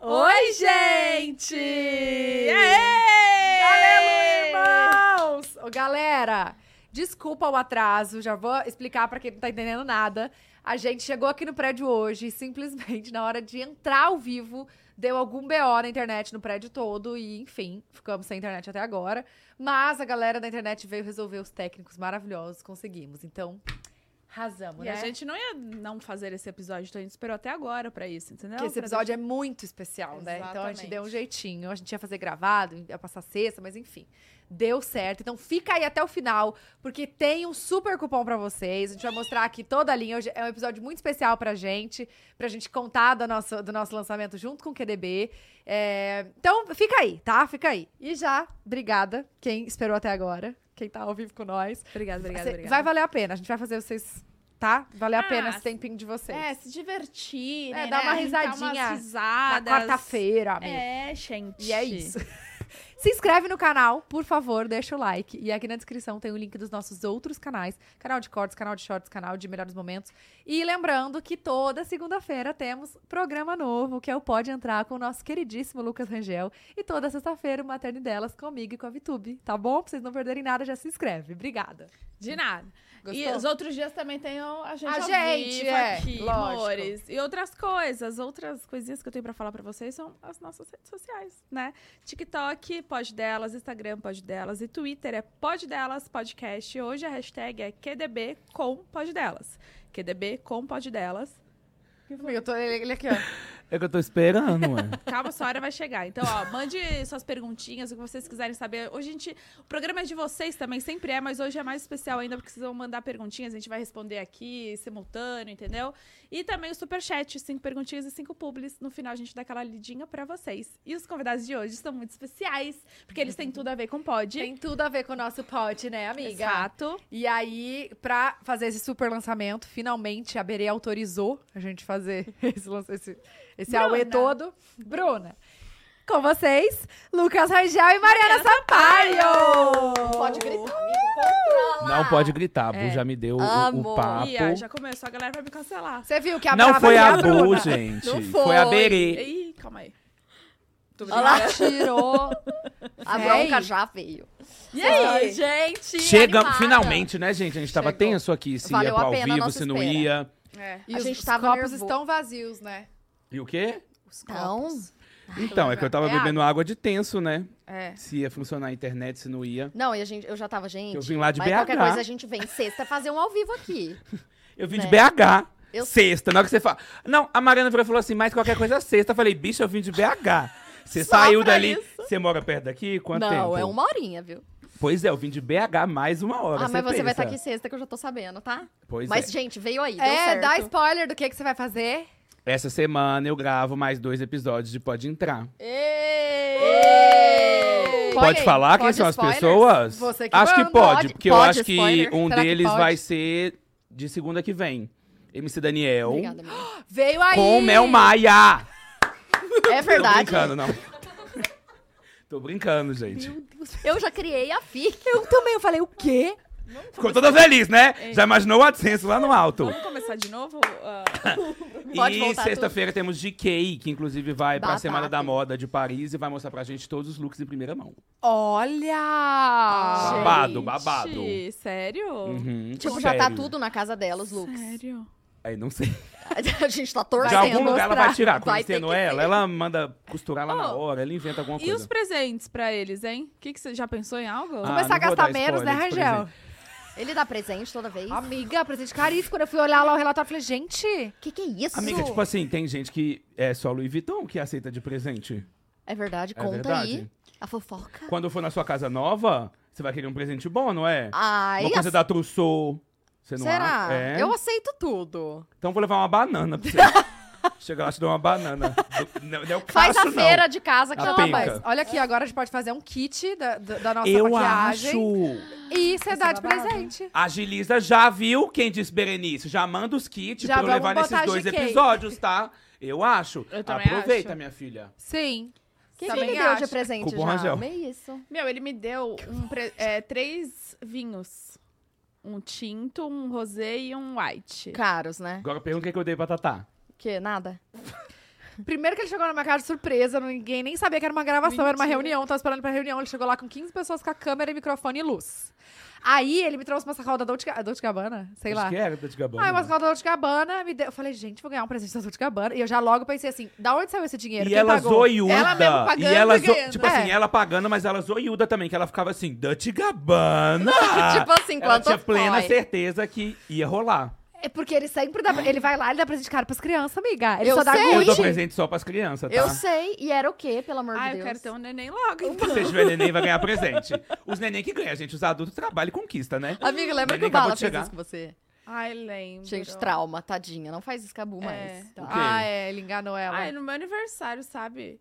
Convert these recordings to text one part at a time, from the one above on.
Oi, gente! Aê! Alelu, irmãos! Ô, galera, desculpa o atraso, já vou explicar pra quem não tá entendendo nada. A gente chegou aqui no prédio hoje e simplesmente na hora de entrar ao vivo deu algum BO na internet no prédio todo e, enfim, ficamos sem internet até agora. Mas a galera da internet veio resolver os técnicos maravilhosos, conseguimos. Então, razamos, E né? a gente não ia não fazer esse episódio, então a gente esperou até agora pra isso, entendeu? Porque esse Pra episódio é muito especial, né? Então a gente Exatamente. deu um jeitinho. A gente ia fazer gravado, ia passar sexta, mas enfim. Deu certo. Então fica aí até o final, porque tem um super cupom pra vocês. A gente vai mostrar aqui toda a linha. Hoje é um episódio muito especial pra gente, pra gente contar do nosso, do nosso lançamento junto com o QDB. É, Então fica aí, tá? Fica aí. E já, obrigada quem esperou até agora, quem tá ao vivo com nós. dar- Obrigada, obrigada, Cê- obrigada. Vai valer a pena. A gente vai fazer vocês, tá? Valer a Ah, pena esse tempinho de vocês. É, se divertir. É, né? dá uma Dar risadinha umas Na risadas. quarta-feira, amigo. É, gente. E é isso. Se inscreve no canal, por favor, deixa o like. E aqui na descrição tem o link dos nossos outros canais: canal de cortes, canal de shorts, canal de melhores momentos. E lembrando que toda segunda-feira temos programa novo, que é o Pode Entrar com o nosso queridíssimo Lucas Rangel. E toda sexta-feira o Materne Delas comigo e com a Vitube. Tá bom? Pra vocês não perderem nada, já se inscreve. Obrigada. De nada. E os outros dias também tem o- a gente A ao gente, vivo é, aqui, lógico. amores. E outras coisas, outras coisinhas que eu tenho pra falar pra vocês são as nossas redes sociais, né? TikTok, Pod Delas, Instagram, Pod Delas e Twitter é Pod Delas Podcast. Hoje a hashtag é QDB com Pod Delas. QDB com Pod Delas. Eu tô ele aqui, ó. É que eu tô esperando, ué. Calma, sua hora vai chegar. Então, ó, mande suas perguntinhas, o que vocês quiserem saber. Hoje a gente. O programa é de vocês também, sempre é, mas hoje é mais especial ainda, porque vocês vão mandar perguntinhas, a gente vai responder aqui, simultâneo, entendeu? E também o superchat, cinco perguntinhas e cinco publis. No final a gente dá aquela lidinha pra vocês. E os convidados de hoje são muito especiais, porque eles têm tudo a ver com pod. Tem tudo a ver com o nosso pote, né, amiga? Exato. E aí, pra fazer esse super lançamento, finalmente a Berê autorizou a gente fazer esse, lança- esse, esse Bruna. auê todo. Bruna, com vocês, Lucas Rangel e Mariana Sampaio! Pode gritar. Não pode gritar, a É. Bu já me deu o- o, Amo. papo. E aí, já começou, a galera vai me cancelar. Você viu que a Não brava foi é a Bu, né? Bruna. gente. Não foi. a foi. Berê. Ih, calma aí. Tô Olha lá, tirou. A Véi. Ah, bronca já veio. E Ai, aí? gente! Chegamos, animada. finalmente, né, gente? A gente tava Chegou. tenso aqui, se Valeu ia a pro ao pena a vivo, nossa se não espera. ia. É. E A os, gente os tava copos nervoso. estão vazios, né? E o quê? Os Então, copos. Então, é que eu tava É bebendo água de tenso, né? É. Se ia funcionar a internet, se não ia. Não, e a gente, eu já tava, gente. Eu vim lá de mas BH. qualquer coisa a gente vem sexta fazer um ao vivo aqui. Eu vim de Né? BH. Eu- Sexta, na hora que você fala. Não, a Mariana virou e falou assim, mas qualquer coisa sexta. Eu falei, bicho, eu vim de BH. Você Só saiu pra dali. Você mora perto daqui? Quanto não, tempo? é uma horinha, viu? Pois é, eu vim de BH mais uma hora. ah, mas você vai pensa. estar aqui sexta que eu já tô sabendo, tá? Pois é. mas, gente, veio aí. deu É, certo. dá spoiler do que, que você vai fazer. Essa semana eu gravo mais dois episódios de Pode Entrar. Ei! Pode, falar quem são as spoilers? pessoas? Você que acho que manda. pode, Pode- porque eu pode acho que spoiler? um Será que deles pode? vai ser de segunda que vem. MC Daniel Obrigada, amiga. Veio aí! com Mel Maia. Tô É verdade. brincando, não. Tô brincando, gente. Eu já criei a FIC. Eu também, eu falei, o quê? Ficou toda feliz, né? Já imaginou o AdSense lá no alto. Vamos começar de novo? Ah, Pode e voltar sexta-feira temos GK, que inclusive vai pra Batata. Semana da Moda de Paris e vai mostrar pra gente todos os looks em primeira mão. Olha! Babado, babado. Ah, Gente, Sério? Uhum, Tipo, já tá sério. tudo na casa dela, os looks. Sério? Aí não sei. A gente tá De torcendo. algum lugar ela vai tirar. Vai ter Conhecendo que é ela, ter. ela manda costurar lá na Ô, hora, ela inventa alguma E os coisa. presentes pra eles, hein? O que que você já pensou em algo? Ah, Começar a não vou gastar dar menos, né, spoiler desse Rangel? Ele dá presente toda vez. Ah, Amiga, presente caríssimo. Quando eu fui olhar lá o relatório, eu falei, gente, Que que é isso? Amiga, tipo assim, tem gente que é só Louis Vuitton que aceita de presente. É verdade, É conta aí. verdade. A fofoca. Quando eu for na sua casa nova, você vai querer um presente bom, não é? Ai, uma coisa da Trousseau. Você não Será? acha? É. Eu aceito tudo. Então eu vou levar uma banana pra você. Chega lá, te dou uma banana. Do- Não, não é o Faz cacho, a não. feira de casa que A ela penca. vai. mas olha aqui, agora a gente pode fazer um kit da, da- da nossa Eu maquiagem. acho. é E você dá de babado. presente. Agiliza já viu quem disse Berenice. Já manda os kits Já pra eu vamos levar nesses botar dois GK. episódios, tá? Eu acho. Eu também Aproveita, acho. minha filha. Sim. Quem que Também ele deu acho. de presente Cupom já? Rangel. Amei isso. Meu, ele me deu um pre- é, três vinhos. Um tinto, um rosé e um white. Caros, né? é Agora pergunta o que que eu dei pra Tatá. Que nada. Primeiro que ele chegou na minha casa de surpresa, ninguém nem sabia que era uma gravação, era uma reunião, tava esperando pra reunião. Ele chegou lá com 15 pessoas com a câmera, microfone e luz. Aí ele me trouxe uma sacola da Dolce, Ga- Dolce Gabbana, sei lá. Acho que era Dolce Gabbana. Ah, uma sacola da Dolce Gabbana, me deu. Eu falei, gente, vou ganhar um presente da Dolce Gabbana. E eu já logo pensei assim, da onde saiu esse dinheiro? E Quem ela pagou? zoiuda. Ela mesmo e pagando ela e zo- ganhando. Tipo assim, É. ela pagando, mas ela zoiuda também, que ela ficava assim, Dutch Gabbana. tipo assim, Ah, ela quanto tinha plena foi? certeza que ia rolar. É porque ele sempre dá. Ele vai lá, ele dá presente de cara pras crianças, amiga. Ele Eu só dá sei. Eu dou Gente. presente só pras crianças, tá? Eu sei, e era o quê, pelo amor Ah, de eu Deus? quero ter um neném logo, então. Se você tiver neném, vai ganhar presente. Os neném que ganha, gente. Os adultos trabalham e conquista, né? um- Amiga, lembra Neném que o acabou Bala de fez chegar. isso com você? Ai, lembro. Gente, trauma, tadinha. Não faz isso com a É. Bu mais. O quê? Ah, é, ele enganou ela. Ai, no meu aniversário, sabe?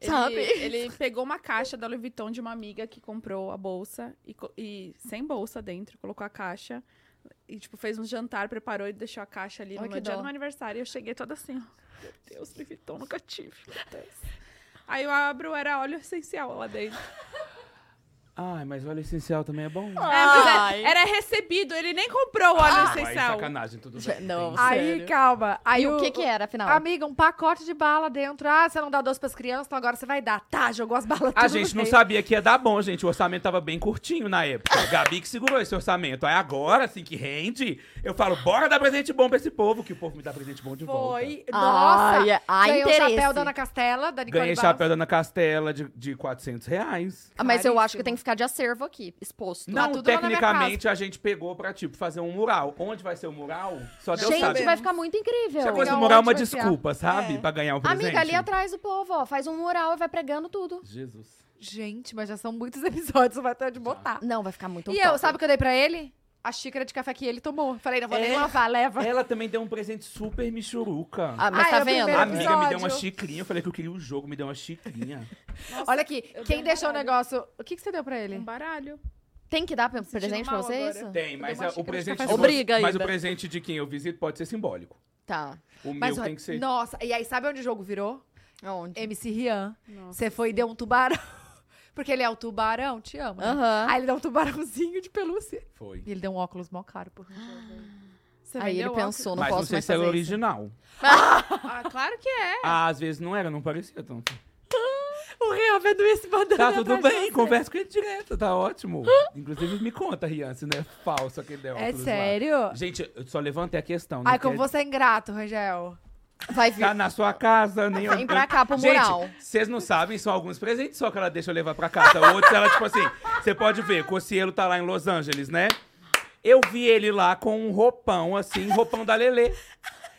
Ele- Sabe? Ele, pegou uma caixa da Louis Vuitton de uma amiga que comprou a bolsa e, co- e sem bolsa dentro, colocou a caixa e, tipo, fez um jantar, preparou e deixou a caixa ali Ai, no que meu dia dó. do meu aniversário. E eu cheguei toda assim, ó, meu Deus, Louis Vuitton, nunca tive. meu Deus. Aí eu abro, era óleo essencial lá dentro. Ai, mas o óleo essencial também é bom. É, mas é- Ah, Ai. era recebido, ele nem comprou o óleo Ai, essencial. sacanagem, tudo Já- bem. não. Tem- Aí, sério. calma. Aí E o que é? que era, afinal? Amiga, um pacote de bala dentro. Ah, você não dá doce pras crianças, então agora você vai dar. Tá, jogou as balas A tudo gente no não meio. sabia que ia dar bom, gente. O orçamento tava bem curtinho na época. A Gabi que segurou esse orçamento. Aí agora, assim, que rende, eu falo, bora dar presente bom pra esse povo, que o povo me dá presente bom de volta. Foi. Nossa! Ai, é- ai, Ganhei o chapéu interesse. da Ana Castela, da Nicole Ganhei Barros. chapéu da Ana Castela de, de 400 reais. Ah, Mas eu acho que Caríssimo. tem que ficar de acervo aqui, exposto. Tá Lá Não, tudo lá na minha tecnicamente a gente pegou pra, tipo, fazer um mural. Onde vai ser o mural? Só Deus Gente, sabe. vai ficar muito incrível. Se a coisa Legal, do mural é um onde uma vai ser? É. desculpa, sabe? Pra ganhar o presente. Amiga, ali atrás do povo, ó, faz um mural e vai pregando tudo. Jesus. Gente, mas já são muitos episódios, vai ter de Tá. botar. Não, vai ficar muito e top. eu, sabe o que eu dei pra ele? A xícara de café que ele tomou. Falei, não vou nem É. lavar, leva. Ela também deu um presente super michuruca. Ah, mas Ah, tá era o vendo? primeiro A amiga me deu uma episódio. xicrinha. Eu falei que eu queria o jogo, me deu uma xicrinha. Olha aqui, eu dei quem um deixou o baralho. negócio... O que, que você deu pra ele? Um baralho. Tem que dar pra- sentindo presente pra mal você agora. isso? Tem, Eu mas dou uma a- o xícara de presente. café de Obriga você- Mas o ainda. presente de quem eu visito pode ser simbólico. Tá. O Mas, meu olha, tem que ser. Nossa, e aí sabe onde o jogo virou? Onde? MC Rian. Você foi e deu um tubarão. Porque ele é o tubarão, te amo. né? Aham. Aí ele dá um tubarãozinho de pelúcia. Foi. E ele deu um óculos mó caro por Você Aí ele vendeu o óculos? pensou, não mas posso não sei mais se era fazer isso. original. Ah, claro que é. Ah, às vezes não era, não parecia tanto. O Rian vendo isso mandando. Tá tudo assim. bem, conversa com ele direto, tá ótimo. Inclusive, me conta, Rian, se não é falso aquele der É óculos lá. sério? Gente, eu só levantei a questão. né, não Ai, como quer- você é ingrato, Rangel. Vai vir. Tá na sua casa, nem Vem pra cá pro Gente, mural. vocês não sabem, são alguns presentes só que ela deixa eu levar pra casa. Outros, ela, tipo assim, você pode ver, Cocielo tá lá em Los Angeles, né? Eu vi ele lá com um roupão, assim, roupão da Lelê.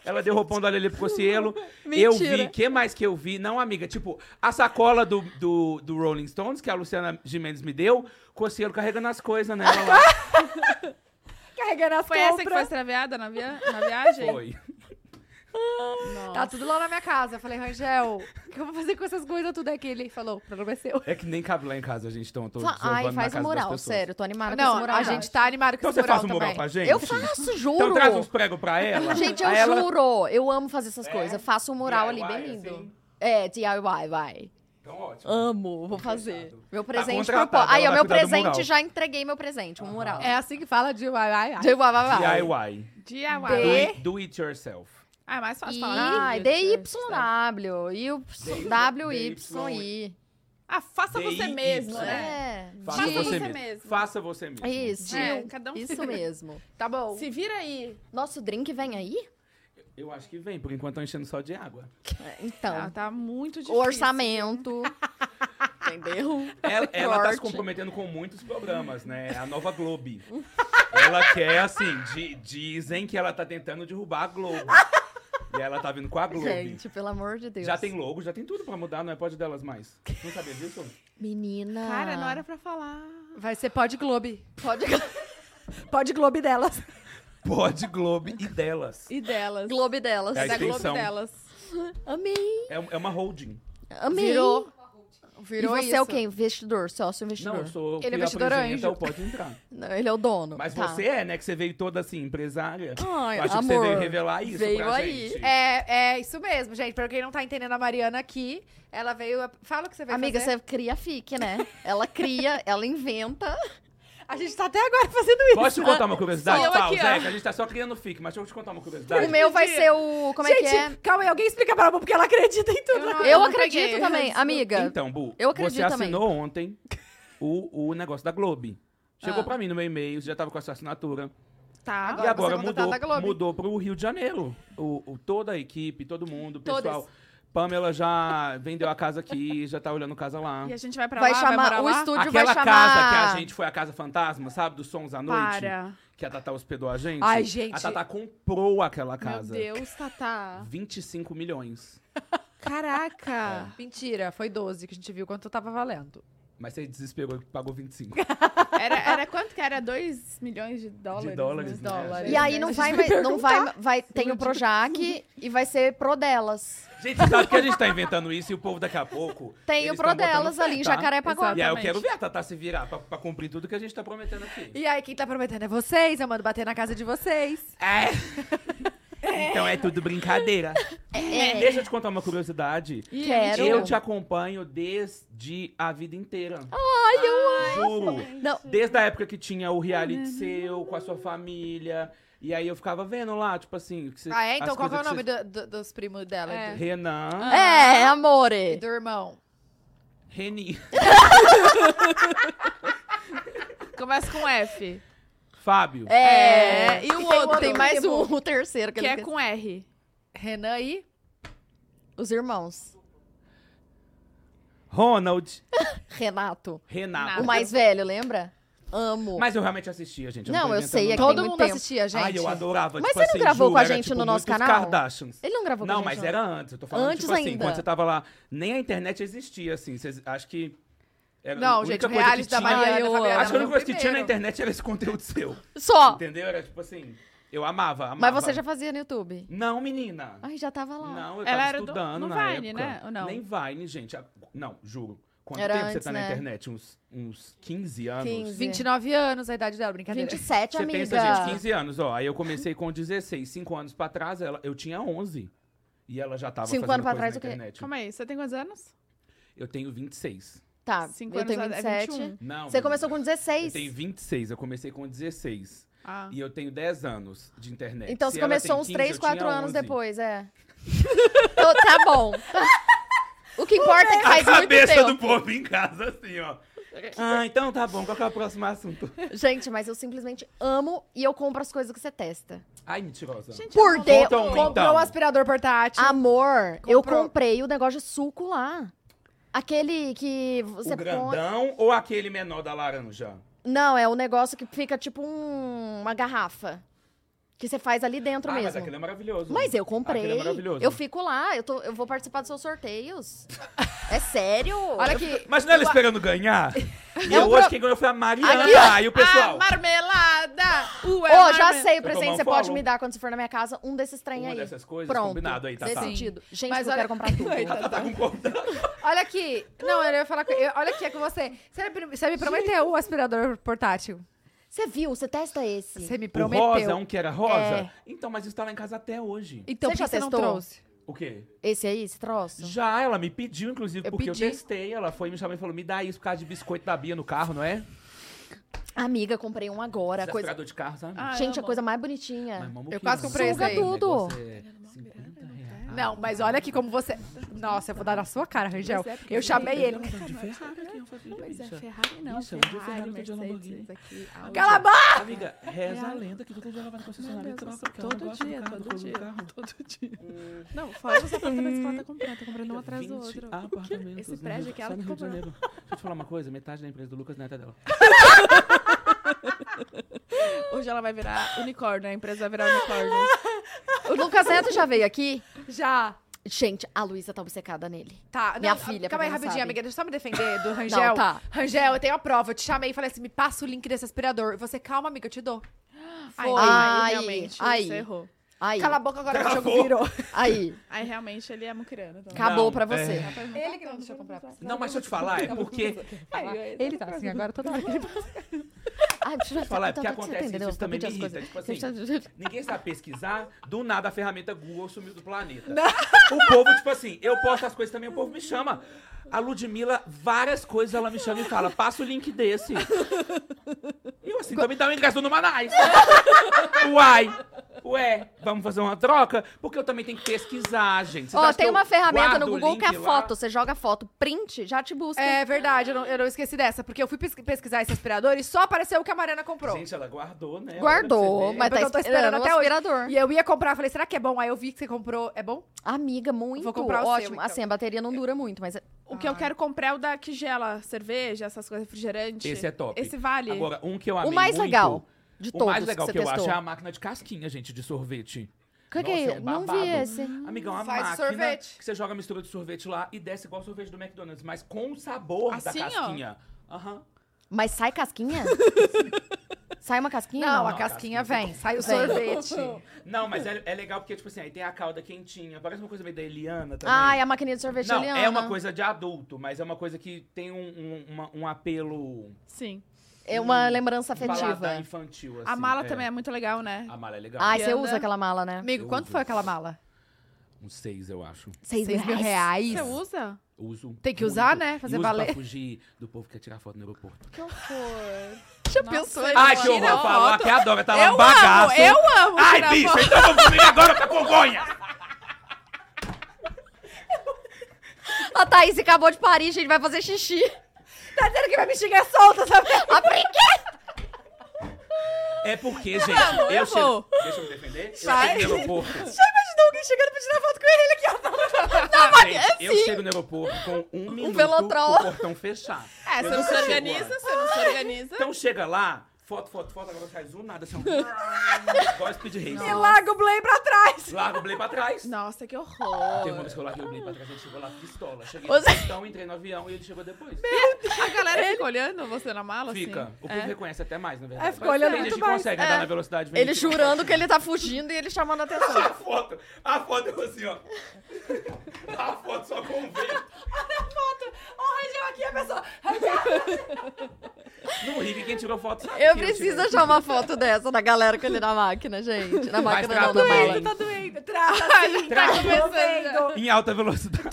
Ela deu roupão da Lelê pro Cocielo. Eu vi, o que mais que eu vi? Não, amiga, tipo, a sacola do, do, do Rolling Stones, que a Luciana Gimenez me deu, Cocielo carregando as coisas nela lá. Carregando as Foi essa que foi extraviada na, via... na viagem? Foi. Tá tudo lá na minha casa. Eu falei, Rangel, o que eu vou fazer com essas coisas tudo aqui? Ele falou, o problema é seu. É que nem cabe lá em casa, gente, então eu tô Fa- Ai, desovando na faz casa um das mural, pessoas. sério. Tô animada com Não, esse mural. a gente tá animado com Então esse você mural faz um mural também. pra gente? Eu faço, juro. Então traz uns pregos pra ela. Gente, eu Aí ela- É? juro. Eu amo fazer essas coisas. Faço um mural ali, DIY, bem lindo. assim? É, DIY, vai. Então, ótimo. Amo, vou fazer. Meu presente contratada, propó- Aí, Tá ela ó, vai meu cuidar do presente, mural. já entreguei meu presente, um mural. É assim que fala de vai, vai, vai. DIY, vai, vai. DIY. Do DIY. Be- it, do it yourself. Ah, é mais fácil I, falar. ai, é DYW, e o WYI. Ah, faça você DIY. mesmo, né? É, Faça de- você você mesmo. mesmo. Faça você mesmo. Isso, É, cada um isso mesmo. Tá bom. Se vira aí. Nosso drink vem aí? Eu acho que vem, por enquanto tô enchendo só de água. É, Ah, Então, tá muito difícil. o orçamento, entendeu? Ela, ela tá se Corte. comprometendo com muitos programas, né? A nova Globo. ela quer, assim, di- dizem que ela tá tentando derrubar a Globo. e ela tá vindo com a Globo. Gente, pelo amor de Deus. já tem logo, já tem tudo pra mudar, não é pode delas mais. Não sabia disso? Menina. Cara, não era pra falar. Vai ser Pod Globe. Pode... Pod Globe delas. Pode Globo e delas. E delas. Globo delas. É a da Globo extensão. delas. Amei, É, um- é uma holding. amei. Virou. Virou e você isso. é o quê? Investidor, sócio investidor. Não, eu sou o Ele é que vestidor apresenta anjo. o Pode Entrar. Não, ele é o dono. Mas tá. você é, né? Que você veio toda assim, empresária. Ai, Eu acho que amor, você veio revelar isso veio pra aí. gente. É, é isso mesmo, gente. Pra quem não tá entendendo a Mariana aqui, ela veio. Fala o que você veio Amiga, fazer. você cria fique, né? Ela cria, ela inventa. A gente tá até agora fazendo isso. Posso te contar uma curiosidade? Sou eu Tá, aqui, ó. Zeca, a gente tá só criando fic, mas deixa eu te contar uma O curiosidade. meu vai ser o. Como gente, é que é? calma aí, alguém explica pra ela, porque ela acredita em tudo. ah, Eu, não acredito peguei. também, amiga. Então, Bu, Eu acredito você também. assinou ontem o, o negócio da Globo. Chegou Ah. pra mim no meu e-mail, você já tava com a sua assinatura. Tá. e Agora você agora é contratada da mudou, Globo. mudou pro Rio de Janeiro. O, o- toda a equipe, todo mundo, o Todas. pessoal. Pamela já vendeu a casa aqui, já tá olhando casa lá. E a gente vai pra vai lá, chamar. vai morar o lá? estúdio Aquela vai chamar. casa que a gente foi a casa fantasma, sabe? Dos sons à noite. Para. Que a Tata hospedou a gente. Ai, gente. A Tata comprou aquela Meu casa. Deus, Tatá. 25 milhões. Caraca. Mentira, foi 12 que a gente viu quanto tava valendo. Mas você desesperou que pagou 25. Era, era quanto que era? 2 milhões de dólares? É. dólares, né? né? Dólares. E aí não Vocês vai me mais. Não vai, vai, tem o Projac e vai ser pro delas. Gente, você sabe que a gente tá inventando isso e o povo daqui a pouco. Tem eles o pro tão botando delas fé, ali em tá? Jacarepaguá. E aí eu Exatamente. quero ver a Tatá se virar pra, pra cumprir tudo que a gente tá prometendo aqui. E aí, quem tá prometendo é vocês, eu mando bater na casa de vocês. É. Então é tudo brincadeira. É, Deixa eu te contar uma curiosidade. quero. Eu te acompanho desde a vida inteira. Ai, eu amo! Juro. Não, Desde a época que tinha o reality seu, com a sua família. E aí eu ficava vendo lá, tipo assim. que cê- Ah, é? Então as qual que é o coisas nome que do- do- dos primos dela? cê- e do- Renan. é, E amore. do irmão. Reni. Começa com F. Fábio. É. É, e E o o outro? outro? Tem mais Que é um, bom. o terceiro que, Que ele é esqueceu. com R. Renan e. Os irmãos. Ronald. Renato. Renato. O mais velho, lembra? Amo. Mas eu realmente assistia, gente. Não, tô eu sei, inventando, é que não. tem Todo muito mundo tempo. assistia, gente. Ai, eu adorava. Mas tipo você não assim, gravou juro, com a era, gente tipo, no nosso muito os canal? Kardashians. Ele não gravou com a Não, gente, mas não. era antes. Eu tô falando, Antes tipo assim, ainda. quando você tava lá, nem a internet existia, assim. Vocês, acho que... Era a Não, única gente, o coisa reality que da tinha- Mariana, Ai, eu Fabiana, amo. Acho que a única foi o coisa que tinha na primeiro. internet era esse conteúdo seu. Só. Entendeu? Era tipo assim, eu amava, amava. Mas você já fazia no YouTube. Não, menina. Ai, já tava lá. Não, Ela eu tava era do- estudando no na Vine, época. né? Ou não? Nem Vine, gente. A- Não, juro. Quanto Era tempo você antes, tá na né? internet? Uns, uns 15 anos? 15. 29 anos a idade dela, brincadeira. 27, Você amiga. pensa, gente, 15 anos, ó. Aí eu comecei com 16. 5 anos pra trás, ela, eu tinha 11. E ela já tava Cinco fazendo anos pra coisa trás, na o quê? é? internet. Calma aí, você tem quantos anos? Eu tenho 26. Tá, Cinco eu anos tenho a- é 27. 21. Não. Você menina, começou com Eu 16. tenho 26, eu comecei com 16. Ah. E eu tenho 10 anos de internet. Então É, Se você ela começou tem uns 15, 3, eu tinha 4 anos 11. depois, é. Então, tá bom. O que importa é que A faz muito cabeça do tempo. povo em casa, assim, ó. Ah, então tá bom. Qual que é o próximo assunto? Gente, mas eu simplesmente amo e eu compro as coisas que você testa. Ai, mentirosa. Por Deus. Conta um, Comprou então. um aspirador portátil. Amor, eu Comprou. comprei o negócio de suco lá. Aquele que você o grandão ou aquele menor da laranja? Não, é o negócio que fica tipo um- uma garrafa. Que você faz ali dentro ah, mesmo. mas aquele é maravilhoso. Mas eu comprei. Aquele é maravilhoso. eu fico lá, eu, tô- eu vou participar dos seus sorteios. é sério? Olha aqui. Imagina é ela esperando ganhar. E É eu um hoje pro- quem ganhou foi a Mariana. Aqui, ó. Aí o pessoal. Ah, marmelada! Ô, tipo, Ué, é já marme- sei Vai tomar o presente um que você pode follow? me dar quando você for na minha casa. Um desses trem Uma Tá, aí. dessas coisas, Pronto. combinado aí, Tatá. Nesse Sim. sentido. Gente, Mas eu olha- quero comprar tudo. Ela tá com conta. Olha aqui. Não, eu ia falar com... eu- Olha aqui, é com você. Você me, você me prometeu o aspirador portátil. Você viu? Você testa esse. Você me O prometeu. rosa, um que era rosa. É. Então, mas isso tá lá em casa até hoje. Então, Você por que já você não testou? trouxe? O quê? Esse aí, esse troço? Já, ela me pediu, inclusive, Eu porque pedi. eu testei. Ela foi me chamou e falou: me dá isso por causa de biscoito da Bia no carro, não é? Amiga, comprei um agora. Esse coisa... aspirador de carro, sabe? Ah, Gente, a amo. coisa mais bonitinha. Mas, mamu, eu que quase comprei suga esse aí. tudo. O negócio É 50 reais. Não, mas olha aqui como você. Nossa, eu vou dar na sua cara, Rangel. é, Eu chamei ele. tá De Ferrari, quem eu falei, né? Pois é, bicha? Ferrari não. Isso, é um de Ferrari, Ferrari, outro de Mercedes Lamborghini. aqui. Cala a boca! Amiga, reza a lenda que todo dia ela vai na concessionária e troca. porque ela Todo gosta do dia, carro, do todo couro do dia, carro. todo dia. Não, fora os apartamentos que ela tá comprando, tá comprando um atrás do 20 outro. apartamentos Esse no Rio- prédio aqui é só ela no que Rio de comprou. Janeiro. Deixa eu te falar uma coisa, metade da empresa do Lucas não é dela. Hoje ela vai virar unicórnio, a empresa vai virar unicórnio. O Lucas Neto já veio aqui. Já. Gente, a Luísa tá obcecada nele. Tá. não, Minha a- filha, pra Calma aí, quem não rapidinho, sabe. amiga. Deixa eu só me defender do Rangel. tá. Rangel, eu tenho a prova. Eu te chamei e falei assim: me passa o link desse aspirador. E você, calma, amiga, eu te dou. Aí, Ai, aí, realmente, aí. você errou. Aí, Cala a boca agora que o jogo virou. aí. Aí, realmente, ele é mucirano. Então. Acabou Não, pra você. é. Ele que não deixou comprar. Não, mas deixa eu te falar, é porque Ele tá assim agora toda hora. que ele- Ai, deixa eu falar, é então, porque você acontece isso, entendeu? isso também Tô me pedindo as irrita, coisas. tipo Deixa eu- Ninguém sabe pesquisar, do nada a ferramenta Google sumiu do planeta. O povo, tipo assim, eu posto as coisas também, o povo me chama. A Ludmilla, várias coisas ela me chama e fala, passa o link desse. comigo assim. Também dá um ingresso no Manaus. Uai. Ué, vamos fazer uma troca? Porque eu também tenho que pesquisar, gente. Vocês Ó, acham tem que eu uma ferramenta guardo no o Google link que é lá? foto. Você joga foto, print, já te busca. É verdade, eu não, eu não esqueci dessa, porque eu fui pesqui- pesquisar esse aspirador e só apareceu o que a Mariana comprou. Gente, ela guardou, né? Olha pra você Guardou, ver. mas tá porque É. eu tô esperando, esperando até o hoje. aspirador. E eu ia comprar, falei, será que é bom? Aí eu vi que você comprou. É bom? Amiga, muito. Vou comprar o seu, Ótimo. então. Assim, a bateria não dura muito, mas. O que eu quero comprar é o da que gela cerveja, essas coisas, refrigerante. Esse é top. Esse vale. Agora, um que eu amei o mais muito, legal de O todos mais legal que que, você eu testou. acho é a máquina de casquinha, gente, de sorvete. Que que Nossa, é? é um não babado. vi esse. Amiga, é uma Faz máquina sorvete. que você joga a mistura de sorvete lá e desce igual sorvete do McDonald's, mas com o sabor Assim, da ó? casquinha. Aham. Mas sai casquinha? sai uma casquinha? tá Não, a não, casquinha casquinha vem, sai o Vem. sorvete. Não, mas é, é legal porque, tipo assim, aí tem a calda quentinha. Parece uma coisa meio da Eliana também. Ah, é a maquininha de sorvete Não, Eliana. é uma coisa de adulto, mas é uma coisa que tem um, um, uma- um apelo Sim. É uma lembrança paladar afetiva. infantil, assim. A mala é. também é muito legal, né? A mala é legal. Ai, você Eliana. usa aquela mala, né? Amigo, Eu quanto uso. foi aquela mala? Uns Um seis, eu acho. Seis Seis mil reais? Você usa? Uso Tem que muito. usar, né? E Fazer uso valer. pra fugir do povo que quer tirar foto no aeroporto. Que horror. Já Nossa. pensou? Ai, que Tira horror. a Falou foto. que adora. Tá lá eu um bagaço. amo, eu amo. Ai, tirar bicho, foto. então vamos comigo agora pra Congonha. A Thaís acabou de parir, gente, vai fazer xixi. Tá dizendo que vai me xingar solta, sabe? A brinquedo! É porque, gente, eu, eu chego- vou. Deixa eu me defender. Eu Vai. chego no aeroporto. Imaginou alguém chegando pra tirar foto com ele aqui, ó. Gente, eu chego no aeroporto com um, minuto com velotrol. o portão fechado. É, Eu você não se chego organiza, antes. você não se organiza. Então chega lá, foto, foto, foto, agora faz um nada, assim, um... igual speed E race. larga o Blay pra trás. Larga o Blay pra trás. Nossa, que Tem uma horror. vez que eu larguei o Blay pra trás, ele chegou lá pistola. Cheguei Você- no pistão, entrei no avião e ele chegou depois. A galera fica olhando você na mala, Fica. assim? O povo é. reconhece até mais, na verdade. É, ficou olhando Tem gente muito que mais. consegue andar na velocidade. Ele 25. jurando que ele tá fugindo e ele chamando a atenção. A foto, a foto eu assim, ó. A foto só com o vento. Ó, região aqui, é a pessoa. Não ri que quem tirou foto sabe Eu que preciso tirei. achar uma foto dessa da galera com ele na máquina, gente. Na Mas máquina não, na trata mala. ele. Tá doendo. Trata, assim, tá Trata. começando. um- Em alta velocidade.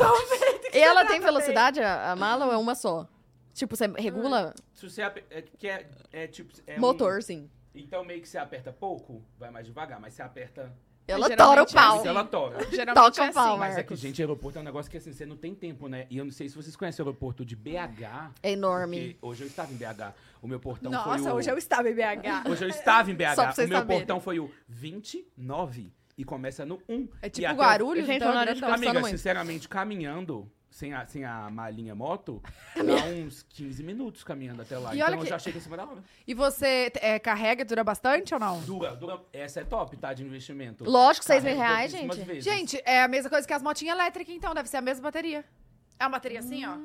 E ela tem velocidade, a, a mala, ou é uma só? Tipo, você regula Se você ape- é, que é, é tipo. é um- motor, sim. Então meio que você aperta pouco, vai mais devagar, mas você aperta. Ela geralmente tora é o pau. Mas ela tora. Geralmente Toca é o pau, assim. vai. Mas é que, Marcos. gente, aeroporto é um negócio que assim, você não tem tempo, né? E eu não sei se vocês conhecem o aeroporto de BH. É enorme. é porque hoje eu estava em BH. O meu portão Então foi o. Nossa, hoje eu estava em BH. Hoje eu estava em BH. Só pra vocês o meu saberem. portão foi o 29 e começa no 1. É e tipo até o- Guarulhos, Gente, então, na hora né? de Então, conversar. Amiga, muito. sinceramente, caminhando, sem a, sem a malinha moto, dá uns 15 minutos caminhando até lá. E então olha eu que- já chego em cima da hora. E você é, carrega, dura bastante ou não? Dura, dura. Essa é top, tá? De investimento. Lógico, seis mil Carrego reais, pouquíssimas gente. vezes. Gente, é a mesma coisa que as motinhas elétricas, então. Deve ser a mesma bateria. É uma bateria assim, ó.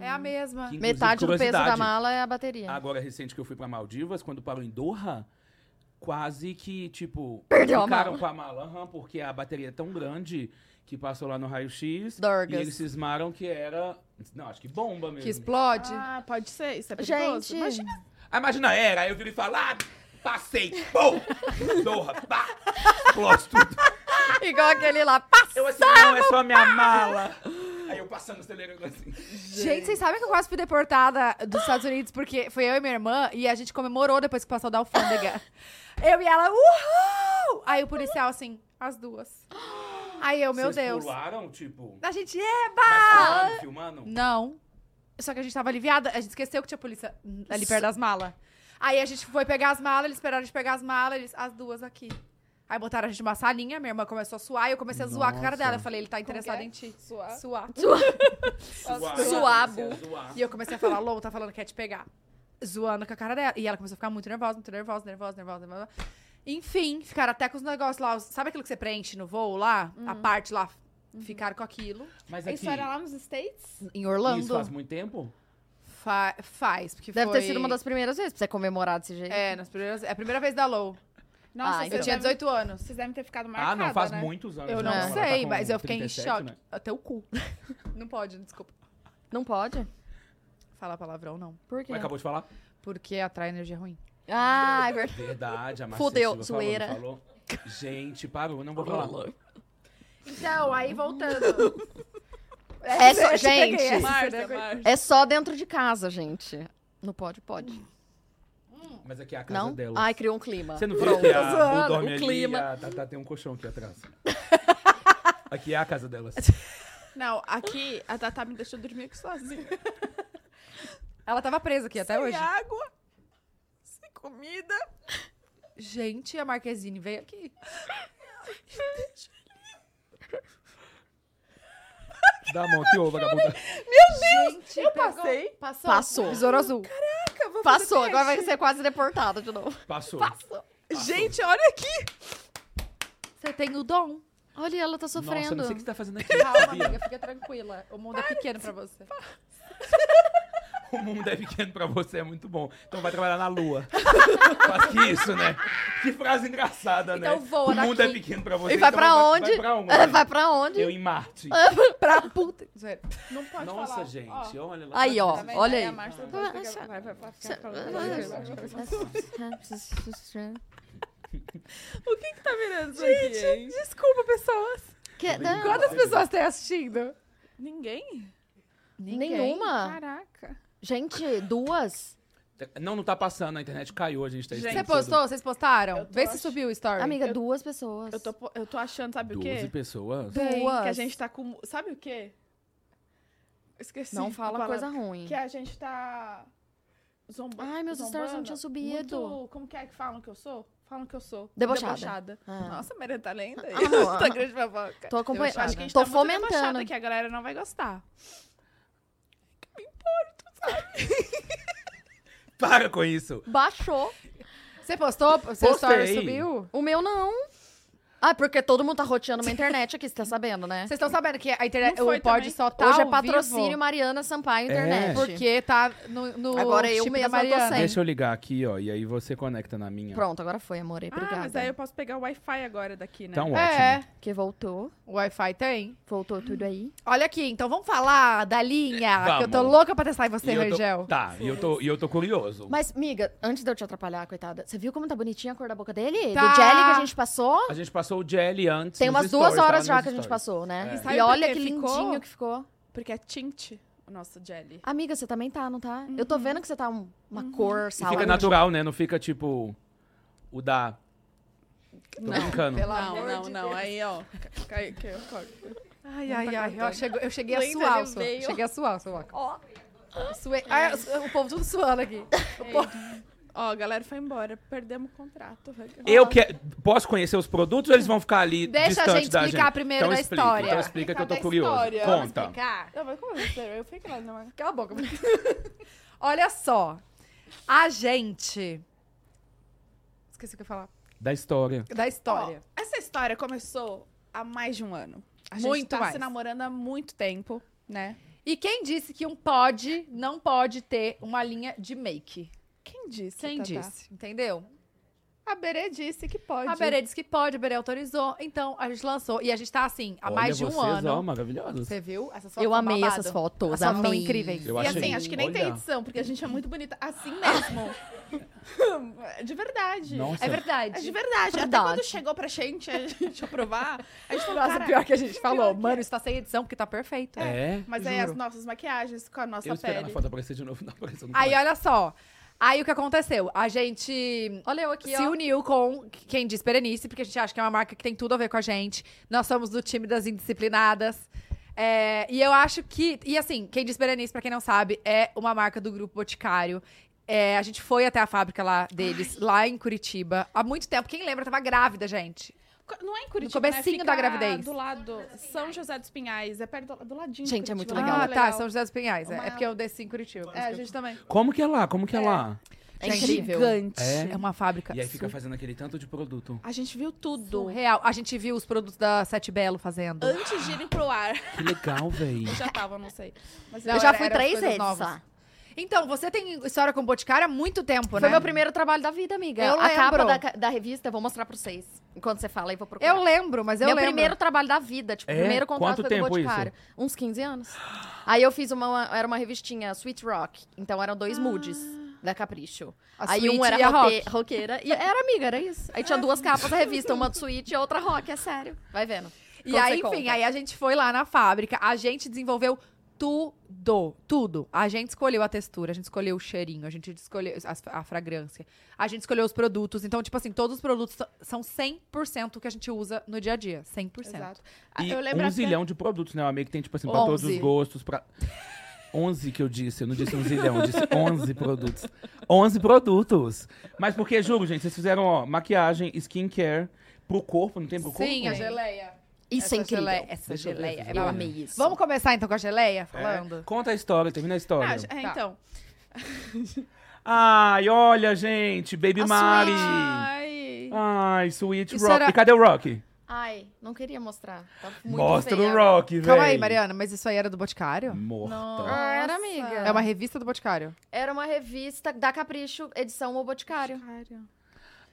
É a mesma. Hum. Que, inclusive, Metade do peso da curiosidade, Ah. mala é a bateria. Agora, recente que eu fui pra Maldivas, quando parou em Doha, quase que, tipo, Perdeu a ficaram mala. com a mala, aham, porque a bateria é tão grande que passou lá no raio-x e Dorgas. eles cismaram que era. Não, acho que bomba mesmo. Que explode. Ah, pode ser. Isso é perigoso. Gente, Imagina Ah, imagina, era, aí eu viro e falo, ah, passei, pum! Doha, pá! Explode tudo. igual aquele lá. Passa! Eu assim, não, é só minha mala. Aí eu passando acelerando assim. Gente, vocês sabem que eu quase fui deportada dos Estados Unidos porque foi eu e minha irmã e a gente comemorou depois que passou da alfândega. Eu e ela, uhul! Aí o policial, assim, as duas. Aí eu, Oh, meu Vocês Deus. pularam, tipo, A gente, é! mas filmando, filmando? Não. Só que a gente tava aliviada, a gente esqueceu que tinha polícia ali perto das malas. Aí a gente foi pegar as malas, eles esperaram a gente pegar as malas, eles, as duas aqui. Aí botaram a gente numa salinha, minha irmã começou a suar e eu comecei a zoar com a cara Nossa. dela. Eu falei, ele tá interessado que é? em ti. Ah. Suar? Suar. Zoar, Suabo. comecei a zoar. E eu comecei a falar, Lou, tá falando que quer te pegar. Zoando com a cara dela. E ela começou a ficar muito nervosa, muito nervosa, nervosa, nervosa, nervosa. Enfim, ficaram até com os negócios lá. os- Sabe aquilo que você preenche no voo lá? A Hum. parte lá. Uhum. Ficaram com aquilo. Mas aqui, Isso era lá nos States? Em isso faz Orlando. muito tempo? Fa- faz, porque Deve foi- ter sido uma das primeiras vezes pra você comemorar desse jeito. É, nas primeiras... é a primeira vez da Lou. Ah, Nossa, então Eu vocês tinha devem- 18 anos. Vocês devem ter ficado marcada, ah, não, faz né? muitos anos. Eu né? não Ela tá sei, com mas eu fiquei em 37, choque. né? Até o cu. não pode, desculpa. Não pode? Falar palavrão, não. Por quê? Mas acabou de falar? Porque atrai energia ruim. Ah, é verdade. Verdade, a Marcia Fudeu, Silva falou, não zoeira. falou? Gente, parou, não vou falar. Então, Uhum. aí voltando. É só- eu te peguei, gente. essa você Marta, pegou. Marta. É só dentro de casa, gente. Não pode, pode. Mas aqui é a casa Não? dela. Ai, criou um clima. Você não viu Pronto. que a Tô Bull zoando. dorme o ali clima. e a Tatá tem um colchão aqui atrás. aqui é a casa delas. Não, aqui a Tatá me deixou dormir aqui sozinha. Ela tava presa aqui até sem hoje. água, sem comida. Gente, a Marquezine veio aqui. Dá a mão aqui, ô vagabunda. Gente, eu passei. Passou. Passou. Besouro azul. Passou. Agora vai ser quase deportada de novo. Passou. Gente, olha aqui. Você tem o dom. Olha, ela tá Nossa, eu sofrendo. não sei o que você tá fazendo aqui, Calma, sabia? amiga, fica tranquila. O mundo é pequeno pra você. O mundo é pequeno pra você, é muito bom. Então vai trabalhar na lua. Quase que isso, né? Que frase engraçada, né? Então voa O mundo daqui. é pequeno pra você. E vai então pra vai- onde? Vai pra onde? É, Vai pra onde? Eu em Marte. pra puta. Não pode Nossa, falar. gente, olha lá. Aí, ó. Tá vendo? Olha Aí a aí. Tá Márcia Ah, vai essa- ficar- vai- vai- vai ficar essa- falando. tá O que que tá virando isso aqui, hein? Desculpa, pessoas. Que- não, Quantas pessoas tem tá assistindo? Ninguém? Nenhuma? Caraca. Gente, duas? Não, não tá passando, a internet caiu, a gente tá Gente, Você estressado. postou? Vocês postaram? Eu tô Vê se ach- subiu o story. Amiga, duas pessoas. Eu tô, po- eu tô achando, sabe o 12 quê? pessoas? Tem, Duas. Que a gente tá com. Sabe o quê? Esqueci. Não a fala palavra. coisa ruim. Que a gente tá. Zomba... Ai, meus stories não zombando tinham subido. muito- Como que é que falam que eu sou? Falam que eu sou. Debochada. Ah. Nossa, Maria tá lenda aí. Ah, não, ah, Instagram de fofoca. Tô acompanhando. Eu acho que a gente Tô tá muito fomentando. debochada que a galera não vai gostar. Para com isso. Baixou. Você postou? Seu story Postei. subiu? O meu não. Ah, porque todo mundo tá roteando minha internet aqui, você tá sabendo, né? Vocês estão sabendo que a internet, Não foi o pod também. só tá Hoje é ao patrocínio vivo, Mariana Sampaio É. Internet. porque tá no, no Agora eu chip da mesma tô Mariana. sem. Deixa eu ligar aqui, ó, e aí você conecta na minha. Pronto, agora foi, amor. aí, Obrigada. Ah, mas aí eu posso pegar o Wi-Fi agora daqui, né? Então, ótimo. É, Que voltou. o Wi-Fi tem. Voltou tudo aí. Olha aqui, então vamos falar da linha, que eu tô Vamos. louca pra testar em você, E eu tô- Rangel. Tá, e eu tô, e eu tô curioso. Mas, miga, antes de eu te atrapalhar, coitada, você viu como tá bonitinha a cor da boca dele? Tá. Do jelly que a gente passou? A gente passou o jelly antes. Tem nos umas duas stories, tá? horas já Nos que a gente stories. passou, né? É. E sabe E por olha que que ficou? lindinho que ficou. Porque é tint o nosso jelly. Amiga, você também tá, não tá? Eu Uhum. tô vendo que você tá um- uma cor E salada. fica natural, né? Não fica tipo. O da. Tô brincando. Pelo Não, amor não, de não. Deus. Aí, ó. ca- Caiu, caiu, caiu. Ai, tá tá ai, ai. cantando. Eu, chego- eu cheguei a Lenta, suar, ele o suor. veio. Cheguei a suar, o suor. Suei- Ah, eu- o povo tudo suando aqui. O povo- Ó, a galera foi embora. Perdemos o contrato. vai. Eu quero. Posso conhecer os produtos ou eles vão ficar ali Ah. Deixa distante a gente da explicar gente? primeiro então da explica, história. Então explica que eu tô da curioso. história. Vamos Conta. explicar? Não, vai com você. Eu fiquei lá é numa... Cala a boca. Olha só. A gente... Esqueci o que eu ia falar. Da história. Da história. Ó, essa história começou há mais de um ano. A gente Muito tá mais. se namorando há muito tempo, né? E quem disse que um pod não pode ter uma linha de make? Quem disse? Quem Tatá? disse? Entendeu? A Berê disse que pode. A Berê disse que pode, a Berê autorizou. Então, a gente lançou. E a gente tá assim, há mais de um vocês, ano. Ó, maravilhosos. Você viu? Essas fotos Eu são amei babado. essas fotos. As fotos amei. são incríveis. tá Eu E achei. assim, acho que nem Olha. tem edição, porque a gente é muito bonita assim mesmo. de verdade. Nossa. É É verdade. de verdade. Até Verdade. quando chegou pra gente, a gente aprovar, a gente falou, Nossa, cara, pior que a gente falou. pior que Mano, isso tá sem edição, porque tá perfeito. É. mas aí as nossas maquiagens com a nossa Eu esperando a pele. foto aparecer de novo, não apareceu. nunca Aí, mais. olha só. Aí, o que aconteceu? A gente Olha eu aqui, se ó. uniu com quem diz Perenice, porque a gente acha que é uma marca que tem tudo a ver com a gente. Nós somos do time das indisciplinadas. É, e eu acho que. E assim, quem diz Perenice, pra quem não sabe, é uma marca do grupo Boticário. É, a gente foi até a fábrica lá deles, lá em Curitiba, há muito tempo. Quem lembra, tava grávida, gente. Co- Não é em Curitiba, No né? comecinho Fica da gravidez. do lado, São José dos Pinhais, é perto do, do ladinho de Gente, é muito Curitiba. legal. Ah, ah, tá, São José dos Pinhais. É, Uma- é porque eu desci em Curitiba. É, a gente também. Como que é lá? Como que é, É. lá? É Gente, incrível. Gigante. É. É uma fábrica E aí fica fazendo aquele tanto de produto. A gente viu tudo. surreal. A gente viu os produtos da Sete Belo fazendo. Antes de irem pro ar. Que legal, véi. Eu já tava, não sei. Mas Não, eu já era- fui era três coisas vezes novas. só. Então, você tem história com o Boticário há muito tempo, né? Foi meu primeiro trabalho da vida, amiga. Eu a capa lembro. da, ca- da revista, eu vou mostrar pra vocês. Enquanto você fala, aí vou procurar. Eu lembro, mas eu meu lembro. primeiro trabalho da vida, tipo, É? primeiro contrato Quanto foi tempo do Boticário. Uns 15 anos. Aí eu fiz uma, era uma revistinha, Sweet Rock. Então eram dois moods da Capricho. A aí Sweet um era e a roque- Rock. roqueira e era amiga, era isso. Aí tinha duas capas da revista, uma do Sweet e outra rock, é sério. Vai vendo. E Quando aí, você enfim, conta. aí a gente foi lá na fábrica, a gente desenvolveu tudo, tudo. A gente escolheu a textura, a gente escolheu o cheirinho, a gente escolheu as- a, fragrância, a gente escolheu os produtos. Então, tipo assim, todos os produtos so- são 100% o que a gente usa no dia a dia, 100%. Exato. E Ah, eu lembro um até- zilhão de produtos, né? Uma amiga que tem, tipo assim, pra todos os Onze. gostos, pra... Onze que eu disse, eu não disse um zilhão, eu disse onze produtos. Onze produtos! Mas porque, juro, gente, vocês fizeram, ó, maquiagem, skincare, pro corpo, não tem pro corpo? Sim, a geleia. Isso Essa é incrível. Geleia, essa Deixa eu ver geleia. essas é Eu geleia. babado. amei isso. Vamos começar então com a geleia, falando? É. Conta a história, termina a história. Ah, já- é, Tá. então. Ai, olha, gente, Baby A Mari! Ai. Ai, Sweet Isso Rock. era- E cadê o Rock? Ai, não queria mostrar. Tá muito Mostra feia o agora. Rock, velho. Calma aí, Mariana, mas isso aí era do Boticário? Morta. Não. Ah, era Nossa. amiga. É uma revista do Boticário. Era uma revista da Capricho, edição O Boticário. Cara.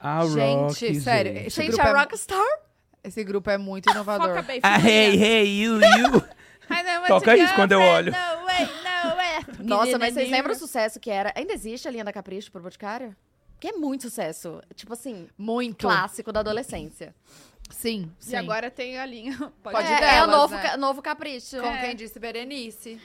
A Gente, Rock, sério, gente. Esse Gente, grupo a é- Rockstar? Esse grupo é muito inovador. Foca bem, Ah, hey, hey, you, you. Toca isso quando eu olho. No assim, way, no é, way. Nossa, mas vocês lembram o sucesso que era? Ainda existe a linha da Capricho pro Boticário? Que é muito sucesso. Tipo assim, Muito. clássico da adolescência. Sim, sim. E agora tem a linha. Pode Pode é, delas, é o novo, né? ca- novo Capricho. Como quem disse, Berenice.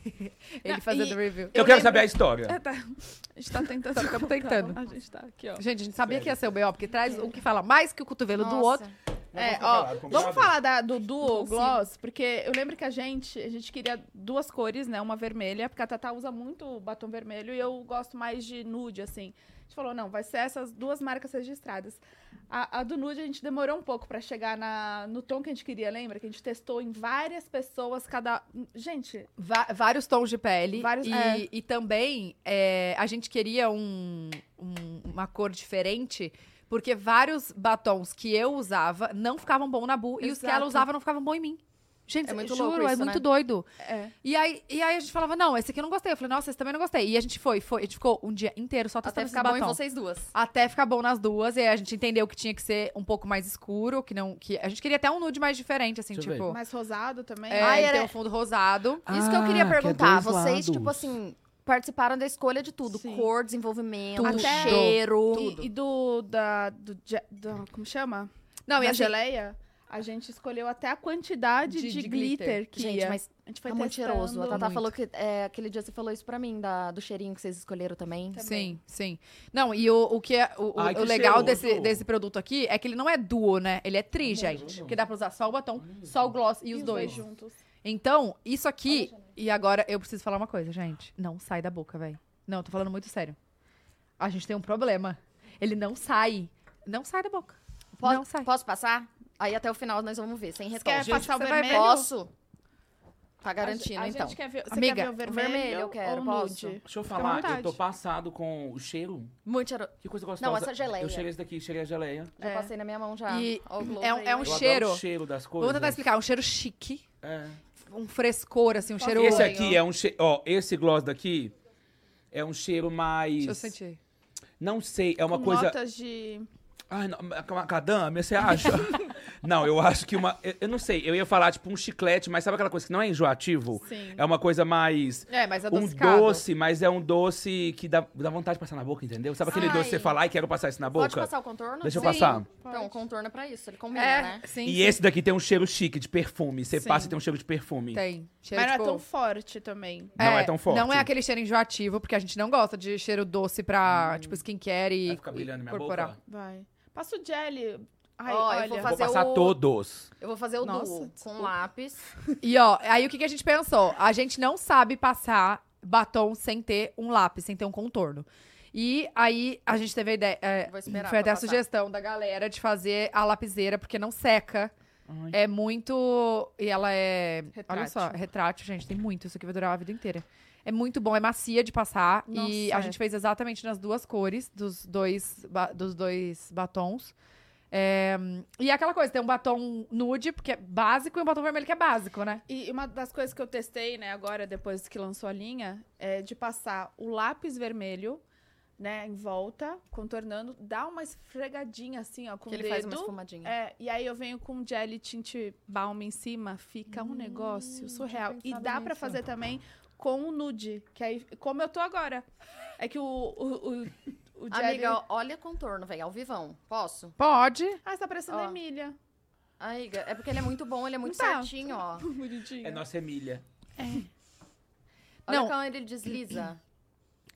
Ele Não, tá- fazendo e- review. Eu, Eu quero lembro- saber a história. É, tá. A gente tá tentando. Estamos tentando. A gente tá aqui, ó. Gente, a gente sabia que ia ser o B.O., porque traz É. um que fala mais que o cotovelo do outro. É, ficar ó, calado, combinado? vamos falar da, do duo Não consigo. gloss, porque eu lembro que a gente, a gente queria duas cores, né? Uma vermelha, porque a Tatá usa muito batom vermelho e eu gosto mais de nude, assim. A gente falou, não, vai ser essas duas marcas registradas. A, a do nude a gente demorou um pouco pra chegar na, no tom que a gente queria, lembra? Que a gente testou em várias pessoas, cada. Gente, Va- vários tons de pele. Vários- e, é. e também é, a gente queria um- um- uma cor diferente, porque vários batons que eu usava não ficavam bom na Bu e os que Exato. ela usava não ficavam bom em mim. Gente, É muito eu juro, louco é isso, muito né? doido. é. E aí, e aí a gente falava, não, esse aqui eu não gostei. Eu falei, nossa, esse também eu não gostei. E a gente foi, foi. A gente ficou um dia inteiro só testando Até esse ficar bom em batom. vocês duas. Até ficar bom nas duas. E aí a gente entendeu que tinha que ser um pouco mais escuro, que não... que A gente queria até um nude mais diferente, assim, Deixa eu tipo... Mais rosado também. Ah, É, Ai, ele era- tem um fundo rosado. Isso que eu Ah, queria que é perguntar. dois vocês, tipo lados. assim, participaram da escolha de tudo. Sim. Cor, desenvolvimento, Tudo. Até- cheiro. E, e do. Da, do, ge- do- como chama? Não, da e assim, geleia, a gente escolheu até a quantidade De- de, de glitter. glitter que Gente, ia. mas a gente tá muito cheiroso. A testando. Tata Muito. falou que é, aquele dia você falou isso pra mim, da- do cheirinho que vocês escolheram também. também. Sim, sim. Não, e o, o que é o, o- Ai, que o legal cheiroso. Uhum. desse, desse produto aqui é que ele não é duo, né? Ele é tri, gente. Porque dá pra usar só o batom, só o gloss e, E os dois. juntos. Então, isso aqui. E agora eu preciso falar uma coisa, gente. Não sai da boca, velho. Não, eu tô falando muito sério. A gente tem um problema. Ele não sai. Não sai da boca. Po- Não sai. Posso passar? Aí até o final nós vamos ver, sem quer resposta. Gente, passar o você vai vermelho? Posso? Tá A garantindo, gente- a então. gente quer ver, você Amiga, quer ver o vermelho vermelho, eu quero, ou posso? nude? Deixa eu à falar, eu vontade. tô passado com o cheiro. Muito cheiroso. Que coisa gostosa. Não, essa é geleia. Eu cheirei esse daqui, cheirei a geleia. Já É. passei na minha mão já. E Ó, o glow é um- é um veio Eu aí. cheiro. adoro o cheiro das coisas. né? Vou tentar explicar. Um cheiro chique, É. um frescor, assim, um cheiro. Esse aqui é um cheiro... Ó, esse gloss daqui é um cheiro mais... Deixa eu sentir. Não sei, é uma Com coisa... notas de... Ai, não, é macadâmia, você acha? não, eu acho que uma... Eu, eu não sei, eu ia falar tipo um chiclete, mas sabe aquela coisa que não é enjoativo? Sim. É uma coisa mais... É, mas Um adocicado. doce, mas é um doce que dá, dá vontade de passar na boca, entendeu? Sabe aquele Ai. doce que você fala, ai, quero passar isso na boca? Pode passar o contorno? Deixa eu Sim. passar. Então, o contorno é pra isso, ele combina, É, né? sim. E sim. esse daqui tem um cheiro chique de perfume. Você Sim. passa e tem um cheiro de perfume. Tem. Cheiro Mas não é tipo- tão forte também. Não é tão forte. Não é aquele cheiro enjoativo, porque a gente não gosta de cheiro doce pra, tipo, skincare e, Vai ficar brilhando e minha corporal. é boca. Vai. Passa o jelly. Ai, Ó, eu olha. vou Vou Fazer passar o- todos. Eu vou fazer o Nossa, duo com desculpa. lápis. E ó, aí o que, que a gente pensou? A gente não sabe passar batom sem ter um lápis, sem ter um contorno. E aí a gente teve a ideia. é, Vou esperar foi até pra a passar. sugestão da galera de fazer a lapiseira, porque não seca. É muito. E ela é. Olha só, Retrátil. retrátil, gente. Tem muito. Isso aqui vai durar a vida inteira. É muito bom, é macia de passar. e Nossa, a é. gente fez exatamente nas duas cores dos dois, ba- dos dois batons. É, e é aquela coisa, tem um batom nude, porque é básico, e um batom vermelho que é básico, né? E uma das coisas que eu testei, né, agora, depois que lançou a linha, é de passar o lápis vermelho, né, em volta, contornando, dá uma esfregadinha assim, ó, com que o ele dedo. faz uma esfumadinha. É, e aí eu venho com jelly tint balm em cima, fica um negócio surreal. E pensado dá pra nisso. fazer também com o nude, que aí, como eu tô agora. É que o, o, o, o jelly... Amiga, ó, olha o contorno, velho, ao vivão. Posso? Pode. Ah, você tá parecendo Ó. a Emília. Amiga, é porque ele é muito bom, ele é muito Tá. certinho, ó. Bonitinha. É nossa Emília. Olha Não. como ele desliza.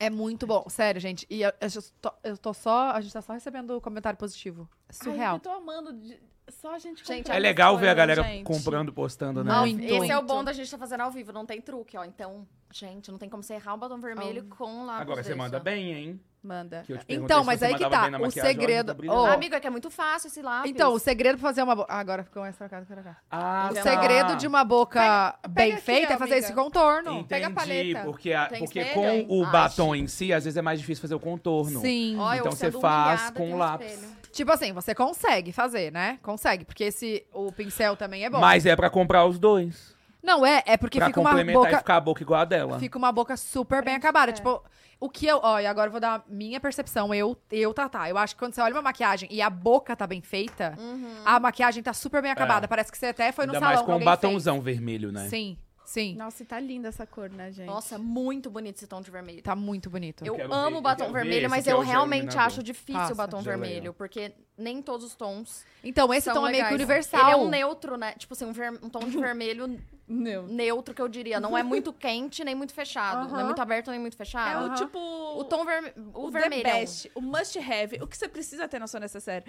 É muito bom, sério, gente. E eu, eu just- tô, eu tô só. A gente tá só recebendo comentário positivo. Ai, Surreal. eu tô amando. de- Só a gente Gente, É comprando legal as ver a né, coisas, galera gente. comprando, postando, né? Não, então, Esse Muito. é o bom da gente tá fazendo ao vivo, não tem truque, ó. Então, gente, não tem como você errar o batom vermelho com lápis Agora você deixa. manda bem, hein? Manda. Que eu te perguntei então, se mas você aí que mandava tá. bem na O maquiagem, olha, segredo. tá brilhando. Ó, Amigo, é que é muito fácil esse lápis. Então, o segredo pra fazer uma boca. Agora ficou mais pra cá do que pra cá. Ah, O Então, segredo de uma boca pega bem aqui, feita é ó, fazer amiga. esse contorno. Entendi, Pega a paleta. porque, a- Tem porque espelho, com hein? o Acho. batom em si, às vezes é mais difícil fazer o contorno. Sim. Ó, eu Então você sendo faz humilhada, com tem um lápis. espelho. Tipo assim, você consegue fazer, né? Consegue, porque esse o pincel também é bom. Mas é pra comprar os dois. Não é, é porque pra fica uma complementar e boca ficar a boca igual a dela. fica uma boca super É. bem acabada. Tipo, o que eu, ó, e agora eu vou dar a minha percepção, eu, eu tá, tá. Eu acho que quando você olha uma maquiagem e a boca tá bem feita, Uhum. Hum. a maquiagem tá super bem acabada. É. Parece que você até foi no Ainda salão mais com que um alguém batomzão vermelho, né? fez. Sim, sim. Nossa, e tá linda essa cor, né, gente? Nossa, é muito bonito esse tom de vermelho. Tá muito bonito. Eu quero ver, amo eu batom quero ver vermelho, esse mas que é eu o gel realmente iluminador. acho difícil Passa, o batom gel aí, ó. vermelho, porque nem todos os tons. Então, esse são tom é meio que legais. universal. Ele é um neutro, né? Tipo assim, um, ver- um tom de vermelho Não. neutro que eu diria. Não é muito quente nem muito fechado. Não é Aham. muito aberto nem muito É fechado. o tipo. Ah, O tom vermelho. O, O, vermelho. The best, o must have, o que você precisa ter na sua necessaire.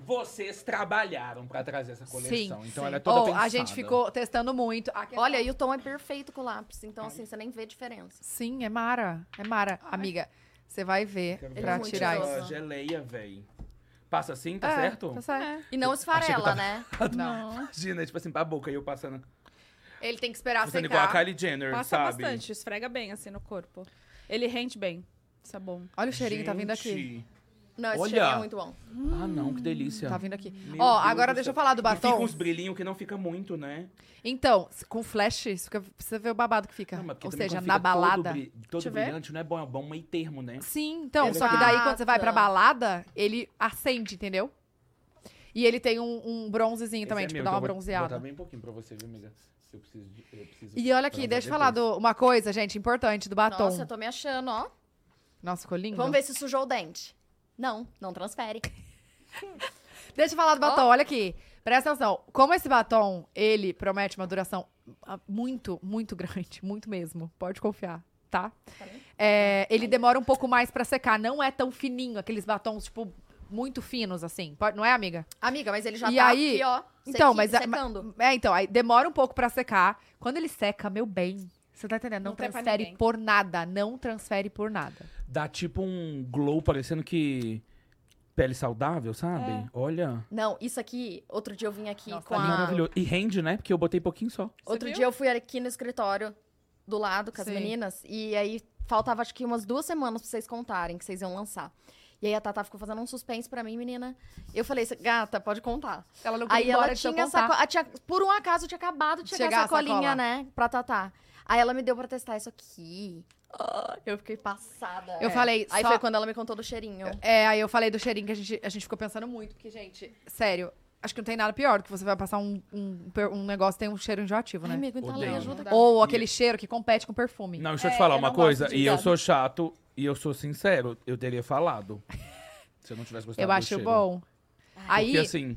Vocês trabalharam pra trazer essa coleção. Sim, então sim. ela é toda Ó, pensada. A gente ficou testando muito. A questão- Olha, e o tom é perfeito com o lápis. Então, assim, você nem vê a diferença. Sim, é mara. É mara. Amiga, você vai ver Quero ver pra é muito tirar idoso. isso. essa Geleia, véi. Passa assim, tá É, certo? Tá certo. E não Achei que eu esfarela, tava- né? Não. Imagina, tipo assim, pra boca e eu passando. Ele tem que esperar Passando igual a secar. Kylie Jenner, Passa sabe? bastante, esfrega bem assim no corpo. Ele rende bem. Isso é bom. Olha o cheirinho, tá vindo aqui. Gente. Não, esse Olha. cheirinho é muito bom. Ah, não, que delícia. Tá vindo aqui. Meu Ó, Deus agora do deixa céu. eu falar do E Fica batom. uns brilhinhos que não fica muito, né? Então, s- com flash, isso fica, precisa ver o babado que fica. Não, mas porque Ou também seja, quando na fica balada. Todo, bri- todo Deixa eu ver. brilhante não é bom, é bom meio termo, né? Sim, então. Ele Só que aqui. daí, quando você vai pra Exato. balada, ele acende, entendeu? E ele tem um, um bronzezinho também, Esse tipo, é meu, dá uma então eu vou bronzeada. Botar bem pouquinho pra você, viu, amiga? Eu preciso de- eu preciso E olha aqui, bronzear deixa eu falar depois. do, uma coisa, gente, importante do batom. Nossa, eu tô me achando, ó. Nossa, ficou lindo. Vamos ver se sujou o dente. Não, não transfere. Deixa eu falar do batom, olha aqui. Presta atenção. Como esse batom, ele promete uma duração ah, muito, muito grande, muito mesmo. Pode confiar, tá? É, ele demora um pouco mais pra secar. Não é tão fininho, aqueles batons, tipo, muito finos, assim. Pode- não é, amiga? Amiga, mas ele já E tá aí- aqui, ó. Então, sequi- mas... a- Secando. ma- É, então, aí demora um pouco pra secar. Quando ele seca, meu bem, você tá entendendo? Não, Não tem pra transfere ninguém. por nada. Não transfere por nada. Dá tipo um glow parecendo que. Pele saudável, sabe? É. Olha. Não, isso aqui, outro dia eu vim aqui Nossa, com tá a. lindo. Maravilhoso. E rende, né? Porque eu botei pouquinho só. Outro viu? dia eu fui aqui no escritório do lado com as Sim. meninas e aí faltava acho que umas duas semanas pra vocês contarem que vocês iam lançar. E aí a Tata ficou fazendo um suspense pra mim, menina. Eu falei, "Cê- gata, pode contar. Ela não aí queria ir ela embora de eu tinha essa contar. Por um acaso tinha acabado de chegar, Chegar a a sacolinha, sacola. né? Pra Tatá. Aí ela me deu pra testar isso aqui. Ah, eu fiquei passada. É. Eu falei, Aí só- foi quando ela me contou do cheirinho. né? É, aí eu falei do cheirinho que a gente, a gente ficou pensando muito, porque, gente, sério, acho que não tem nada pior do que você vai passar um, um, per- um negócio que tem um cheiro enjoativo, Ai, né? amigo, então Odeio. me ajuda. Ou aquele cheiro que compete com perfume. Não, deixa eu te falar É, eu uma não gosto coisa. de E eu nada. sou chato e eu sou sincero. Eu teria falado. se eu não tivesse gostado eu do acho cheiro. bom. Porque Aí. assim.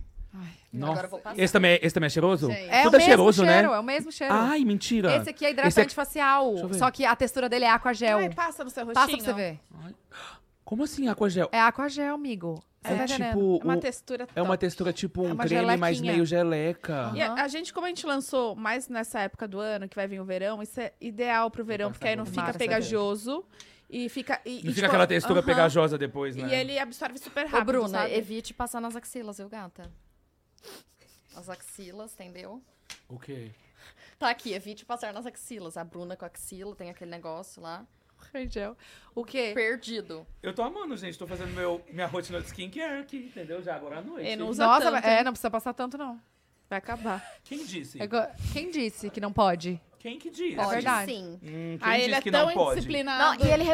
nossa. Agora eu vou passar. Esse também, é- esse também é cheiroso? Gente. é o Tudo é mesmo cheiroso, cheiro, né? é o mesmo cheiro. Ai, mentira. Esse aqui é hidratante Esse facial, Deixa eu ver. só que a textura dele é aquagel. Ai, passa no seu rostinho. Passa pra você ver. Como assim, aquagel? É aquagel, amigo. Você É, tá entendendo? tipo. É uma o- textura top. É uma textura tipo um Então, uma creme, mas gelequinha. meio geleca. E a, a gente, como a gente lançou mais nessa época do ano, que vai vir o verão, isso é ideal pro verão, porque aí não Mara, fica essa ideia. pegajoso e fica. E, Não e, fica tipo, aquela textura aham, pegajosa depois, né? E ele absorve super Ô, rápido. Bruna, sabe? evite passar nas axilas, viu, gata? As axilas, entendeu? O quê? Tá aqui, evite passar nas axilas. A Bruna com a axila tem aquele negócio lá. Arrangel. O quê? Perdido. Eu tô amando, gente. Tô fazendo meu, minha rotina de skincare aqui, entendeu? Já agora à noite. É, não usa Nossa, tanto, é, hein? não precisa passar tanto, não. Vai acabar. Quem disse? É go- Quem disse que não pode? Quem que disse? Pode verdade. sim. Hum, quem aí disse ele é que tão não pode? É Não, indisciplinado. e ele ah, eu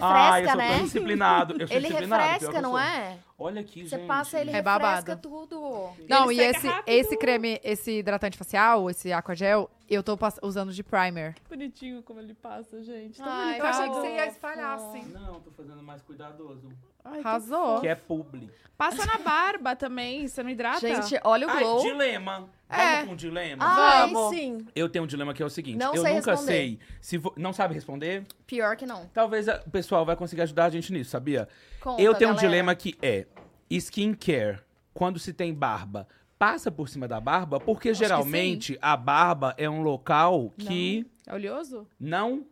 refresca, sou né? tão disciplinado. Eu sou Ele disciplinado, pior que refresca, eu não sou. é? Olha aqui, Você gente. passa, ele É refresca babado. tudo. Não, Ele e seca esse, rápido. esse creme, esse hidratante facial, esse aquagel, eu tô pass- usando de primer. Bonitinho como ele passa, gente. Ai, Ai, Eu achei que fofo. você ia espalhar, assim. Não, tô fazendo mais cuidadoso. Ai, tô Arrasou. Que é publi. Passa na barba também, você não hidrata? Gente, olha o Ai, glow. dilema. É. Vamos com um dilema? Ai, Vamos. sim. Eu tenho um dilema que é o seguinte. Não eu sei nunca responder. sei. Se vo- Não sabe responder? Pior que não. Talvez a- o pessoal vai conseguir ajudar a gente nisso, sabia? Conta, eu tenho um galera. dilema que é skincare. Quando se tem barba, passa por cima da barba? Porque que geralmente a barba é um local que É oleoso? não.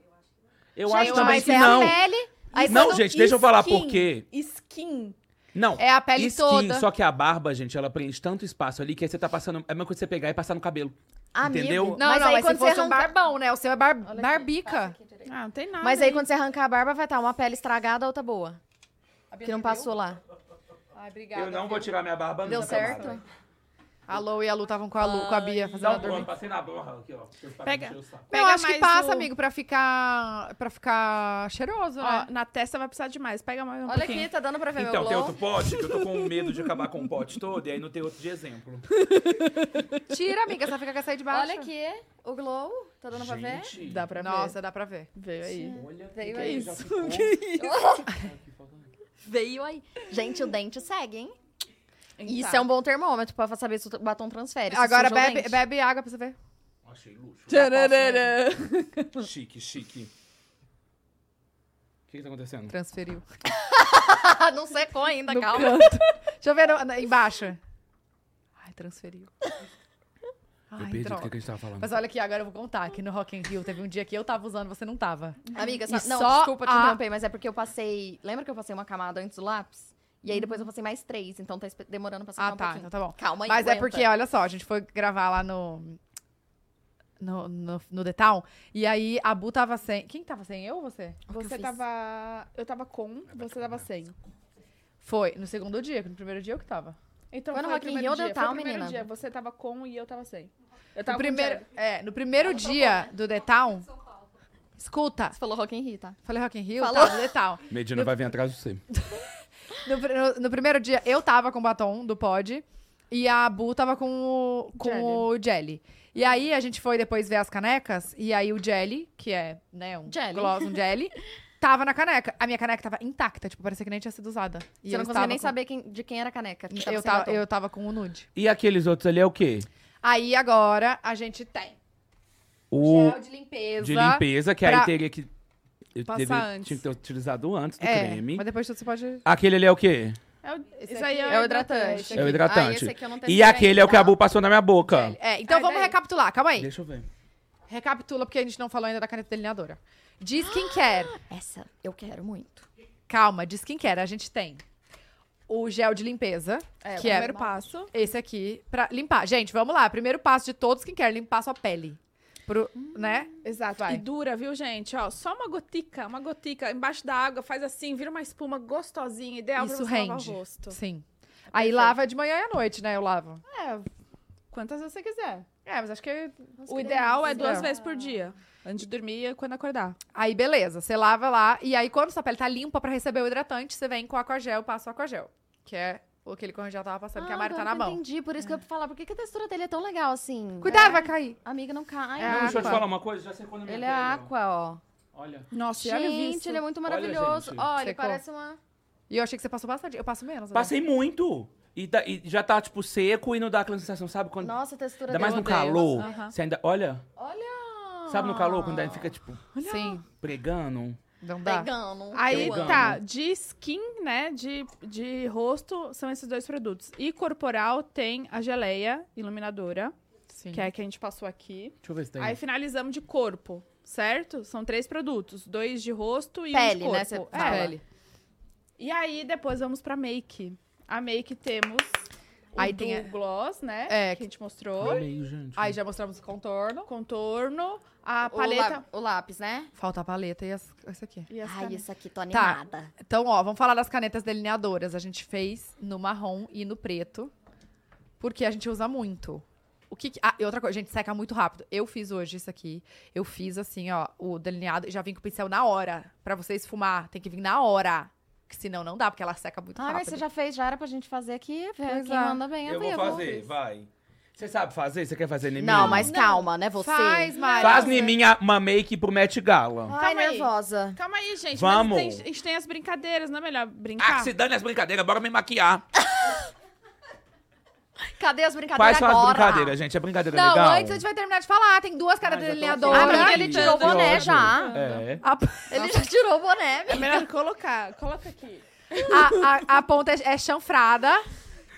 Eu Gente, acho também mas que é não. a pele. Aí Não, quando- gente, deixa eu falar skin. por quê. Skin. Não. É a pele skin, toda. só que a barba, gente, ela preenche tanto espaço ali que aí você tá passando. É a mesma coisa que você pegar e passar no cabelo. Amigo, entendeu? Não, mas não, aí mas quando se fosse você um arranca... barbão, né? O seu é bar- aqui, barbica. Ah, não tem nada. Mas aí hein? quando você arrancar a barba, vai estar uma pele estragada, outra boa. Que não passou lá. Ai, obrigada. eu não vou tirar minha barba, Deu nunca, certo? Mara. A Lou e a Lu estavam com a Lu, com a Bia, fazendo Dá a um dormir. plano, passei na borra aqui, ó. Vocês param Pega. de encher o saco. Eu Pega acho mais que passa, o- amigo, pra ficar, pra ficar cheiroso, né? Ó, na testa vai precisar de mais. Pega mais um É. Olha pouquinho. aqui, tá dando pra ver Então, meu tem glow. outro pote, que eu tô com medo de acabar com o pote todo, e aí não tem outro de exemplo. Tira, amiga, você fica com essa aí de baixo. Olha aqui, o glow. Tá dando pra ver? Gente, Dá pra ver? Nossa, dá pra ver. Veio aí. Olha que Veio aí, aí. já ficou. Ai, que falando. Veio aí. Gente, o dente segue, hein? Isso é um bom termômetro pra saber se o batom transfere. se Agora sujou o bebe, dente. bebe água pra você ver. Tá Achei luxo. Tchararara. Chique, chique. O que que tá acontecendo? Transferiu. Ah, não secou ainda, No calma. canto. Tá Deixa eu ver no- na- embaixo. Ai, transferiu. Ai, droga. a gente tava falando. Mas olha aqui, agora eu vou contar que no Rock in Rio teve um dia que eu tava usando, você não tava. Amiga, E só, não, só desculpa te a- interromper, mas é porque eu passei. Lembra que eu passei uma camada antes do lápis? E aí depois eu passei mais três, então tá espe- demorando pra secar Uhum. Ah, um tá. pouquinho. Então tá bom. Calma aí, Mas é aguenta. porque, olha só, a gente foi gravar lá no. No, no, no The Town. E aí a Bu tava sem. Quem tava sem? Eu ou você? que eu Você fiz? tava. Eu tava com, você tava sem. Foi, no segundo dia, que no primeiro dia eu que tava. Então Foi foi, no o Rock in primeiro Rio, deu dia. Foi o tal, primeiro dia. menina. Você tava com e eu tava sem. Eu No tava com primeiro, Thiago. é, no primeiro dia do The Town. Escuta, Você falou Rock in Rio, tá? falei Rock in Rio, Falou. tá, do The Town. Medina vai vir atrás de você. No, pr- no- no primeiro dia, eu tava com o batom do pod e a Bu tava com o, com Jelly. o jelly. E aí a gente foi depois ver as canecas e aí o jelly, que é, né, um Jelly. gloss, um jelly, tava na caneca. A minha caneca tava intacta, tipo, parecia que nem tinha sido usada. E Você eu não conseguia estava nem com- saber quem- de quem era a caneca. que tava Eu sem tava, batom. eu tava com o nude. E aqueles outros ali é o quê? Aí agora a gente tem O gel de limpeza. de limpeza, que aí pra- teria que... Eu Passar teria- antes. Tinha que ter utilizado antes do é, creme. mas depois tudo você pode... Aquele ali é o quê? É o- Esse isso aí aqui É o hidratante. É o Ah, hidratante. esse aqui eu não E testei aquele é o que a ainda. Bu passou na minha boca. É, então Ai, vamos daí. recapitular, calma aí. Deixa eu ver. Recapitula, porque a gente não falou ainda da caneta delineadora. De skincare. Essa eu quero muito. Calma, de skincare. A gente tem o gel de limpeza, É, o que é primeiro passo. esse aqui, pra limpar. Gente, vamos lá. Primeiro passo de todo skincare, limpar sua pele. Pro, né? Hum, Exato. E Vai. dura, viu, gente? Ó, só uma gotica, uma gotica embaixo da água, faz assim, vira uma espuma gostosinha, ideal Isso pra você lavar rende. o rosto. Sim. Tá Aí lava de manhã e à noite, né? Eu lavo. É, quantas vezes você quiser. É, mas acho que... Nossa, O que ideal é delícia. duas vezes por dia. Antes de dormir e quando acordar. Aí, beleza. Você lava lá. E aí, quando sua pele tá limpa pra receber o hidratante, você vem com o aquagel, passa o aquagel. Que é aquele que eu já tava passando, que a Ah, Mari tá agora na que eu mão. entendi, por isso que eu ia falar. Por que, que a textura dele é tão legal assim? Cuidado, vai cair. Amiga, não cai. É não. água. Deixa eu te falar uma coisa, já secou na minha Ele é pele, ó. aqua, ó. Olha. Nossa, e olha Gente, isso. ele é muito Olha, maravilhoso. gente. Olha, ele Secou. parece uma... E eu achei que você passou bastante. Eu passo menos. né? agora. Passei muito. E, tá- e já tá, tipo, seco e não dá aquela sensação, sabe? Quando, Nossa, a textura ainda mais dele. é no odeio. calor. Aham. Você ainda. Olha. Olha! Sabe no calor, quando ainda fica, tipo, Sim, pregando? não dá. Pegando. Aí Eu amo. tá, de skin, né? De, de rosto, são esses dois produtos. E corporal tem a geleia iluminadora, Sim. que é a que a gente passou aqui. Deixa eu ver se tem. Aí finalizamos de corpo, certo? São três produtos: dois de rosto e um de Pele, corpo. né? Você É. fala. Pele. E aí depois vamos pra make. A make temos o Aí do tem a- gloss, né? É, que a gente mostrou. Amei, gente. Aí já mostramos o contorno. Contorno, a O paleta lá- O, lápis, né? Falta a paleta e as, essa aqui. e as Ai, canetas. isso aqui, tô Tá. animada. Então, ó, vamos falar das canetas delineadoras. A gente fez no marrom e no preto, porque a gente usa muito. O que, que- Ah, e outra coisa, gente, seca muito rápido. Eu fiz hoje isso aqui. Eu fiz assim, ó, o delineado e já vim com o pincel na hora. Pra você esfumar, tem que vir na hora. Que senão não dá, porque ela seca muito Ah, mas rápido. você já fez, já era pra gente fazer aqui. Pois Quem é. manda bem é Eu vou vivo. fazer, vai. Você sabe fazer? Você quer fazer neminha? Não, mas calma, né? Você. Faz, Mari. Faz neminha uma make pro Met Gala. Ai, Calma aí. nervosa. Calma aí, gente. Vamos. Mas tem- a gente tem as brincadeiras, não é melhor Ah, brincar? que se dane as brincadeiras, bora me maquiar. Cadê as Quais brincadeiras são as agora? brincadeiras, gente? É brincadeira Não, legal? antes a gente vai terminar de falar. Tem duas caras Ah, já tô Ah, delineadoras. mas Olha, ele tirou o Alexandre, boné olha. já. É. A, Ele já tirou o boné, É melhor colocar. Coloca aqui. a, a, a ponta é, é chanfrada.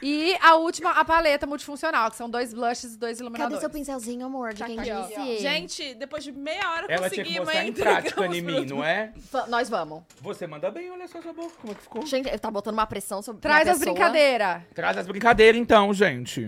E a última, a paleta multifuncional, que são dois blushes e dois Cadê iluminadores. seu pincelzinho, amor? De quem aqui, ó. disse? Gente, depois de meia hora Ela tinha que conseguimos mostrar em ainda. prática Entregamos em mim, não é? Va- Nós vamos. Você manda bem, olha só sua boca, como é que ficou. Gente, tá botando uma pressão sobre Traz na as pessoa. brincadeiras. Traz as brincadeiras então, gente.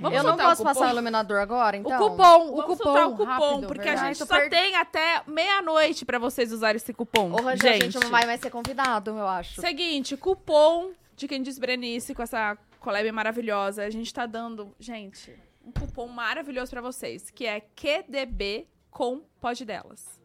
eu não soltar posso o passar o cupom? iluminador agora, então? o cupom, o Vamos cupom. soltar o cupom, rápido, porque verdade. a gente Ai, né? tô só per- tem até meia-noite pra vocês usarem esse cupom. Ô, Rangel, a gente não vai mais ser convidado, eu acho. Seguinte, cupom de quem diz Berenice com essa collab maravilhosa. A gente tá dando, gente, um cupom maravilhoso pra vocês, que é QDB com Pode Delas.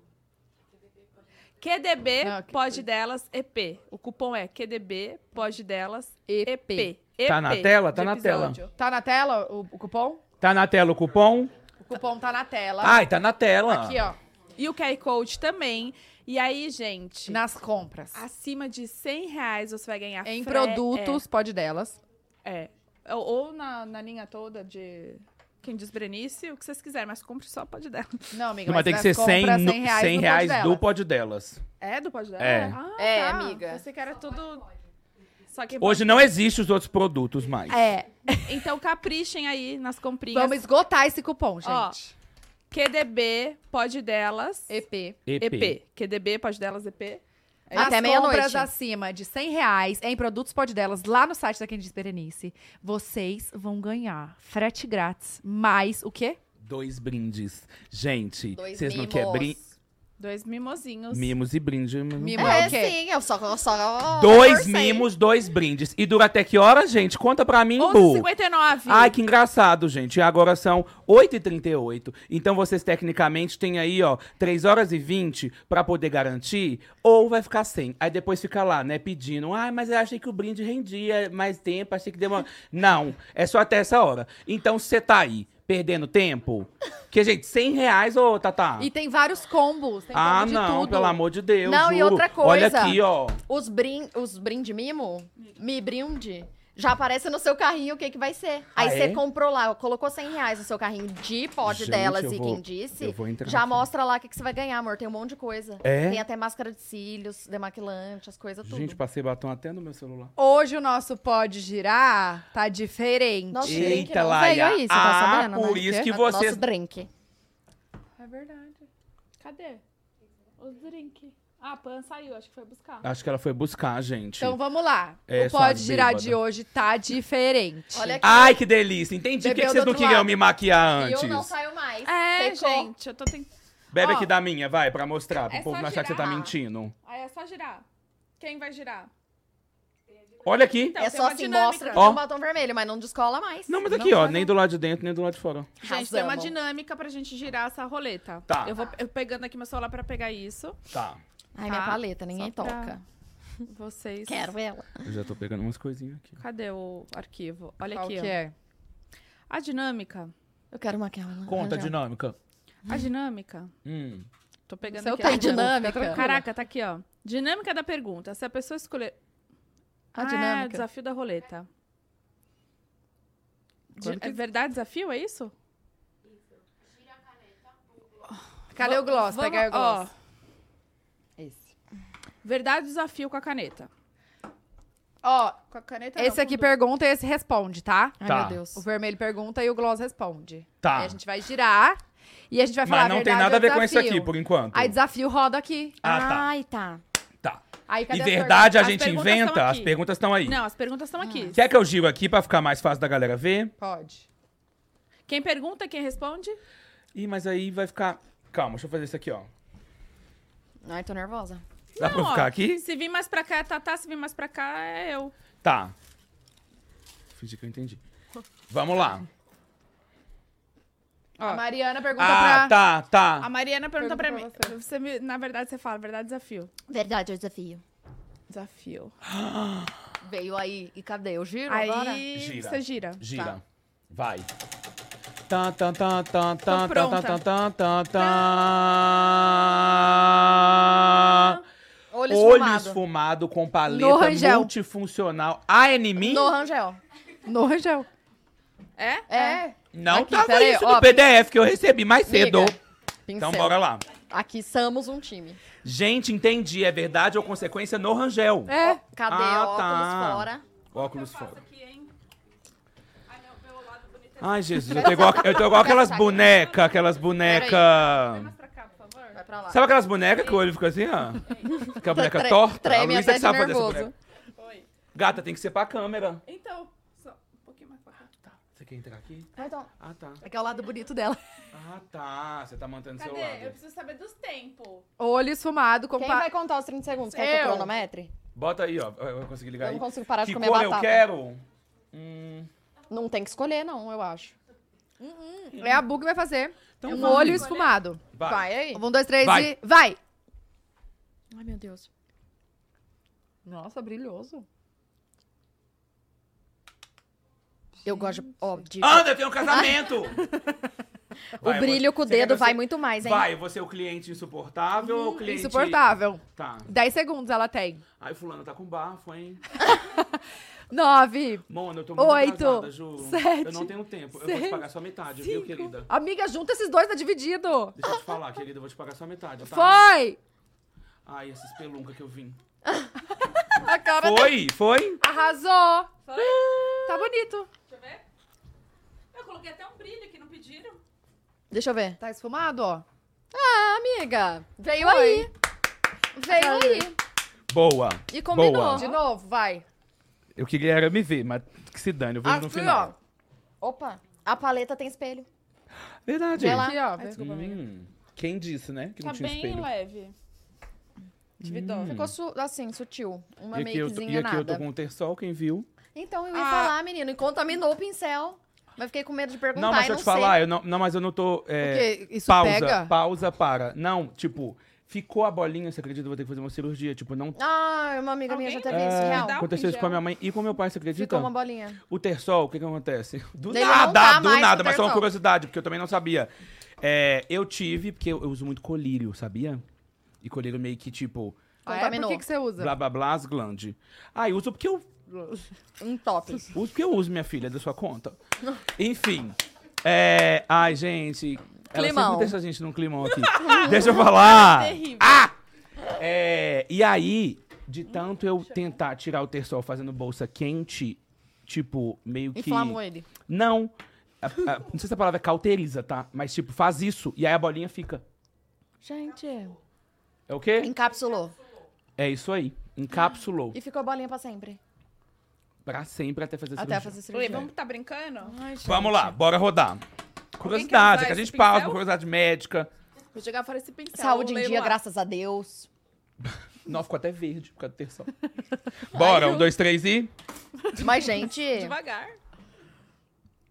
QDB Não, Ah, que Pode Delas EP. O cupom é QDB Pode Delas EP. EP. Tá na EP tela? de Tá na tela. episódio. Tá na tela o, o cupom? Tá na tela o cupom? O cupom tá na tela. Ai, tá na tela. Aqui, ó. E o QR Code também. E aí, gente, Nas compras. acima de 100 reais você vai ganhar Em fre- produtos, pode delas. É. Ou, ou na, na linha toda de quem diz Berenice, o que vocês quiserem, mas compre só pode dela. Não, amiga, Mas, tem que nas ser 100, compras, no- 100 reais, 100 no reais pode do dela. pódio delas. É do pode dela? É. Ah, É, tá. amiga. Você quer tudo. Só que Hoje não existe os outros produtos mais. É, Então caprichem aí nas comprinhas. vamos esgotar esse cupom, Ó. gente. QDB pode delas EP. EP. QDB pode delas EP. É Nas compras Até meia-noite. acima de 100 reais em produtos pode delas lá no site da Quem Diz Berenice, vocês vão ganhar frete grátis, mais o quê? Dois brindes. Gente, Dois vocês não mimos. querem brindes? Dois mimozinhos. Mimos e brinde. mimo. Mimo. É, o quê? sim, eu só... eu só Dois forcei. mimos, dois brindes. E dura até que hora, gente? Conta pra mim, Bu. 11,59. Ai, que engraçado, gente. E agora são 8h38. Então vocês, tecnicamente, têm aí, ó, 3 horas e 20 pra poder garantir, ou vai ficar sem. Aí depois fica lá, né, pedindo. Ai, mas eu achei que o brinde rendia mais tempo, achei que demora. Não, é só até essa hora. Então você tá aí, perdendo tempo. Que, gente, 100 reais, ô, Tatá. E tem vários combos, tem Ah, combo de não, tudo. pelo amor de Deus. Não, e juro. outra Olha coisa. aqui, ó. Os, brin... Os brinde mimo, me brinde, já aparece no seu carrinho o que que vai ser. Aí Ah, você é? comprou lá, colocou 100 reais no seu carrinho de pod Gente, delas eu e vou- quem disse, eu vou entrar já aqui. mostra lá o que, que você vai ganhar, amor. Tem um monte de coisa. É? Tem até máscara de cílios, demaquilante, as coisas tudo. Gente, passei batom até no meu celular. Hoje o nosso pode girar tá diferente. Nossa, drink Eita, não Laia. veio aí, você tá Ah, sabendo, né? por O isso quê? que No- vocês Nosso drink. É verdade. Cadê? Os drink. Ah, a Pan saiu, acho que foi buscar. Acho que ela foi buscar, gente. Então vamos lá. É, o sua pode girar bêbada. de hoje tá diferente. Olha aqui. Ai, que delícia. Entendi. Por que, Bebeu que do vocês não outro queriam lado. me maquiar Eu Ah, antes? não saio mais. É, Secou. gente, eu tô tentando. Bebe Ó. aqui da minha, vai, pra mostrar. Pro É povo só não achar que você tá girar. mentindo. Aí é só girar. Quem vai girar? Olha aqui. Então, é tem só uma assim, dinâmica. mostra que Ó. tem um batom vermelho, mas não descola mais. Não, mas aqui, ó. Nem do lado de dentro, nem do lado de fora. Gente, tem uma Arrasamos. dinâmica pra gente girar essa roleta. Tá. Eu vou eu pegando aqui meu celular pra pegar isso. Tá. Ai, Ah, minha Tá. paleta, ninguém Só pra- toca. Vocês. Quero ela. Eu já tô pegando umas coisinhas aqui. Cadê o arquivo? Olha Qual aqui, ó. que é? A dinâmica. Eu quero maquiar ela. Conta a Rangel. dinâmica. A dinâmica. Hum. Tô pegando Seu aqui. tá a dinâmica. Caraca, tá aqui, ó. Dinâmica da pergunta. Se a pessoa escolher. A Ah, dinâmica. É, desafio da roleta. Di- Quando que- é verdade, desafio? É isso? Cadê o gloss? Vamos- Pegar o gloss. Esse. Verdade, desafio com a caneta. Ó, com a caneta esse não, aqui com duas. pergunta e esse responde, tá? Ai, Tá. meu Deus. O vermelho pergunta e o gloss responde. Tá. Aí a gente vai girar e a gente vai falar Mas não a tem verdade nada a ver com ou esse aqui, desafio. por enquanto. Aí desafio roda aqui. Ah, Ai, tá. tá. Tá. Aí cadê E as verdade, a As gente perguntas tão inventa. As aqui. perguntas estão aí. Não, as perguntas estão aqui. Quer que eu giro aqui pra ficar mais fácil da galera ver? perguntas? Pode. Quem pergunta, quem responde? Ih, mas aí vai ficar... Calma, deixa eu fazer isso aqui, ó. Ai, tô nervosa. Dá pra eu ó, ficar aqui? Se vir mais pra cá é Tatá, se vir mais pra cá é eu. Tá. Fingi que eu entendi. Vamos lá. A Mariana pergunta Ah, pra... tá, A tá. Mariana pergunta pra mim. Pergunta pra Você me- na verdade, você fala, verdade, desafio. Verdade, é o desafio. Desafio. Veio aí. E cadê? Eu giro agora? Aí Gira. você gira. Gira. Vai. Tá, Tan, tan, tan, tan, tan, tan, pronta. tan, tan, tan, tan. Olho Olho esfumado. esfumado com No paleta Rangel. multifuncional. Ah, é em mim? No Rangel. No Rangel. É? É. Não Aqui, tava peraí, isso ó. no PDF que eu recebi mais cedo. Miga, pincel. Então bora lá. Aqui somos um time. Gente, entendi. É verdade ou consequência no Rangel? É. Cadê Ah, óculos tá. fora? Óculos fora. Aqui, hein? Ai, não, meu lado bonito é Ai, Jesus, eu tô igual, eu tô igual aquelas bonecas, aquelas bonecas. pra cá, por favor. Vai pra lá. Sabe aquelas bonecas que o olho fica assim, ó? Que a boneca Tre- torta? Treme a Luísa até que de sabe fazer essa nervoso. boneca. Oi. Gata, tem que ser pra câmera. Então, só um pouquinho mais pra cá. Você quer entrar aqui? Ah, então, Ah, tá. É que é o lado bonito dela. Ah, tá. Você tá mantendo seu Cadê? Eu lado. preciso saber dos tempos. Olho esfumado com Quem pa- vai contar os 30 segundos? Quer que eu Eu. cronometre? Bota aí, ó. Eu vou conseguir ligar Eu aí. não consigo parar Que é? de comer cor eu batata. quero? Hum. Não tem que escolher, não, eu acho. É a Bu que vai fazer. É Então um vai. olho esfumado. Vai. aí. Um, dois, três Vai. e. Vai! Ai, meu Deus. Nossa, brilhoso. Eu gosto, de- ó, de... Anda, tem um casamento! o brilho com o dedo vai muito mais, hein? Uhum, Vai, você é o cliente insuportável ou o cliente... Insuportável. Tá. 10 segundos ela tem. Ai, fulano tá com bafo, hein? Nove. Mona, eu tô muito Oito, atrasada, Ju. sete, Eu não tenho tempo. eu vou te seis, pagar só metade, viu, querida? Amiga, junta esses dois, tá dividido. Deixa eu te falar, querida, eu vou te pagar só metade, tá? Foi! Ai, essa espelunca que eu vim. A cara Foi, foi. Arrasou! Foi? Tá bonito. Deixa eu ver. Eu coloquei até um brilho que não pediram. Deixa eu ver. Tá esfumado, ó. Ah, amiga, veio Foi. aí. Veio aí. Boa. E combinou. Boa. De novo, vai. Ah, Eu queria era me ver, mas que se dane, eu vejo no Aqui, final. Opa, a paleta tem espelho. Verdade. Vê ó. lá. Aqui, ó. Hum, quem disse, né? Que Tá não tinha bem espelho. leve. Tive dó. Ficou su- assim, sutil. Uma E aqui, eu tô, e makezinha aqui eu nada. tô com o terçol, quem viu? Então, eu ia Ah. falar, menino, e contaminou o pincel. Mas fiquei com medo de perguntar não, mas e deixa não eu te sei. falar, eu não, não, mas eu não tô. é, Porque isso pausa, pega. pausa, para. Não, tipo, ficou a bolinha, você acredita? Eu vou ter que fazer uma cirurgia. Tipo, não. Ah, uma amiga minha já Alguém teve isso, É, real. dá um aconteceu isso pingel. com a minha mãe e com meu pai, você acredita? Ficou uma bolinha. O Tersol, o que que acontece? Do Ele não nada, tá do mais nada, com mas só uma Tersol. curiosidade, porque eu também não sabia. É, eu tive, porque eu, eu uso muito colírio, sabia? E colírio meio que tipo, Ah, é? Contaminou. Por que, que você usa? blá blá blá, as glande. Ah, eu uso porque eu Um top. uso, porque eu uso minha filha, é da sua conta. Enfim. É, ai, gente. Ela Climão. sempre deixa a gente num climão aqui. deixa eu falar. Terrível. Ah! É, e aí, de tanto eu tentar tirar o Tersol fazendo bolsa quente, tipo, meio que. Inflamou ele. Não. A- a- não sei se a palavra é cauteriza, tá? Mas, tipo, faz isso e aí a bolinha fica. Gente, É o quê? encapsulou. É isso aí. Encapsulou. E ficou bolinha pra sempre. Pra sempre até fazer Até cirurgia. fazer Ui, cirurgia. vamos tá brincando? Ai, gente. Vamos lá, bora rodar. quer Curiosidade, usar é que a esse gente pausa, pincel? curiosidade médica. Vou jogar fora esse pincel. Saúde em leio dia, lá. graças a Deus. Não, ficou até verde por causa do terção. Bora, um, dois, três e. Mas, gente, Devagar.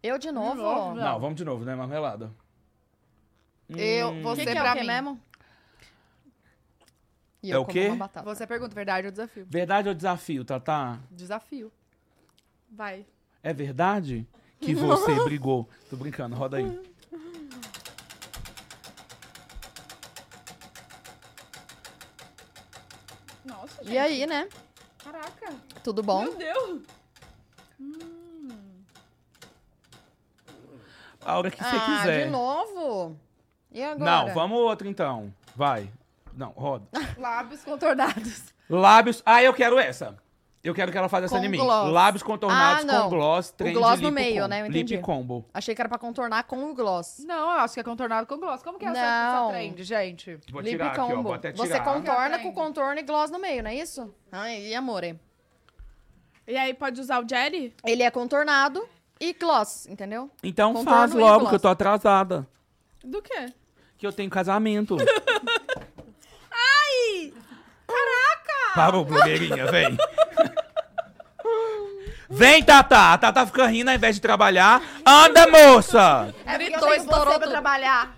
eu de novo. novo, Não, vamos de novo, né? Marmelada. Hum. Eu, O você que, que é pra o que mim. mesmo? E É o como quê? uma batata. Tá, Você pergunta, verdade ou desafio? Verdade ou desafio, Tatá? Desafio. Vai. É verdade que você brigou? Tô brincando, roda aí. Nossa, gente. E aí, né? Caraca. Tudo bom? Meu Deus. A hora que você ah, quiser. de novo? E agora? Não, vamos outro então. Vai. Não, roda. Lábios contornados. Lábios. Ah, eu quero essa. Eu quero que ela faça essa Com em mim. gloss. Lábios contornados Ah, não. com gloss, trend, gloss lip no meio, combo. né? Eu entendi. Lip combo. Achei que era pra contornar com o gloss. Não, eu acho que é contornado com gloss. Como que é essa, essa Não. trend, gente? Vou Lip tirar aqui, ó. combo. Vou até Você tirar. contorna Aprende. com contorno e gloss no meio, não é isso? Ai, e amore. E aí, pode usar o jelly? Ele é contornado e gloss, entendeu? Então Contorno faz e logo gloss. que eu tô atrasada. Do quê? Que eu tenho casamento. Ai! Caraca! Parou, blogueirinha, vem. Vem, Tatá! A Tatá fica rindo ao invés de trabalhar. Anda, moça! É porque Gritou, estourou você pra tudo. trabalhar.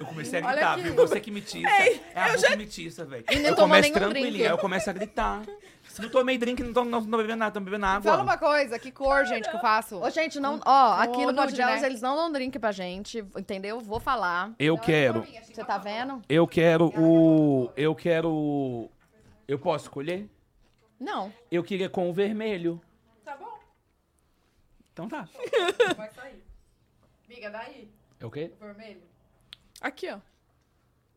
Eu comecei a Olha gritar, aqui. viu? Você que me tiça. é a boca que me tiça, velho. não Eu tomou começo nenhum tranquilinha, drink. eu começo a gritar. Não tomei drink, não tô, não tô bebendo nada, tô bebendo água. Fala uma coisa, que cor, gente, que eu faço? Ô, gente, não. Ó, aqui Ô, no nude, Good House né? eles não dão drink pra gente, entendeu? Vou falar. Eu quero. Você tá vendo? Eu quero o. Eu quero. Eu posso escolher? Não. Eu queria com o vermelho. Tá bom, Então tá. vai sair. Miga, daí, É o quê? vermelho. Aqui, ó.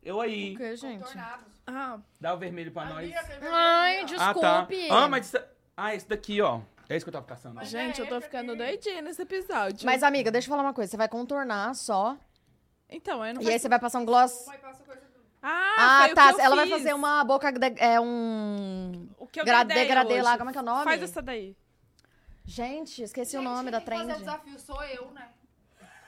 Eu aí. O que, gente? Tornados. Ah, Dá o vermelho pra nós. Ai, Ah, tá. desculpe. Ah, mas. isso- Ah, esse daqui, ó. É isso que eu tava caçando. ó. é, gente, eu tô ficando doidinha nesse episódio. Mas, amiga, deixa eu falar uma coisa. Você vai contornar só. Então, eu não E aí faço... você vai passar um gloss. Ah, Ah, foi o tá. que eu Ela vai fiz. fazer uma boca. de- É um. O que eu gra- dei ideia degradê lá. hoje. Como é que é o nome? Faz essa daí. Gente, esqueci o nome da trend. é um O desafio sou eu, né?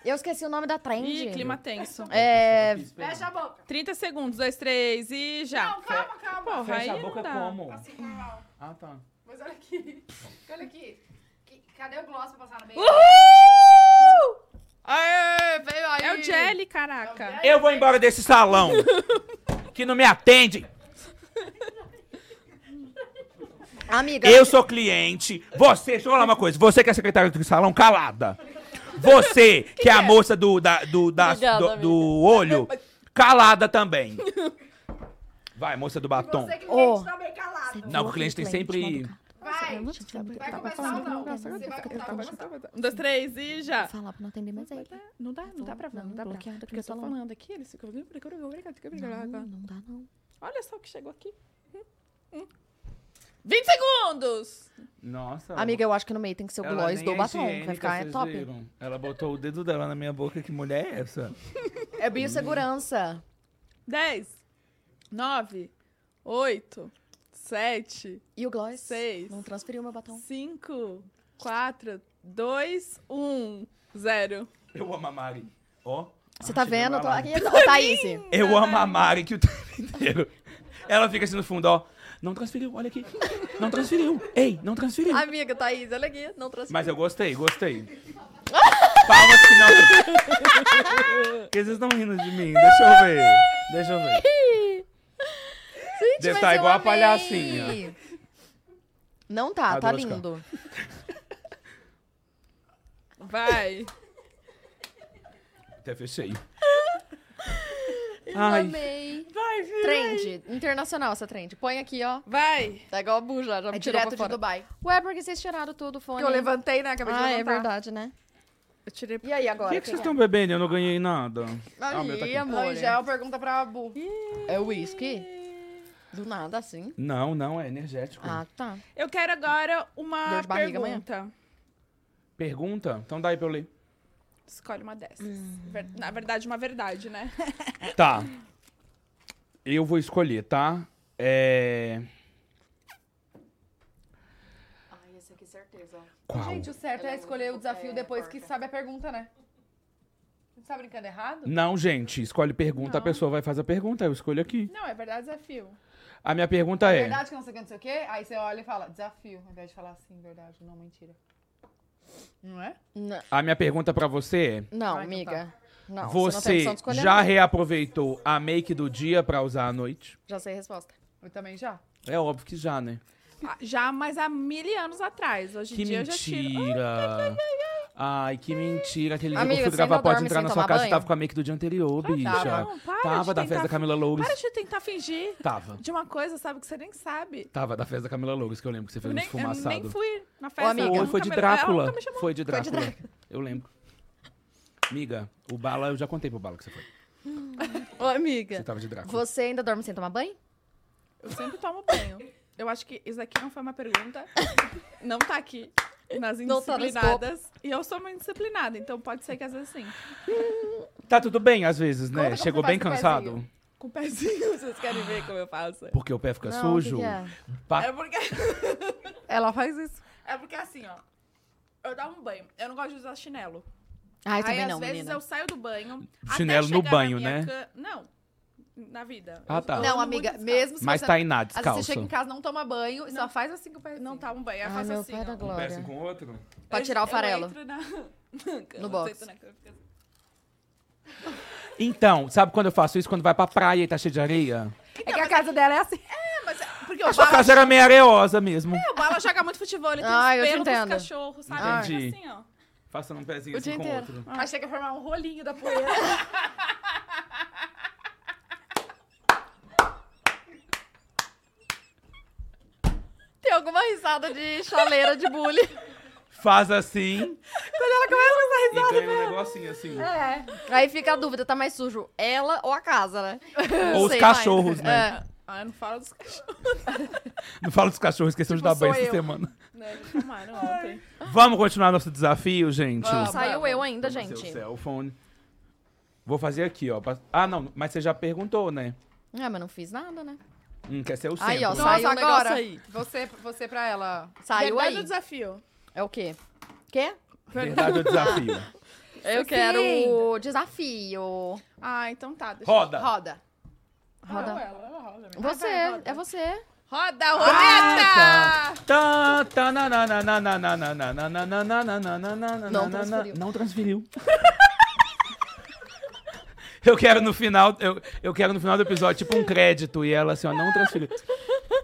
Eu esqueci o nome da trend. Ih, clima tenso. É. Fecha a boca. 30 segundos, 2, 3 e já. Não, calma, calma. Porra, aí Fecha a não boca dá. como? Assim, normal. Ah, tá. Mas olha aqui. Olha aqui. Que- Cadê o gloss pra passar no meio? Aê, veio aí. É o Jelly, caraca. Eu vou embora desse salão. que não me atende. Amiga. Eu sou cliente. Você, deixa eu falar uma coisa. Você que é secretária do salão, calada. Você, que, é a moça do, da- do, da- Obrigada, do- do olho, calada também. Vai, moça do batom. Você que Ô. oh. tá bem calado. é Não, o cliente tem sempre. Vai. É Vai começar ou não? Você vai começar. Um, dois, três e já. Falar pra não atender mais ele. Não dá, não dá pra ver, não, dá pra ver. bloqueado aqui Porque eu tô no celular. falando aqui, eles ficam... Obrigado, Não, obrigado. Hum, não dá, não. Olha só o que chegou aqui. Hum, hum. 20 segundos! Nossa. Amiga, eu acho que no meio tem que ser o Tá ela gloss nem do é batom. que higiênica, Vai ficar é vocês top. viram? Ela botou o dedo dela na minha boca. Que mulher é essa? É biossegurança. 10, 9, 8, 7, E o gloss? Seis. Não transferiu meu Tá batom. 5, 4, 2, 1, 0. Eu amo a Mari. Ó. Você Ah, tá chegou vendo? a Tô... Mari. Aqui, Ô, Thaís. Eu amo a Mari que o tempo inteiro. Ela fica assim no fundo, ó. Não transferiu, olha aqui. Não transferiu. Ei, não transferiu. Amiga, Thaís, olha aqui. Não transferiu. Mas eu gostei, gostei. Palmas que não. Por que vocês estão rindo de mim? Deixa eu ver. Deixa eu ver. Gente, Deve mas tá eu igual a amei. palhacinha. Não tá, tá Adoro esse lindo. Vai. Até fechei. Eu Ai, Amei. Trend. Internacional essa trend. Põe aqui, ó. Vai. Tá igual a buja, já me É tirou direto pra de fora. Dubai. Ué, porque vocês tiraram tudo o fone. Eu levantei, né? Acabei de Ah, é levantar. verdade, né? Eu tirei... E aí o agora? que, que quem vocês estão bebendo? Eu não ganhei nada. Ah, o meu tá Aí, aqui. amor. Angel pergunta pra Bu. É whisky? Do nada, assim. Não, não, é energético. Ah, tá. Eu quero agora Dor uma de barriga pergunta. Pergunta? Então dá aí pra eu ler. Escolhe uma dessas. Ver- Na verdade, uma verdade, né? Tá. Eu vou escolher, tá? É. Ai, esse aqui, certeza. Qual? Gente, o certo é escolher o desafio é depois que porca. sabe a pergunta, né? Você tá brincando errado? Não, gente, escolhe pergunta, a pessoa vai fazer a pergunta, eu escolho aqui. Não, é verdade desafio. A minha pergunta é. Verdade que não sei o que, não sei o que. Aí você olha e fala, desafio. Ao invés de falar assim, verdade, não, mentira. Não é? Não, A minha pergunta pra você não Ai, então amiga. é: Não, você, não tem você opção de escolher, já não. reaproveitou a make do dia pra usar à noite? Já sei a resposta. Eu também já. É óbvio que já, né? Ah, Já, mas há mil anos atrás. Hoje em que dia eu já tiro. mentira. Ai, que mentira. Aquele dia que Amiga, eu fui você gravar ainda pode dorme entrar sem na sua tomar casa e banho? tava com a make do dia anterior, bicha. não, para de tava da festa tentar- da Camila Loures. Para de tentar fingir Tava. de uma coisa, sabe, que você nem sabe. Tava da festa da Camila Loures, que eu lembro que você fez Eu um nem, eu nem esfumaçado. fui na festa. amiga. ela Ou nunca foi de me- ela nunca Drácula. me chamou. Foi de Foi de Drácula. Eu lembro. Miga, o Bala, eu já contei pro Bala que você foi. Ô, Você amiga. tava de Drácula. Você ainda dorme sem tomar banho? Eu sempre tomo banho. Eu acho que isso aqui não foi uma pergunta. Não tá aqui nas Não tá no indisciplinadas. e eu sou uma indisciplinada, então pode ser que às vezes sim. Tá tudo bem, às vezes, né? como Chegou você bem faz o cansado. pezinho. Com o pezinho, vocês querem ver como eu faço? Porque o pé fica Não, o que sujo. que é? Pa- É porque, Ela faz isso. é porque assim, ó. Eu dava um banho. Eu não gosto de usar chinelo. Ai, também Aí, não, às vezes, menina. eu saio do banho. até Chinelo no chegar na banho, minha né? ca- Não. Na vida. Ah, Eu- tá. eu Não, ando amiga, muito mesmo se Mas você... tá em Às nada, vezes descalço. você chega em casa, não toma banho e só faz assim com o pé. descalça. Não tava um banho. Eu Ai, faço Ah, meu assim. pai é ó. da Um pé assim glória. com o outro. Pra Eu- tirar o farelo. Eu entro na... na cama, box. deito na cama, fica assim. Então, sabe quando eu faço isso? Quando vai pra praia e tá cheio de areia? É que a casa dela é assim. É, mas é- porque o Sua Bala, casa era meio areosa mesmo. o Bala joga muito futebol, ele tem Ah, eu te espelho pros entendo. cachorros, sabe? Ah. Ele fica Entendi. assim, ó. Faça um pezinho O assim dia com o inteiro. outro. Achei que ia formar um rolinho da poeira. Tem alguma risada de chaleira de bullying. Faz assim. Quando ela começa a risada. E ganha um negocinho assim. Aí fica a dúvida, tá mais sujo ela ou a casa, né? Ou os cachorros, né? É. Ah, não fala dos cachorros. Não fala dos cachorros, esqueceu de Tipo, dar banho sou essa eu. semana. Né, eles tomaram ontem. Vamos continuar nosso desafio, gente? É. Saiu eu ainda, Toma seu gente. cell phone. Vou fazer aqui, ó. Pas- Ah, não, mas você já perguntou, né? Ah, mas não fiz nada, né? Hum, quer ser o Aí, centro. ó, né? saiu Nossa, o negócio agora. aí. Você, você pra ela. Saiu Verdade Tá, aí. o desafio. É o quê? Quê? né? Verdade ou desafio? Eu quero o desafio. Ah, então tá. Deixa Roda. Roda. Ah, Roda. é. Roda. Ela, ela roda. mesmo. Você, Vai, vai, roda. é você. Roda a Ah, roleta! Tá, tá, na, na, na, na, na, na, na, na, na, na, na, na, na, na, na, na, na, Não na, transferiu. Não transferiu. Eu quero no final, eu, eu quero no final do episódio, tipo um crédito, e ela assim, ó, não transferiu.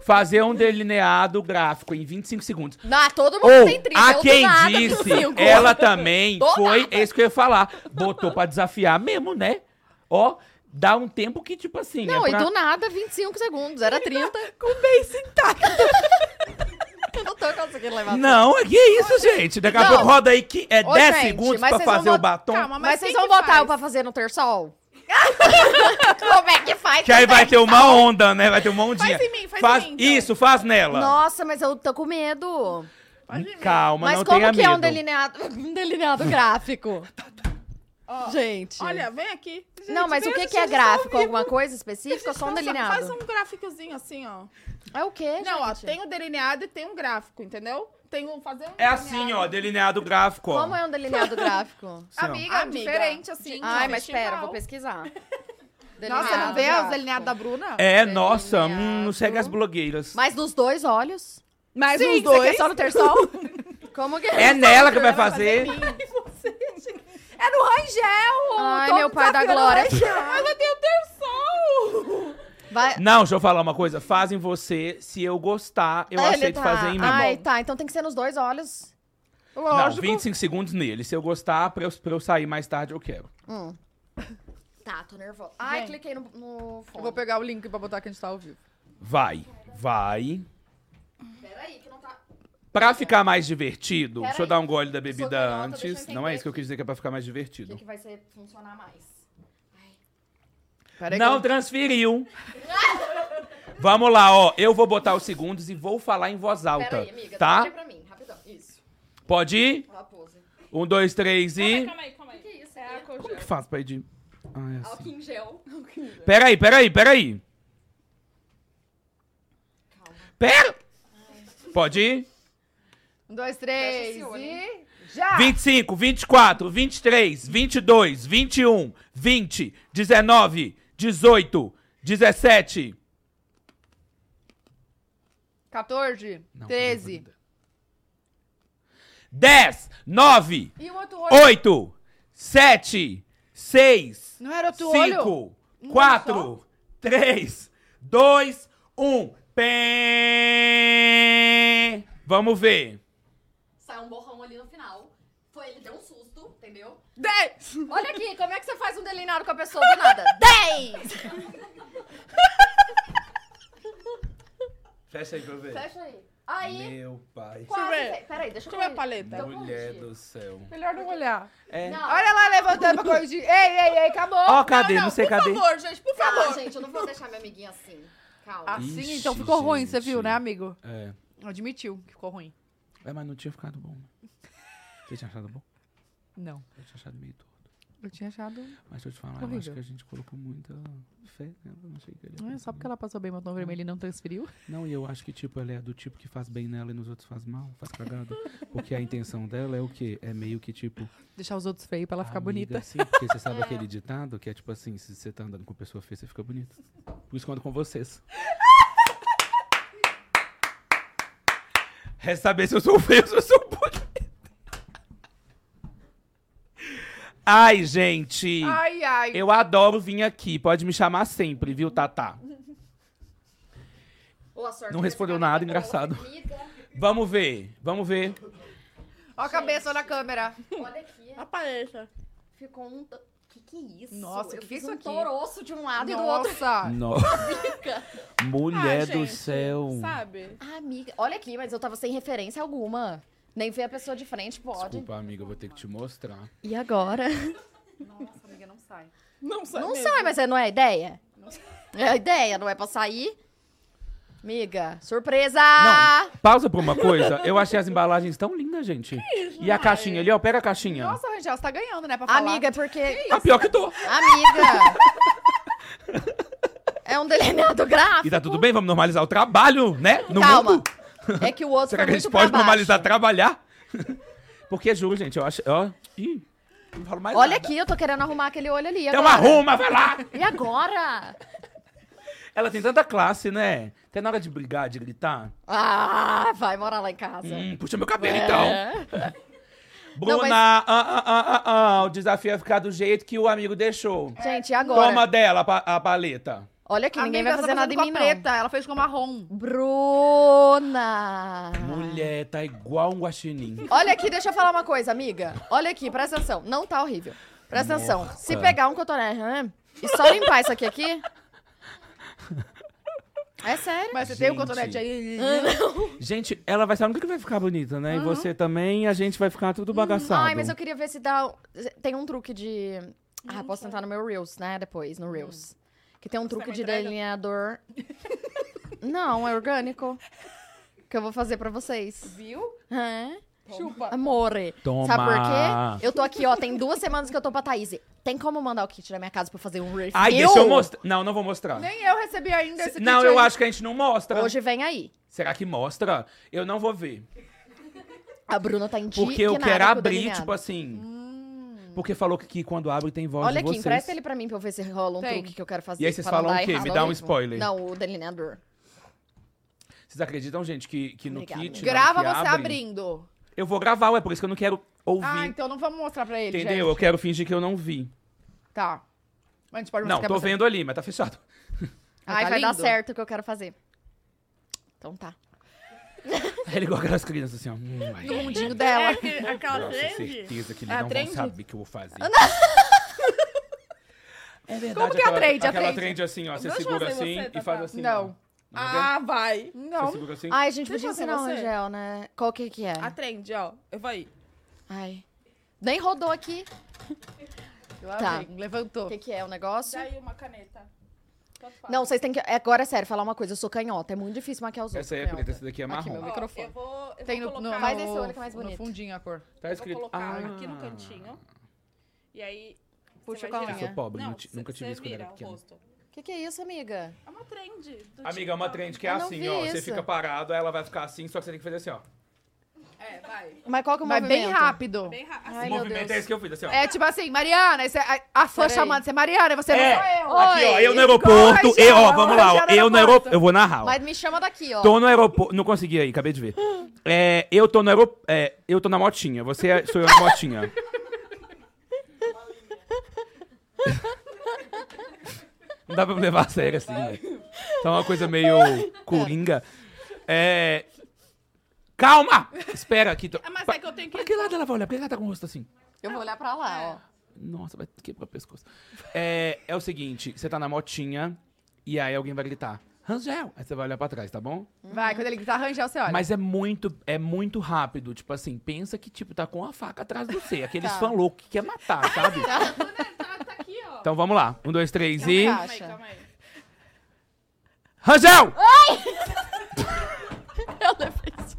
Fazer um delineado gráfico em 25 segundos. Não, ah, todo mundo Ou, tem trinta. a eu do quem nada disse, consigo. ela também Do foi, é isso que eu ia falar. Botou pra desafiar mesmo, né? Ó, dá um tempo que, tipo assim, Não, é e pra... do nada, 25 segundos. Era 30. Com o beijo intacto. eu não tô conseguindo levar. Não, é que é isso, gente. Daqui a Não. pouco roda aí que é então, Ô, 10 gente, segundos pra mas vocês vão fazer o bot- batom. Calma, Mas, mas vocês quem vão que botar faz? eu pra fazer no terçol? Como é que faz? Que aí vai ter uma onda, né? Vai ter uma ondinha. Faz em mim, faz em mim, então. Isso, faz nela. Nossa, mas eu tô com medo. Calma, Mas não como tenha que é um medo. delineado, um delineado gráfico? gente. Olha, vem aqui. não, mas o que, que é gráfico? Alguma coisa específica ou só um delineado? Faz um gráficozinho assim, ó. É o quê, Não, ó, gente? tem o delineado e tem um gráfico, entendeu? Tem um fazer um É assim, ó, delineado gráfico, ó. Como é um delineado gráfico? Assim, ó. Amiga, Amiga. diferente assim. Ai, ó. mas pera, festival. vou pesquisar. Nossa, não vê gráfico. os delineados da Bruna? É, nossa, Delineado. hum, não segue as blogueiras. Mas nos dois olhos? Mais Sim, uns é você dois. quer só no terçol? Como que É nela que vai fazer. É no Rangel! Ai, Todo meu pai da desafio é no glória. Rangel. Ela tem o terçol! Vai... Não, deixa eu falar uma coisa. Fazem você, se eu gostar, eu Ah, ele aceito tá. fazer em mim. Ai, tá, então tem que ser nos dois olhos. não, 25 segundos nele. Se eu gostar, pra eu, pra eu sair mais tarde, eu quero. Hum. Tá, tô nervosa. Ai, cliquei no, no Eu fone. vou pegar o link pra botar que a gente tá ao vivo. Vai, vai. Peraí, que não tá... Pra ficar mais divertido, Pera deixa eu aí. dar um gole da Sou bebida canhota, deixa antes. eu Não é entender isso que eu quis dizer que é pra ficar mais O que, divertido. que vai ser funcionar mais? Peraí. Não transferiu. Vamos lá, ó. Eu vou botar os segundos e vou falar em voz alta. Peraí, amiga, olha tá? pra mim, rapidão. Isso, Pode ir? ó a pose. Um, dois, três e. Calma aí, calma aí. Que isso, é álcool Como que faz pra ir de. Ah, é assim. álcool em gel. Peraí, peraí, peraí. Pera! Pode ir? Um, dois, Fecha três esse olho, e. Já! 25, 24, 23, 22, 21, 20, 19, 18, 17. 14, Não, 13. 10, 9, E o outro 8, 7, 6, Não era outro Tá olho? 5, 4, 3, 2, 1. Pé! Vamos ver. Sai um borrão ali no final. Foi, ele deu um susto, entendeu? 10! Olha aqui, como é que você faz um delineado com a pessoa do nada? 10! Fecha aí pra eu ver. Fecha aí. Aí, Meu pai. quase... Deixa eu ver. fe- Peraí, deixa Deixa eu eu ver a ver. paleta. Então, Mulher corrigir. do céu. Melhor não olhar. É. Não, Olha lá levantando pra corrigir. Ei, ei, ei, acabou! Ó, cadê? Não, sei por cadê. favor, gente, por calma, favor. Ah, gente, eu não vou deixar minha amiguinha assim. Calma. Assim, Ixi, então ficou ruim, você gente. viu, né, amigo? É. Admitiu que ficou ruim. É, mas não tinha ficado bom. né? Você tinha achado bom? Não. Eu tinha achado meio torto. Eu tinha achado. Mas deixa eu te falar, eu acho Horrível. que a gente colocou muita fé nela. Não sei o que ele ia Não é pensar, só porque não. ela passou bem batom vermelho e não transferiu. Não, e eu acho que, tipo, ela é do tipo que faz bem nela e nos outros faz mal, faz cagada. Porque a intenção dela é o quê? É meio que, tipo. Deixar os outros feios pra ela ficar amiga, bonita. Sim, porque você sabe aquele ditado que é tipo assim: se você tá andando com pessoa feia, você fica bonita. Por isso que eu ando com vocês. Resta saber se eu sou feio ou se eu sou bonito. Ai, gente. Ai, ai. Eu adoro vir aqui. Pode me chamar sempre, viu, Tatá? Não respondeu nada, engraçado. Vamos ver, vamos ver. Ó a cabeça na câmera. Olha aqui, Apareça. ficou um... Que que é isso? Nossa, Eu que que é fiz isso um aqui? toroço de um lado e do outro. Nossa. Nossa. Mulher Ah, do gente, céu. Sabe? Ah, amiga, olha aqui, mas eu tava sem referência alguma. Nem ver a pessoa de frente, pode. Desculpa, amiga, eu vou ter que te mostrar. E agora? Nossa, amiga, não sai. Não sabe. Não sai, mas é- não é a ideia? É a ideia, não é pra sair? Amiga, surpresa! Ah. Não, pausa pra uma coisa. Eu achei as embalagens tão lindas, gente. e a caixinha ali, ó, pega a caixinha. Nossa, Rangel, você tá ganhando, né, pra falar. Amiga, é porque. tá pior que tô. Amiga! é um delineado gráfico. E tá tudo bem? Vamos normalizar o trabalho, né? No Calma. mundo. É que o outro Será que foi a muito gente pra pode baixo. normalizar trabalhar? Porque, juro, gente, eu acho. Ó, ih, não falo mais Olha nada. aqui, eu tô querendo arrumar aquele olho ali. Então agora. arruma, vai lá! E agora? Ela tem tanta classe, né? Até na hora de brigar, de gritar. Ah, vai morar lá em casa. Hum, puxa meu cabelo, então. É. Bruna, Não, mas- ah, ah, ah, ah, ah, o desafio é ficar do jeito que o amigo deixou. Gente, e É agora? Toma dela a pa- a paleta. Olha aqui, ninguém vai Amiga, fazer você tá nada em fazendo mim, com não. a preta, ela fez com a marrom. Bruna! Mulher, tá igual um guaxinim. Olha aqui, deixa eu falar uma coisa, amiga. Olha aqui, presta atenção. Não tá horrível. Presta atenção. Nossa. Se pegar um cotonete né, e só limpar isso aqui aqui... É sério. Mas você tem o Gente. cotonete aí. Gente, ela vai ser a única que vai ficar bonita, né? E você também, a gente vai ficar tudo bagaçado. Ai, mas eu queria ver se dá... Tem um truque de... Ah, posso tentar no meu Reels, né? Depois, no Reels. Que tem um truque uma de entrega? delineador... Não, é orgânico. Que eu vou fazer pra vocês. Viu? Hã? Chupa. Amore. Toma. Sabe por quê? Eu tô aqui, ó, tem duas semanas que eu tô pra Thaís. Tem como mandar o kit da minha casa pra eu fazer um review? Ai, deixa eu mostrar. Não, não vou mostrar. Nem eu recebi ainda esse Não, kit eu aí. acho que a gente não mostra. Hoje vem aí. Será que mostra? Eu não vou ver. A Bruna tá indignada. Porque eu quero com o abrir, delineado. tipo assim. Porque falou que, que quando abre tem voz Olha de aqui, vocês. empresta ele pra mim pra eu ver se rola um Tem. truque que eu quero fazer. E aí vocês pra não falam dar o quê? Me errado dá ao um vivo. spoiler. Não, o delineador. Vocês acreditam, gente, que, que no Obrigada. kit. na hora Grava que você abre, abrindo. Eu vou gravar, é por isso que eu não quero ouvir. Ah, então não vamos mostrar pra ele, é entendeu? gente. Eu quero fingir que eu não vi. Tá. Mas a gente pode Não, mostrar tô pra você. vendo ali, mas tá fechado. Ai, tá vai dar lindo. certo o que eu quero fazer. Então tá. Ele igual aquelas crianças assim, ó. Hum, ai, No mundinho dela. Nossa, certeza que eles É a não É trend? vão saber o que eu vou fazer. É verdade, Como que é a aquela- trend, a Aquela trend? assim, ó. Você Deixa eu segura fazer assim você, e Tatá. faz assim. ó. Não. vê? Ah, vai. Você Não. segura assim. Ai, gente, Deixa podia eu ver ensinar o você. Angel, né? Qual que que é? A trend, ó. Eu vou aí. Ai. Nem rodou aqui. Lá Tá. vem, Levantou. O que que é o negócio? Daí uma caneta. Não, vocês têm que... Agora é sério, falar uma coisa. Eu sou canhota. É muito difícil maquiar os outros. Essa aí é canhota. preta, essa daqui é Aqui, marrom. meu microfone. Eu vou, eu Tem vou no, no, colocar, Vai desse olho que é mais no bonito. fundinho a cor. Tá eu vou escrito. colocar um Ah. um aqui no cantinho. E aí. Puxa você o vai colinha. Eu sou girar. pobre, Não, não ti- cê- nunca tive cê isso quando vira era o pequeno. rosto. Que que é isso, amiga? É uma trend. do Amiga, é uma TikTok. trend que é Eu não assim, vi ó. Você isso. fica parado, aí ela vai ficar assim, só que você tem que fazer assim, ó. É, vai. Mas qual que é o Mas bem movimento? É rápido. Bem rápido. Ai, o meu movimento Deus. é esse que eu fiz, assim, ó. É tipo assim, Mariana, esse é a, a fã Peraí. chamando você, Mariana, você É, não sou eu. aqui, ó, Oi, eu no aeroporto, corre, eu, ó, Angela, vamos lá, ó, Angela, eu no aeroporto, aeroporto. eu vou narrar, ó. Mas me chama daqui, ó. Tô no aeroporto, não consegui aí, acabei de ver. É, eu tô no aeroporto, é, eu tô na motinha, você é, sou eu na motinha. Não dá pra me levar a sério assim, né? Tá uma coisa meio coringa. É... Calma! Espera aqui. Tô... Ah, mas Pa- é que eu tenho que. Pra que lado ela vai olhar? Por que ela tá com o rosto assim? Eu vou olhar pra lá, ó. É. Nossa, vai quebrar o pescoço. É, é o seguinte, você tá na motinha e aí alguém vai gritar, Rangel! Aí você vai olhar pra trás, tá bom? Vai, quando ele gritar arranjar, você olha. Mas é muito, é muito rápido. Tipo assim, pensa que tipo, tá com uma faca atrás de você. Aqueles Tá. fã louco que quer matar, sabe? Então, Tá, tá aqui, ó. Então vamos lá. Um, dois, três e. Calma Calma aí, calma aí. Rangel! Eu levei isso.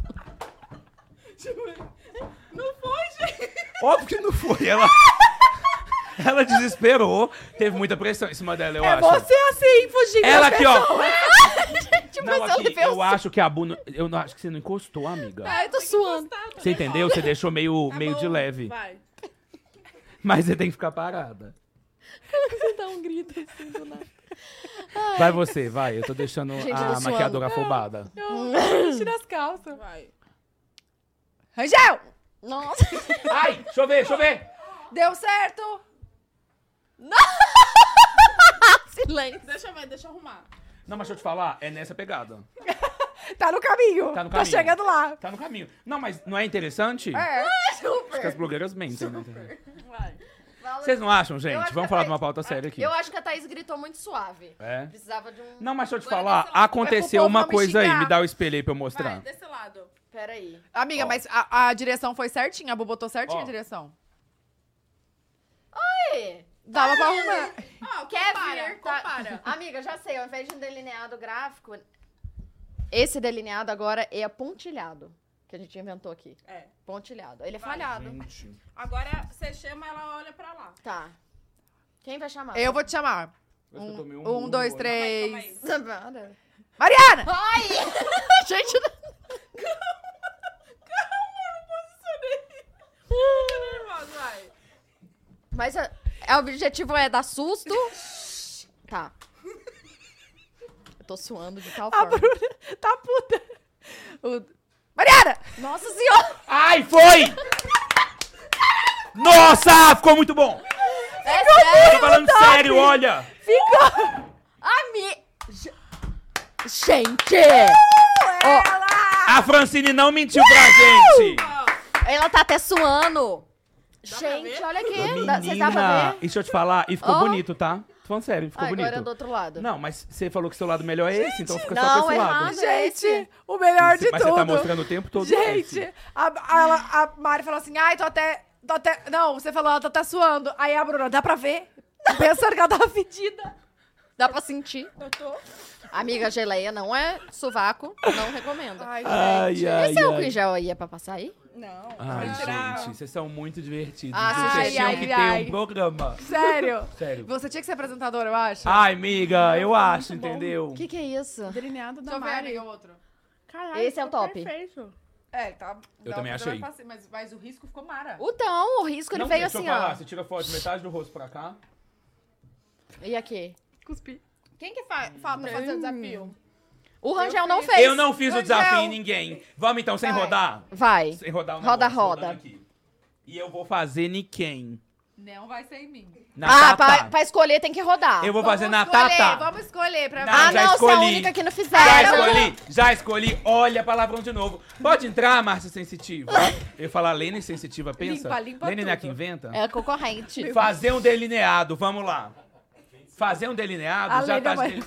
Não foi, gente. Óbvio que não foi. Ela. Ela desesperou, teve muita pressão em cima dela, É eu acho. É assim, fugindo. Ela aqui, ó. Gente, Não, mas eu aqui, levei eu o... acho que a Bu. não- Eu não acho que você não encostou, amiga. Ai, Tá eu tô suando. Você entendeu? Você deixou meio, meio de leve. Vai. Mas você tem que ficar parada. Você dá um grito assim do nada. Vai você, vai. Eu tô deixando Gente, eu tô a suando. maquiadora afobada. Tira as calças. Vai. Rangel! Nossa. Ai, deixa eu ver, deixa eu ver. Deu certo! Silêncio. Deixa, vai, deixa eu arrumar. Não, mas deixa eu te falar, é nessa pegada. Tá no caminho. Tá no Tá caminho. chegando lá. Tá no caminho. Não, mas não é interessante? É. Acho que as blogueiras mentem, né? Vocês não acham, gente? Eu acho que Vamos a é falar Thaís- de uma pauta séria é aqui. Eu acho que a Thaís gritou muito suave. É. Precisava de um. Não, mas deixa eu te Agora falar, desse lado. É aconteceu pro povo uma não me coisa aí. xingar. Me dá o espelho aí pra eu Vai, mostrar. desse lado. Peraí. Amiga, Ó. mas a, a direção foi certinha. A Bu botou certinha Ó. a direção. Ih, Dava pra arrumar. Ó, Quer compara, vir? tá? Compara. Amiga, já sei, ao invés de um delineado gráfico, esse delineado agora é apontilhado. Que a gente inventou aqui. É. Pontilhado. Ele é Vai. falhado. Gente. Agora você chama, ela olha pra lá. Tá. Quem vai chamar? Eu vou te chamar. Parece que eu né? tomei Um, murro dois, agora. É três. Calma aí, calma Samara. Mariana! Gente, não- aí. Nervosa, vai. mas a- é, o objetivo é dar susto. Tá. Eu tô suando de tal A forma. Bruna tá puta. O- Mariana! Nossa senhora! Ai, foi! Nossa, ficou muito bom! É sério? Tô falando sério, olha! Ami... Ge- Gente! A Francine não mentiu pra gente! Ela tá até suando. pra Gente, ver? olha aqui. Dá- Vocês dá pra Menina, ver? e deixa eu te falar, e ficou Ó. bonito, tá? Tô falando sério, ficou Ah, bonito. agora é do outro lado. Não, mas você falou que seu lado melhor é esse, então fica só não, com esse errado. lado. Mas é Gente, esse. o melhor de mas tudo. você tá mostrando o tempo todo. Gente, a, a, ela- a Mari falou assim: ai, tô até, tô até. Não, você falou, ela tá até suando. Aí a Bruna, dá pra ver? Pensando que ela tava fedida. Dá pra sentir. Eu tô. Amiga, geleia não é sovaco. Não recomendo. Ai, ai, Esse álcool ai. em gel aí é pra passar aí? Não. Ai, vai tirar. Ah, gente, vocês são muito divertidos. Ah, vocês ai, tinham ai, que ai. ter um programa. Sério. Sério. Você tinha que ser apresentadora, eu acho. Ai, amiga, eu acho, entendeu? O que, que é isso? Delineado da Deixa eu ver, Mari. amiga, o outro. Caralho, Esse é o ficou top. Perfeito. É, tá. Eu também achei. Mas, mas o risco ficou mara. Então, o risco ele Não, veio deixa assim, eu falar, ó. Você tira foto de metade do rosto pra cá. E aqui? Cuspi. Quem que fa falta fazer o Hum. desafio? O Rangel não um fiz. fez. Eu não fiz o Rangel. desafio em ninguém. Vamos então, sem Vai. rodar? Vai. Sem rodar o Roda, negócio, rodando roda. aqui. E eu vou fazer Niken. Não vai ser em mim. Na Ah, Tatá. pra, pra escolher tem que rodar. Eu vou fazer na escolher, Tatá. Vamos escolher pra Não, já Ah, não, você é a escolhi. única que não Tá, Já fizeram. escolhi, já escolhi. Olha, palavrão de novo. Pode entrar, Márcia Sensitiva. Eu ia falar Lene Sensitiva, pensa. Limpa, limpa Lene não é tudo. que inventa? É concorrente. Fazer um delineado, vamos lá. Fazer um delineado A já Lene tá. é uma- Lene...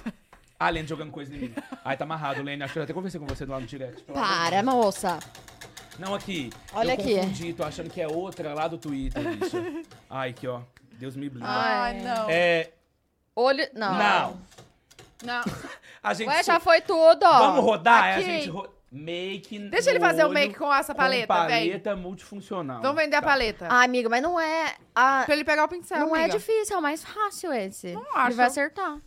Ah, Lene jogando coisa em mim. Ai, tá amarrado, Lene. Acho que eu até conversei com você lá no direct. pelo amor de Para, moça. Deus. Não, aqui. Olha eu aqui. Confundi, tô achando que é outra lá do Twitter, bicho. Ai, aqui, ó. Deus me livre. Ah, Ai. não. É. Olho. Não. Não. Não. A gente. Ué, já foi tudo, ó. Vamos rodar? É, a Aqui. gente. Ro... Make. Deixa ele no fazer o olho make com essa paleta, velho. paleta multifuncional. Vamos vender a Tá. paleta. Ah, amiga, mas não é. ah, Pra ele pegar o pincel. não é amiga. difícil, é o mais fácil esse. Não acho. Ele vai acertar.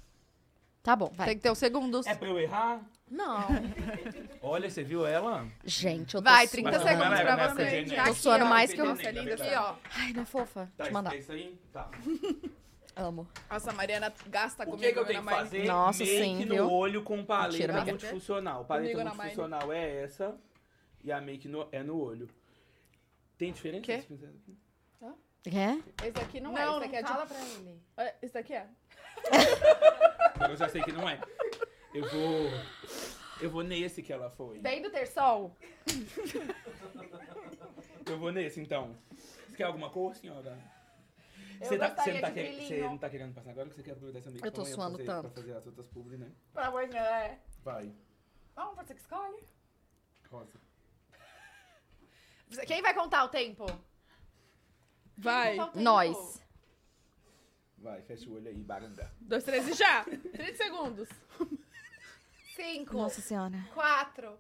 Tá bom, vai. Tem que ter os segundos. É pra eu errar? Não. Olha, você viu ela? Gente, eu tô Vai, suando. 30 Mas é como segundos ela era pra na você. época de Tá Enem. Tô aqui, suando ó. mais que eu Nossa, é linda aqui, ó. Ai, não é fofa. Tá, Te mandar. isso aí? Tá. Amo. Nossa, a Mariana gasta O comigo. que, que eu tenho Ana que Mari. fazer? Nossa, Make sim, no viu? Tá, olho com paleta Mentira, amiga. multifuncional. Paleta Comigo, Ana Maria. multifuncional é essa. E a make no- é no olho. Tem diferença? Quê? desse pincel aqui? É? Esse aqui não, é, Não, esse aqui é não de... fala pra ele. Ah, Esse daqui é? Agora eu já sei que não é. Eu vou... Eu vou nesse que ela foi. Tem do ter sol? Eu vou nesse, então. Você quer alguma cor, senhora? Eu Você, tá, você, gostaria não tá de que- brilhinho. você não tá querendo passar agora que você quer aproveitar essa make Eu tô amanhã suando pra fazer, tanto. Pra fazer as outras publi, né? Pra amanhã, é. Vai, Não, você que escolhe. rosa. Quem vai contar o tempo? Vai. Contar o tempo. Nós. Vai, fecha o olho aí, baranga. Dois, três e já. 30 segundos. Cinco, Nossa senhora. quatro.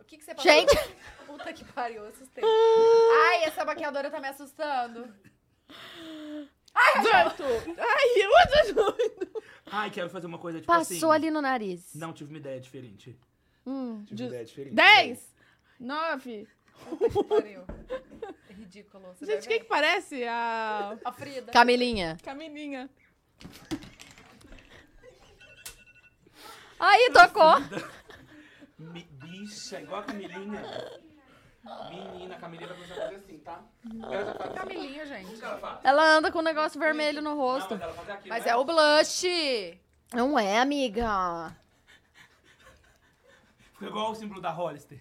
O que, que você falou? Gente! Puta que pariu, eu assustei. Ai, essa maquiadora tá me assustando. Oito. Ai, eu ajudo. Ai, quero fazer uma coisa tipo assim. Passou ali no nariz. Não, tive uma ideia diferente. Hum. Tive uma ideia diferente. Dez. Nove. Que pariu. É ridículo. Você Gente, vai quem ver? que parece? A... A Frida. Camilinha. é Camininha. Aí, tocou. Mi- bicha, igual a Camilinha. Menina, a Camilinha vai começar a fazer assim, tá? Ela já faz assim. Camilinha, gente. O que ela faz? Ela anda com um negócio vermelho Não, no é é rosto. mas ela faz aquilo, Mas né? é o blush. Não é, amiga. Ficou igual o símbolo da Hollister.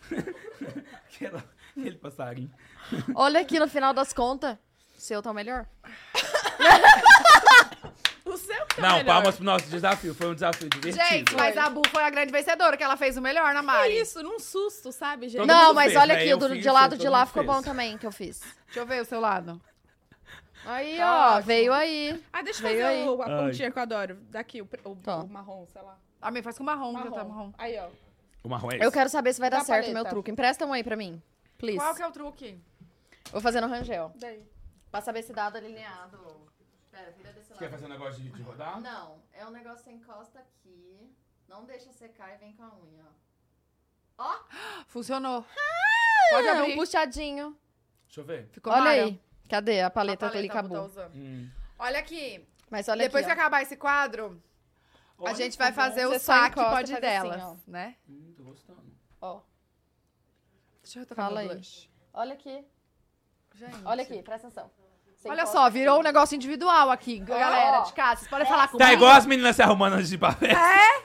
Aquela, aquele passarinho. Olha aqui, no final das contas, o seu tá o melhor. O seu que é Não, melhor. palmas pro nosso desafio. Foi um desafio divertido. Gente, mas a Bu foi a grande vencedora, que ela fez o melhor na É Mari. isso, num susto, sabe, gente? Todo não, mundo mas fez, olha né? aqui, Eu o do, fiz, de lá, todo do de mundo lá ficou fez. bom também, que eu fiz. Deixa eu ver o seu lado. Aí, Tá ó, ótimo. veio aí. Ah, deixa eu Veio fazer aí. o- a Ai. pontinha que eu adoro. Daqui, o, pr- o- Tá. o marrom, sei lá. A minha faz com marrom, Um que eu tô Marrom. marrom. Aí, ó. O marrom é esse. Eu quero saber se vai dar Da certo o meu paleta. truque. Empresta um aí pra mim, please. Qual que é o truque? Vou fazer no Rangel. Daí. Pra saber se dá delineado. Pera, vira desse Você quer fazer um negócio de, de rodar? Não, é um negócio que você encosta aqui, não deixa secar e vem com a unha, ó. Ó, Funcionou. Pode abrir. um puxadinho. Deixa eu ver. Ficou olha Mara. aí. Cadê a A paleta, paleta que ele Bu tá acabou? usando. Hum. Olha aqui. Mas olha Depois que aqui, ó. acabar esse quadro, a Olha, gente vai ficou bom. fazer o Você só saque encosta e pode faz delas, assim, né? Hum, tô gostando. Ó, Deixa eu tocar Fala meu aí. blush. Olha aqui, Gente. olha aqui, presta atenção. Você Olha encosta só, aqui. virou um negócio individual aqui, galera Ó. de casa. Vocês podem falar comigo. Tá igual as meninas se arrumando antes de ir pra festa.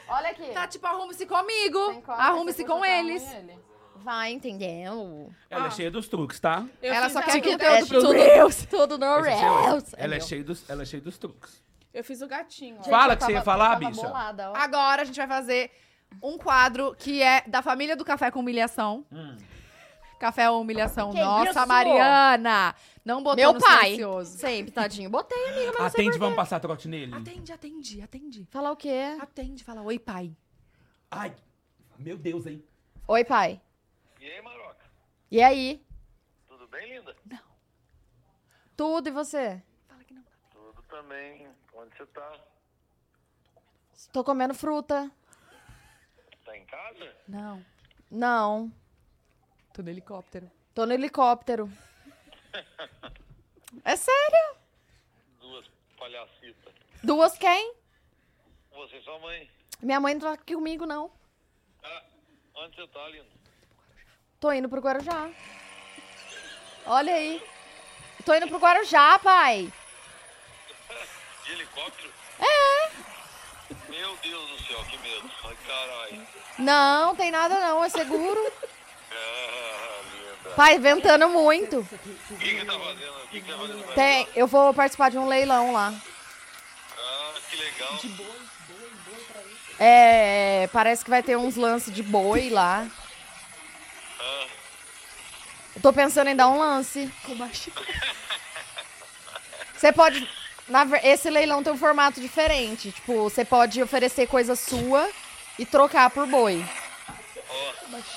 Olha aqui. Tá tipo, arrume-se comigo. Você encosta, Arrume-se você puxa com pra eles. unha, ele. Vai, entendeu? Ela é cheia dos truques, tá? Eu Ela fiz só a- quer eu- conteúdo pro tudo, Reels. tudo no Essa é cheia- Reels. Ela é meu. cheia dos, ela é cheia dos truques. Eu fiz o gatinho, ó. Gente, Fala eu que você ia tava- falar, eu tava bicha. bolada, ó. Agora a gente vai fazer um quadro que é da família do Café com Humilhação. Café é humilhação. Quem Nossa, pensou? Mariana! Não botou Meu no pai. silencioso. Sempre, tadinho. Botei, amiga, mas não sei Atende, vamos passar trote nele. Atende, atende, atende. por- Falar o quê? Atende, fala, oi, pai. Ai, meu Deus, hein? Oi, pai. E aí, Maroca? E aí? Tudo bem, linda? Tudo e você? Tudo também. Onde você tá? Tô comendo fruta. Tá em casa? Não, Não. tô no helicóptero. Tô no helicóptero. É sério? Duas palhacitas. Duas quem? Você e sua mãe? Minha mãe não tá aqui comigo, não. Ah, onde você tá, linda? Tô indo pro Guarujá. Olha aí. Tô indo pro Guarujá, pai. De helicóptero? É! Meu Deus do céu, que medo. Ai, caralho. Não, tem nada não, é seguro. Ah, linda. Pai, ventando muito. O que que tá fazendo? O que que tá fazendo? pra Tem, eu vou participar de um leilão lá. Ah, que legal. É, parece que vai ter uns lances de boi lá. Eu tô pensando em dar um lance. Você pode. na ver- esse leilão tem um formato diferente. Tipo, você pode oferecer coisa sua e trocar por boi.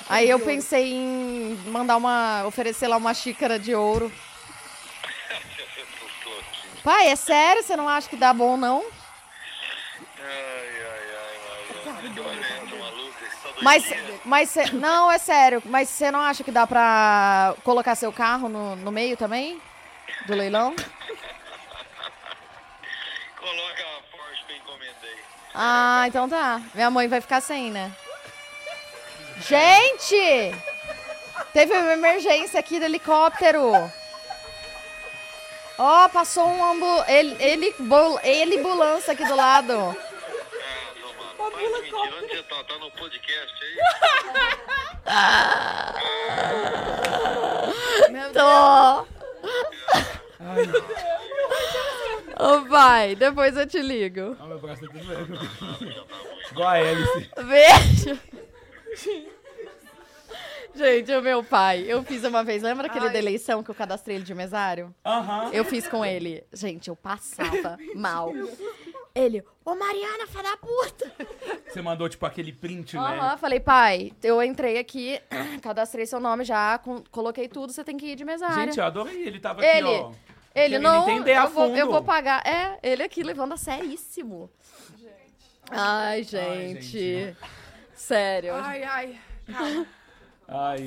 Aí eu pensei em mandar uma. oferecer lá uma xícara de ouro. Você tá louquinho. Pai, é sério? Você não acha que dá bom, não? Ai, ai, ai, Mariana. Que valente, maluca. Você tá Mas, doidinha? mas cê- não, é sério. Mas você não acha que dá pra colocar seu carro no, no meio também? Do leilão? Coloca a Porsche que eu encomendei. Ah, então tá. Minha mãe vai ficar sem, né? Gente! Teve uma emergência aqui do helicóptero. Ó, passou um ambu ele, ele, bol- ele ambulância aqui do lado. Ah, não, mano. Tá Faz mentira. Onde você tá? Tá no podcast aí? Tô. Ô, pai, depois eu te ligo. Olha meu braço aqui. Igual a hélice. Beijo. Gente, o meu pai, eu fiz uma vez, lembra aquele da eleição que eu cadastrei ele de mesário? Aham. Eu fiz com ele. Gente, eu passava mal. Ele, ô Mariana, filha da puta! Você mandou, tipo, aquele print, Aham, né? falei, pai, eu entrei aqui, cadastrei seu nome já, com- coloquei tudo, você tem que ir de mesário. Gente, eu adorei. Ele tava Ele- aqui, ó. ele, querendo não, entender a eu, vou, eu fundo. vou pagar. É, ele aqui levando a seríssimo. Ai, gente. gente. Sério. Ai, ai. Calma. Ai,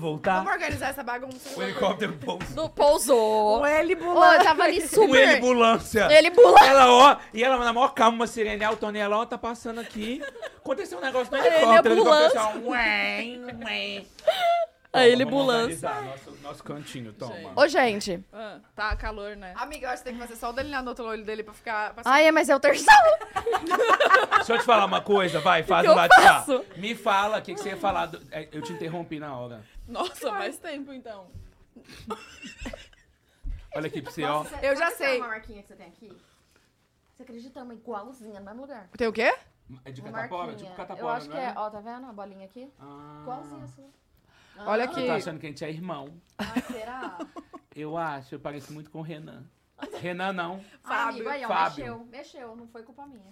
Vamos voltar? organizar essa bagunça. O helicóptero pousou. Não pousou. O L Ô, eu tava ali Com ele, super. ambulância. Ele pula. Ela, ó, e ela na maior calma, uma sirene alta, e ela, ó, tá passando aqui. Aconteceu um negócio no helicóptero. ambulância. aconteceu um ué, ué. Toma, Aí ele vamos bulança. organizar Nosso, nosso cantinho, toma. Ô, gente. Ah, tá calor, né? Amiga, eu acho que tem que fazer só o delinear no outro olho dele pra ficar. Pra... Ai, é, mas é o terceiro. Deixa eu te falar uma coisa, vai, faz que um eu bate cá. faço? Me fala o que, que você ia falar. do- é, Eu te interrompi na hora. Nossa, faz tempo então. Olha aqui pra você, ó. Eu já sei. Uma marquinha que você tem aqui. Você acredita? É Uma igualzinha no mesmo lugar. Tem o quê? É de Uma catapora? marquinha. Tipo Eu catapora, Ah. acho que né? é. Ó, tá vendo a bolinha aqui? Igualzinha a sua. Olha aqui. Você tá achando que a gente é irmão? Ah, será? Eu acho, eu pareço muito com o Renan. Renan não. Ah, amigo, aí, ó, Fábio. mexeu. Mexeu, não foi culpa minha.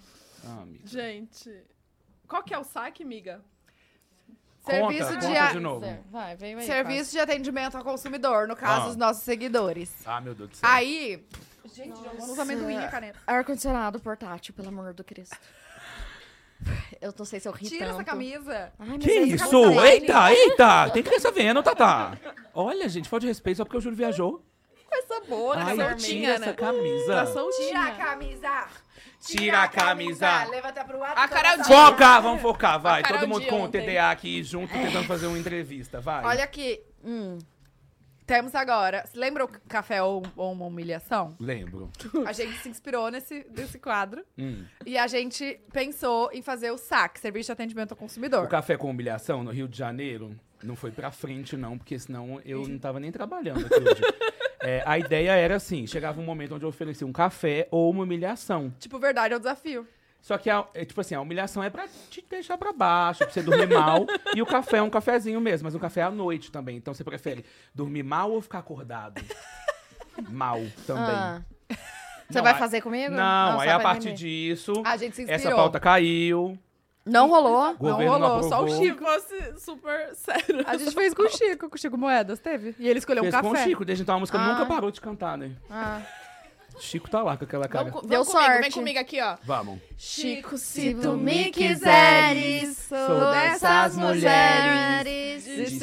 Ah, amigo. Gente, qual que é o saque, miga? Serviço conta, de conta a- de novo. Vai, vem aí. Serviço de atendimento ao consumidor, no caso, Ah. os nossos seguidores. Ah, meu Deus do céu. Aí, Gente, vamos amendoim e caneta. Fábio. Ar-condicionado portátil, pelo amor do Cristo. Eu não sei se eu ri Tira tanto. essa camisa. Ai, mas tá Que aí isso? fica muito Eita, eita! Tem criança vendo, Tatá. Olha, gente, falta de respeito só porque o Júlio viajou. Essa boa, Ai, tira né? essa Tá camisa. Tira soltinha. a camisa. Tira a camisa. Levanta pro lado. então A Carol vamos Dias. lá. Foca! Vamos focar, vai. A Carol Todo mundo de com o ontem. TDA aqui junto, tentando fazer uma entrevista, vai. Olha aqui. Hum. Temos agora. Você lembra o café ou, ou uma humilhação? Lembro. A gente se inspirou nesse, nesse quadro. Hum. E a gente pensou em fazer o saque, serviço de atendimento ao consumidor. O Café com Humilhação, no Rio de Janeiro, não foi pra frente, não, porque senão eu não tava nem trabalhando aqui hoje. É, a ideia era assim, chegava um momento onde eu oferecia um café ou uma humilhação. Tipo, verdade é o desafio. Só que, a- é, tipo assim, a humilhação é pra te deixar pra baixo, pra você dormir mal. e o café é um cafezinho mesmo, mas um café é à noite também. Então você prefere dormir mal ou ficar acordado? mal também. Ah. Você Não, vai aí- fazer comigo? Não, aí só a vai partir dormir. disso, A gente se Ah, inspirou. essa pauta caiu. Não rolou? Não governo não rolou, só o aprovou. Se Chico. fosse super sério. A gente fez com o Chico, com o Chico Moedas, teve. E ele escolheu Fez um com o café. Chico, desde então a música Ah. nunca parou de cantar, né? Ah. Chico tá lá com aquela cara. Vamos, co- Deu vamos comigo, vem sorte. comigo aqui, ó. Vamos. Chico, se tu me quiseres, sou dessas mulheres de se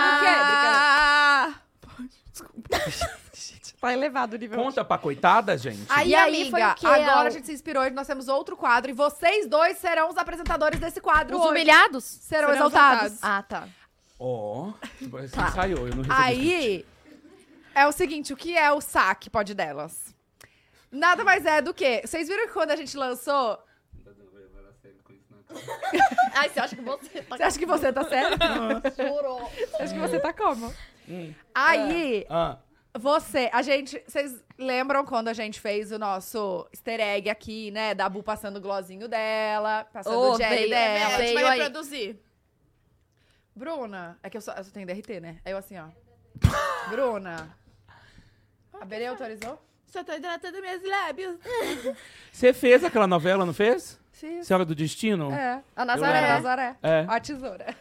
Não quer, brincadeira. Tá elevado o nível. Conta pra coitada, gente. Aí, e aí, aí, foi amiga, o quê? agora a Al? gente se inspirou e nós temos outro quadro. E vocês dois serão os apresentadores desse quadro Os hoje. humilhados? Serão, serão exaltados. exaltados. Ah, tá. Ó, você ensaiou, eu não recebi. Aí, é o seguinte, o que é o saque, pode delas? Nada mais é do que... Vocês viram que quando a gente lançou... Ai, você acha que você Você acha que você tá certo? jurou? acho que você tá como? Aí, Ah, Você, a gente. Vocês lembram quando a gente fez o nosso easter egg aqui, né? Da Bu passando o glossinho dela, passando Ô, o jelly veio, dela. Vai veio. Veio aí. reproduzir. Bruna. É que eu só, eu só tenho DRT, né? Aí eu assim, ó. Bruna. A Bere autorizou? Só tô hidratando meus lábios. você fez aquela novela, não fez? Sim. Senhora do Destino? É. A Era Nazaré. Nazaré. É. A tesoura.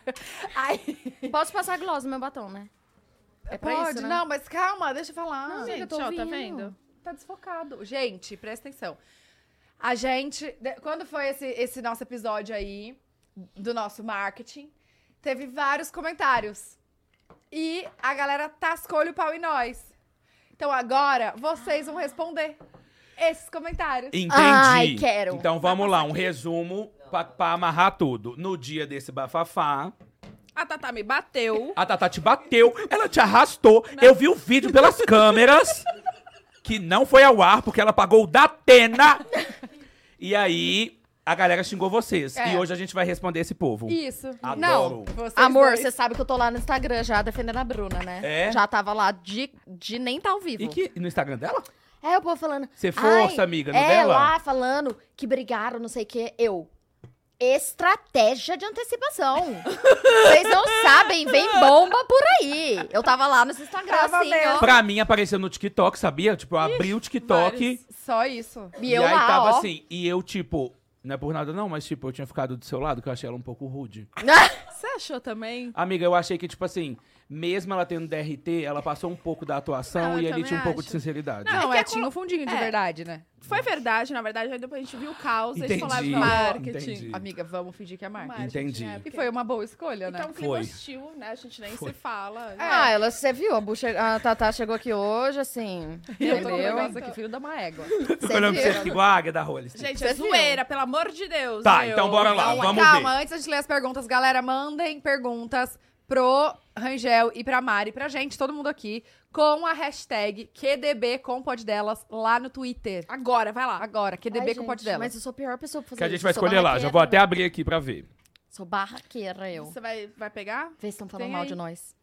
Posso passar gloss no meu batom, né? É pra Pode? isso, né? Não, mas calma, deixa eu falar. Não, Gente, eu tô ó, tá ouvindo. vendo? Tá desfocado. Gente, presta atenção. A gente. de- Quando foi esse, esse nosso episódio aí, do nosso marketing, teve vários comentários. E a galera tascou o pau em nós. Então agora vocês Ah. vão responder esses comentários. Entendi. Ai, quero. Então vamos lá, um resumo pra, pra amarrar tudo. No dia desse bafafá, A Tatá me bateu. a Tatá te bateu, ela te arrastou. Eu vi o vídeo pelas câmeras, que não foi ao ar, porque ela pagou o Datena. E aí, a galera xingou vocês. É. E hoje a gente vai responder esse povo. Isso. Adoro. Não, vocês Amor, dois. você sabe que eu tô lá no Instagram já defendendo a Bruna, né? É? Já tava lá de, de nem tá ao vivo. E que no Instagram dela? É, o povo falando. Você força, "Ai, amiga, não é, dela? lá falando que brigaram, não sei o quê. Eu. Estratégia de antecipação. Vocês não sabem, vem bomba por aí. Eu tava lá no Instagram, Tava assim, mesmo. ó. Pra mim apareceu no TikTok, sabia? Tipo, eu abri o TikTok vários. Só isso. E, e eu aí lá, tava ó. assim, e eu tipo, não é por nada não, mas tipo, eu tinha ficado do seu lado, que eu achei ela um pouco rude. Você achou também? Amiga, eu achei que tipo assim, mesmo ela tendo DRT, ela passou um pouco da atuação Não, eu e ali também tinha um pouco acho. de sinceridade. Não, que é, é tinha colo- um fundinho de é. verdade, né? Foi verdade, na verdade. Aí depois a gente viu o caos, a gente falou, ah, Entendi. marketing. Entendi. Amiga, vamos fingir que é marketing. marketing, Entendi. é, E porque- foi uma boa escolha, né? Então, um clima Foi. hostil, né? A gente nem Foi. se fala. né? Ah, ela, você viu, a, bucha, a Tatá chegou aqui hoje, assim, eu tô com um entendeu? então. negócio aqui, filho da uma égua. olhando Você "Ah, pra viu? você aqui igual a águia da Rolling. Gente, Você é viu? zoeira, pelo amor de Deus. Tá, meu. então bora lá, Calma, vamos é calma. ver. Antes de ler as perguntas, galera, mandem perguntas pro Rangel e pra Mari, pra gente, todo mundo aqui, com a hashtag QDB com o pod delas lá no Twitter. Agora, vai lá. Agora, QDB Ai, com o gente, pod delas. Mas eu sou a pior pessoa pra fazer Que a gente isso, vai eu sou escolher lá, já barraqueira. vou até abrir aqui pra ver. Sou barraqueira, eu. Você vai, vai pegar? Vê se estão falando Tem mal aí. de nós.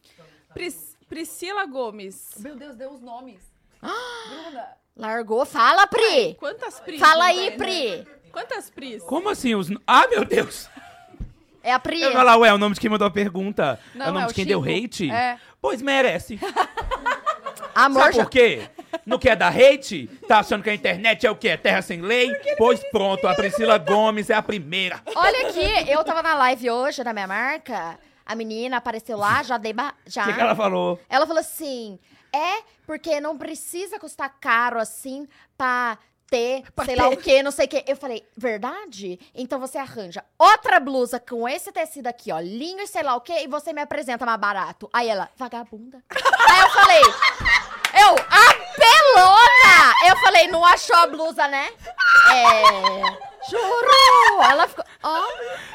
é Pris- Priscila Gomes. Meu Deus, deu os nomes. Bruna. Largou, fala, Pri! Quantas Pris? Fala não aí, tem, Pri! né? Quantas Pris? Como assim? Os... Ah, meu Deus! É a Pri. Eu vou lá, ué, é o nome de quem mandou a pergunta. Não, é o nome é de o quem deu Chico. hate? É. Pois merece. Amor, Sabe já... por quê? Não quer dar hate? Tá achando que a internet é o quê? É terra sem lei? Pois pronto, a Priscila Gomes é a primeira. olha aqui, eu tava na live hoje da minha marca, a menina apareceu lá, já dei... Ba... Já. O que, que ela falou? Ela falou assim: é porque não precisa custar caro assim pra ter, sei lá o que, não sei o que. Eu falei, verdade? Então você arranja outra blusa com esse tecido aqui, ó, linho e sei lá o que, e você me apresenta mais barato. Aí ela, vagabunda. Aí eu falei, eu, apelona! Eu falei, não achou a blusa, né? É. Juro! Ela ficou. Ó.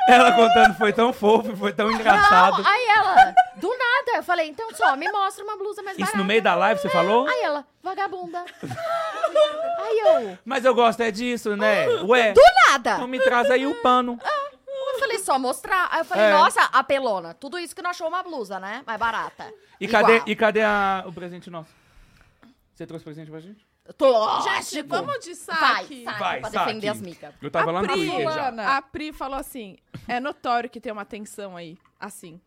Ela contando foi tão fofo, foi tão engraçado. Não, aí ela, do nada, eu falei, então só, me mostra uma blusa mais Isso barata. no meio da live você falou? Aí ela, vagabunda. Aí eu, Mas eu gosto é disso, né? Ué, do nada. Ah, então me traz aí o pano. Eu falei, só mostrar. Aí eu falei, É. nossa, apelona, tudo isso que não achou uma blusa, né? Mais barata. E Igual. cadê, e cadê a- o presente nosso? Você trouxe presente pra gente? Tô... Gente, vamos de Vai, saque. saque Vai, pra saque. Ah, defender as micas. Eu tava lá no A Pri, Twitter já. Ana. A Pri falou assim: é notório que tem uma tensão aí. Assim.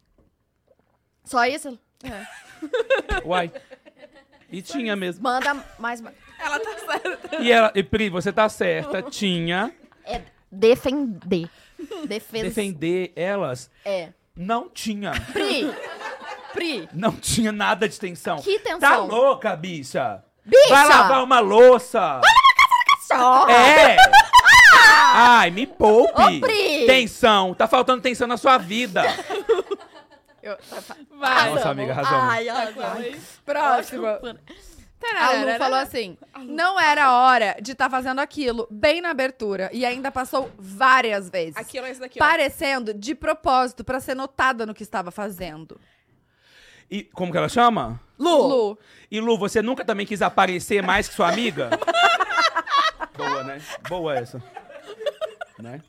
Só isso? Uai. E tinha mesmo. Manda mais... ba- Ela tá certa. E ela, e Pri, você tá certa, tinha. É defender. Defesa. Defender elas É. não tinha. Pri, Pri, Não tinha nada de tensão. Que tensão? Tá louca, bicha? Bicha! Vai lavar uma louça! só. É! Ai, me poupe! Ah! Ô, Pri! Tensão! Tá faltando tensão na sua vida! Vai. Nossa, amiga, razão. Ai, ai, ai. Próxima. A Lu Tararara. falou assim: não era a hora de estar fazendo aquilo bem na abertura. E ainda passou várias vezes. Aqui, olha isso daqui, ó. parecendo de propósito pra ser notada no que estava fazendo. E como que ela chama? Lu! E Lu, você nunca também quis aparecer mais que sua amiga? Boa, né? Boa essa. Né?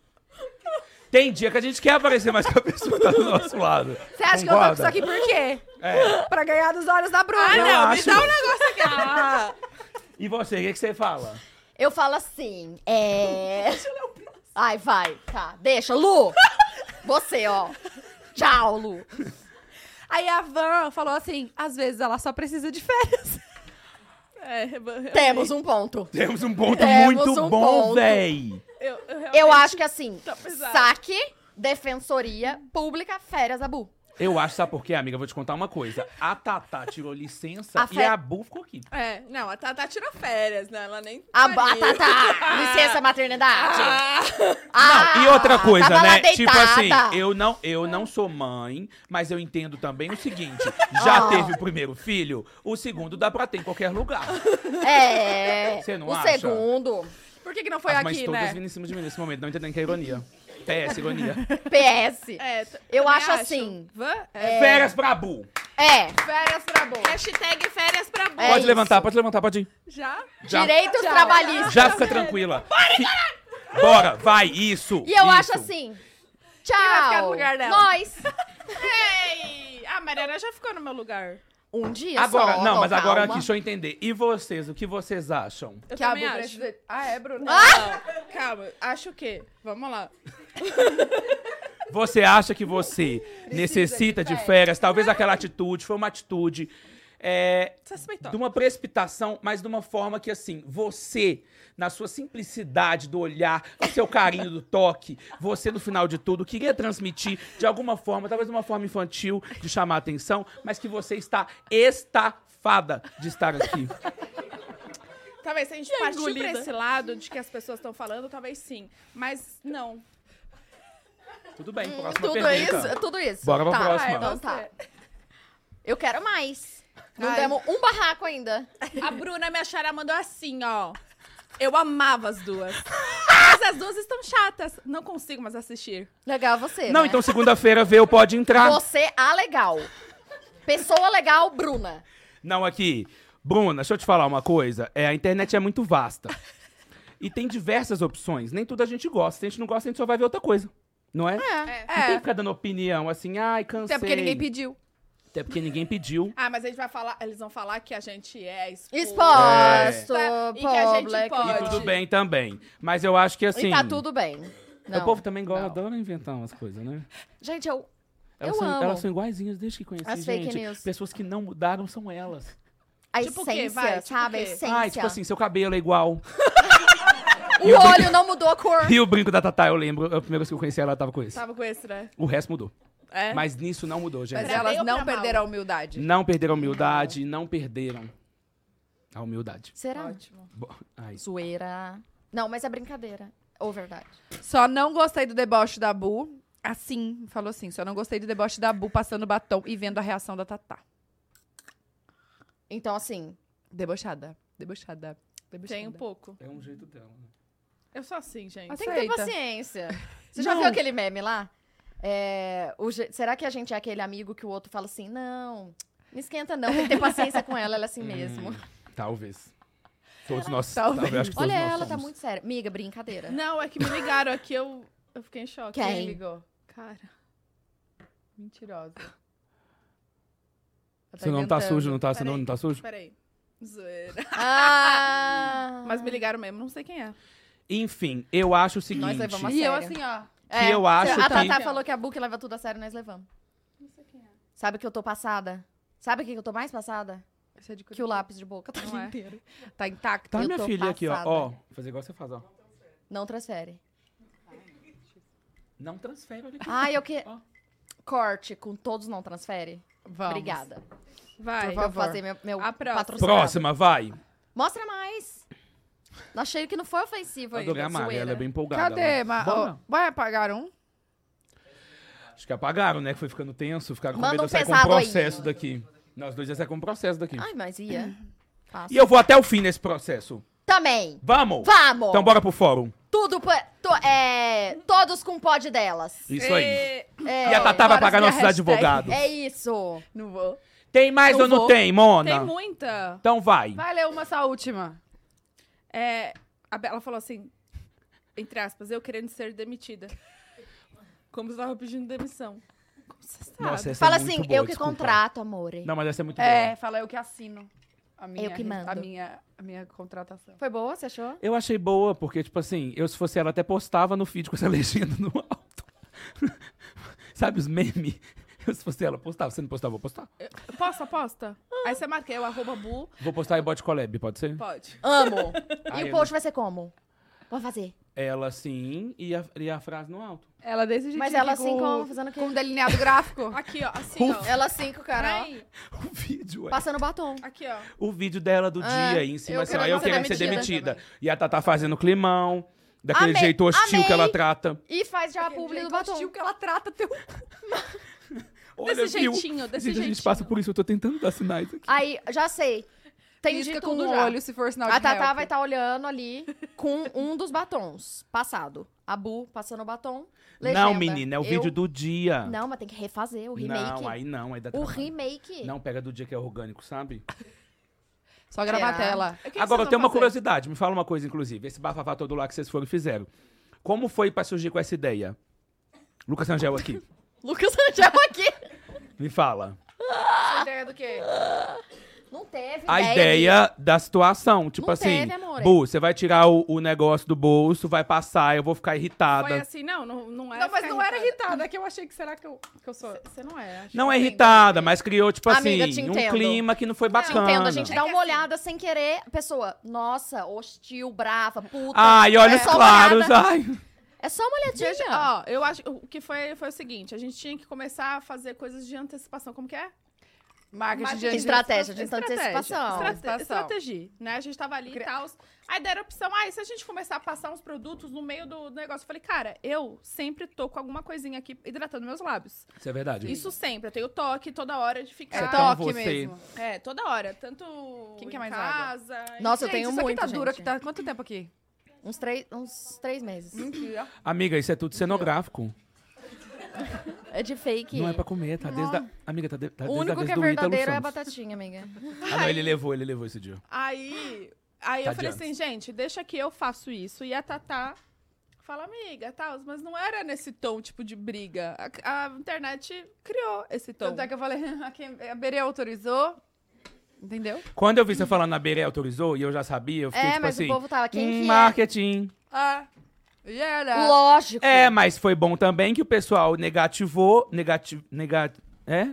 Tem dia que a gente quer aparecer mais que a pessoa que tá do nosso lado. Você acha que eu tô com isso aqui por quê? É. Pra ganhar dos olhos da Bruna. Ah, Eu não, me acho. dá um negócio aqui. E você, o que, que você fala? Eu falo assim, é... Ai, vai, tá. Deixa, Lu. Você, ó. Tchau, Lu. Aí a Van falou assim, às vezes ela só precisa de férias. É, eu- Temos um Tá ponto. Temos um ponto Temos muito um bom, ponto. véi! eu, eu realmente- Eu acho que assim, Tá pesado. saque, defensoria, pública, férias, abu. Eu acho, sabe por quê, amiga? Eu Vou te contar uma coisa. A Tatá tirou licença A e fe- a Bu ficou aqui. É, não, a Tatá tirou férias, né? Ela nem. A ba- faria. tá, tá. Licença, maternidade. Ah, Ah, Não, e outra coisa, tava lá né? Tipo assim, deitada. eu não, eu não sou mãe, mas eu entendo também o seguinte: já Ah. teve o primeiro filho, o segundo dá pra ter em qualquer lugar. É. Você não o acha? segundo. Por que, que não foi Mas As mães aqui, todas né? vindo em cima de mim nesse momento, não entendendo que é ironia. PS, ironia. PS. é, t- Eu também acho assim. Van, é. Férias pra Bu. É. Férias pra boa. Hashtag férias pra boa. É pode isso. levantar, pode levantar, pode ir. Já? Já, Direitos trabalhistas. já fica tranquila. Que- Bora, vai, isso. E eu isso. acho assim. ficar no Tchau. lugar dela? Nós. Ei! A Mariana já ficou no meu lugar. Um dia Agora, só. não, mas agora calma. aqui, deixa eu entender. E vocês, o que vocês acham? Eu Que a também Bu acho. precisa- Ah, é, Bruna? Não, calma. Acho que. Vamos lá. Você acha que você necessita de férias? Talvez aquela atitude foi uma atitude é, Você suspeitou. de uma precipitação, mas de uma forma que, assim, você, na sua simplicidade do olhar, no seu carinho do toque, você, no final de tudo, queria transmitir de alguma forma, talvez de uma forma infantil, de chamar a atenção, mas que você está estafada de estar aqui. Talvez se a gente E partir engolida. pra esse lado de que as pessoas estão falando, talvez sim. Mas não. Tudo bem, próxima Tudo pergunta. isso, tudo isso. Bora pra tá, próxima. Então tá. Eu quero mais. Não Ai. demos um barraco ainda. A Bruna me achará mandou assim, ó. Eu amava as duas. Mas as duas estão chatas. Não consigo mais assistir. Legal você. Não, né? então segunda-feira vê, eu pode entrar. Você, a legal. Pessoa legal, Bruna. Não, aqui. Bruna, deixa eu te falar uma coisa. É, a internet é muito vasta. E tem diversas opções. Nem tudo a gente gosta. Se a gente não gosta, a gente só vai ver outra coisa. Não é? Não tem que ficar dando opinião assim, ai, Até cansei. é porque ninguém pediu. Até porque ninguém pediu. Ah, mas a gente vai falar, eles vão falar que a gente é exposto. Exposto, É. E que a gente pobre. né? pode. E tudo bem também. Mas eu acho que assim. E tá tudo bem. Não. O povo também gosta, não. adora inventar umas coisas, né? Gente, eu. Elas, Eu são, amo. elas são iguaizinhas desde que conheci, As fake gente. news. Pessoas que não mudaram são elas. A Tipo o quê? essência, Vai, tipo sabe? o A quê? essência. Ai, tipo assim, seu cabelo é igual. o olho não mudou a cor. E o brinco da Tatá, eu lembro. A primeira vez que eu conheci ela, ela tava com Tá. esse. Tava com esse, né? O resto mudou. É. Mas nisso não mudou, gente. Mas é Pra bem elas ou não pra mal? perderam a humildade. Não perderam a humildade, não perderam a humildade. Será? Ótimo. Bo- Ai, Zoeira. Não, mas é brincadeira. Ou verdade. Só não gostei do deboche da Bu. Assim, falou assim. Só não gostei do deboche da Bu passando batom e vendo a reação da Tatá. Então, assim, Debochada. Debochada. Debochada. Tem um pouco. é um jeito dela. Eu sou assim, gente. Mas tem que ter Aceita. paciência. Você já Não. viu aquele meme lá? É, o je- será que a gente é aquele amigo que o outro fala assim, não, não esquenta não, tem que ter paciência com ela, ela é assim Hum, mesmo. Talvez. Todos nós. Talvez. Talvez. acho que todos Olha nós ela, tá somos. muito séria. Miga, brincadeira. Não, é que me ligaram aqui, eu, eu fiquei em choque. Quem? Me ligou. Cara. Mentirosa. Você não tá sujo, não tá, você não, não tá sujo? Peraí. Zoeira. Ah, Mas me ligaram mesmo, não sei quem é. Enfim, eu acho o seguinte. nós levamos a E sério. eu assim, ó. É, eu acho A Tatá que- falou que a Book leva tudo a sério, nós levamos. Sabe que eu tô passada? Sabe o que que eu tô mais passada? Esse é de Que o lápis de boca tá Não é? inteiro. Tá intacto. Tá Eu minha tô filha aqui, ó. passada. ó. Vou Fazer igual você faz, ó. Não transfere. Não transfere, olha aqui. Ah, eu que... Ó. Corte com todos não transfere. Vamos. Obrigada. Vai. Eu vou fazer meu, meu A próxima. patrocinado. Próxima, vai. Mostra mais. Achei que não foi ofensivo ainda. Adorei a Mari, zoeira. ela é bem empolgada. Cadê? ela. Ma... Bora. ó, vai apagar um? Acho que apagaram, né? Que foi ficando tenso, ficaram com Manda medo um de eu sair com um pesado aí. processo daqui. Nós dois já saímos com um processo daqui. Ai, mas ia. Fácil. E eu vou até o fim nesse processo. Também. Vamos! Vamos. Então bora pro fórum. Tudo pa- to- é, todos com pod delas. Isso aí. E- É, E a Tatá vai Agora pagar sim a nossos hashtag. advogados. é isso. Não vou. Tem mais Não ou Ah, não vou. tem, Tem Mona? muita. Então vai. Vai ler uma só a última. É, a Bela falou assim, entre aspas, eu querendo ser demitida. Como se tava pedindo demissão. Como você sabe? Nossa, essa Fala é muito assim, boa, eu que desculpa. contrato, amore. Não, mas essa é muito É, boa. fala eu que assino. A minha, que mando. A minha, a minha contratação. Foi boa, você achou? Eu achei boa, porque, tipo assim, eu se fosse ela até postava no feed com essa legenda no alto. Sabe os memes? Eu se fosse ela postava. Você não postava, vou postar. Posta, posta. Aí você marca, eu arroba bu, Vou postar em bot collab, pode ser? pode. Amo. Ai, e o eu post vai ser como? Vou fazer. Ela sim e a, e a frase no alto. Ela desse jeito. Mas ela assim como? Fazendo o quê? Com um delineado gráfico. Aqui, ó, assim, É ó. Ela assim com o cara, ó, Peraí. O vídeo, é ué. Passando batom. Aqui, ó. O vídeo dela do Ah, dia aí em cima, eu assim, ó. quero Eu ser querendo ser demitida. demitida. E a Tatá fazendo climão. Daquele Amei, jeito hostil que ela amei. trata. E faz já a publi do batom. que ela trata um teu... Olha, desse viu? jeitinho, desse Gente, a jeitinho. gente passa por isso. Eu tô tentando dar sinais aqui. Aí, já sei. Tem de Pisca com tudo o já. olho, se for sinal de A Tatá help. vai tá. estar olhando ali com um dos batons passado. A Bu passando o batom. Legenda. Não, menina, é o Eu- vídeo do dia. Não, mas tem que refazer o remake. Não, aí não, aí dá O trabalho. remake. Ah, Não, pega do dia que é orgânico, sabe? Só gravar a Será? tela. O que que Agora, eu vocês tenho vão uma fazer? curiosidade. Me fala uma coisa, inclusive. Esse bafafá todo lá que vocês foram e fizeram. Como foi pra surgir com essa ideia? Lucas Angel aqui. Lucas Angel aqui. Me fala. ideia do quê? Não teve. a Ideia ideia da situação. Tipo Não assim, teve, amore. Bu, você vai tirar o, o negócio do bolso, vai passar, eu vou ficar irritada. Foi assim, não, não, não é era. Não, mas ficar não era irritada, que eu achei que será que eu, que eu sou. Você não é. acho. Não é irritada, mas criou, tipo né? Amiga, assim, te um entendo. clima que não foi Te bacana. entendo, a gente dá É que uma assim- olhada sem querer, a pessoa, nossa, hostil, brava, puta. Ai, olhos É só claros, olhada. ai. É só uma olhadinha. Veja, ó, eu acho. O que foi, foi o seguinte: a gente tinha que começar a fazer coisas de antecipação. Como que é? Marketing, Marketing de Estra- Estratégia, tá de Estratégia. antecipação. Estrate- Antecipação. Estratégia, né? A gente tava ali e Cri- tal. Aí deram a opção, ah, e se a gente começar a passar uns produtos no meio do negócio? Eu falei, cara, eu sempre tô com alguma coisinha aqui hidratando meus lábios. Isso é verdade. Isso sempre. Eu tenho toque toda hora de é Então ficar... toque você- mesmo. É, toda hora. Tanto Quem quer em mais casa... em- Nossa, eu Gente, tenho isso muito, aqui tá duro, gente. aqui tá quanto tempo aqui? Uns, três, uns três meses. Amiga, isso é tudo cenográfico. É de fake. Não é pra comer, tá desde a... Amiga, tá, de... tá O desde a único vez que é do Ítalo verdadeiro é a Santos. batatinha, amiga. Ah, não, ele levou, ele levou esse dia. Aí, aí Tá eu falei adiante. assim, gente, deixa que eu faço isso. E a Tatá fala, amiga, tal, mas não era nesse tom, tipo, de briga. A, a internet criou esse tom. Tanto é que eu falei, a, quem- a Berê autorizou. Entendeu? Quando eu vi você falando na Berê autorizou, e eu já sabia, eu fiquei É, tipo mas assim... o povo tava, quem hum, que marketing. Ah, e é? era. Lógico. É, mas foi bom também que o pessoal negativou, negati, nega, é?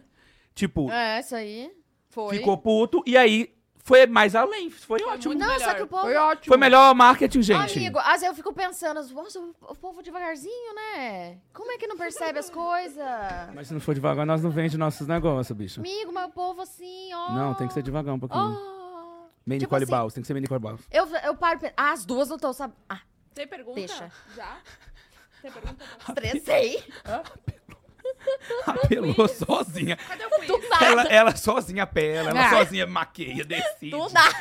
Tipo, É, isso aí. Foi. ficou puto, e aí foi mais além, foi ótimo. Não, só que o povo... Foi ótimo. Foi melhor marketing, gente. Amigo, às vezes eu fico pensando, nossa, o povo devagarzinho, né? Como é que não percebe as coisas? Mas se não for devagar, nós não vende nossos negócios, bicho. Amigo, mas o povo assim, ó. Não, tem que ser devagar um pouquinho. ó. Meio Oh, tipo Nicole assim- Baus, tem que ser meio Nicole Baus. Eu, eu paro e penso, ah, as duas não estão sabendo. Ah, Tem pergunta? Deixa. Já? Tem pergunta? estressei. Apelou Ah, sozinha. Cadê o quiz? Do nada. Ela, ela sozinha apela, ela Ah. sozinha maqueia, decide. Do nada.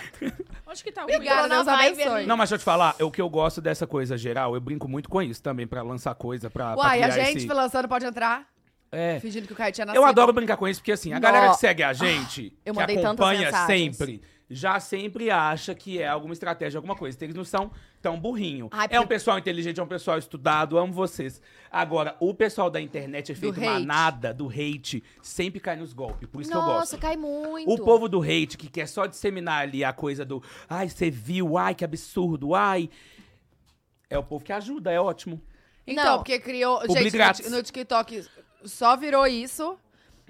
Onde que tá o Obrigada, quiz? Entrou na Deus vibe abençoe. ali. Não, mas deixa eu te falar, o que eu gosto dessa coisa geral, eu brinco muito com isso também, pra lançar coisa, pra, pra Uai, a criar gente esse... lançando pode entrar, É. fingindo que o Caio tinha nascido. Eu adoro brincar com isso, porque assim, a galera Tá Nó. Ah, que segue a gente, eu que mandei tantas acompanha mensagens. sempre, já sempre acha que é alguma estratégia, alguma coisa. Eles não são tão burrinho. Ai, é um porque- pessoal inteligente, é um pessoal estudado, amo vocês. Agora, o pessoal da internet é feito hate. manada, do hate, sempre cai nos golpes. Por isso que eu Nossa, gosto. cai muito. O povo do hate que quer só disseminar ali a coisa do ai, você viu, ai, que absurdo, ai. É o povo que ajuda, é ótimo. Então, Não. porque criou. Publi gente, no, grátis. ti- no TikTok só virou isso.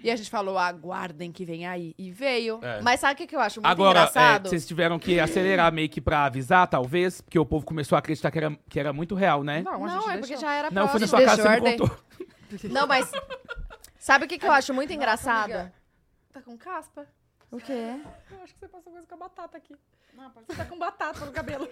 E a gente falou, aguardem que vem aí. E veio. É. Mas sabe o que que eu acho muito Agora, é, engraçado? vocês tiveram que acelerar meio que pra avisar, talvez, porque o povo começou a acreditar que era, que era muito real, né? Não, a Não, gente é deixou. porque já era eu fui na próximo. sua casa Deixa você eu me contou. Não, mas. Sabe o que, que eu acho muito engraçado? Tá com caspa? O quê? Eu acho que você passou coisa com a batata aqui. Você tá com batata no cabelo.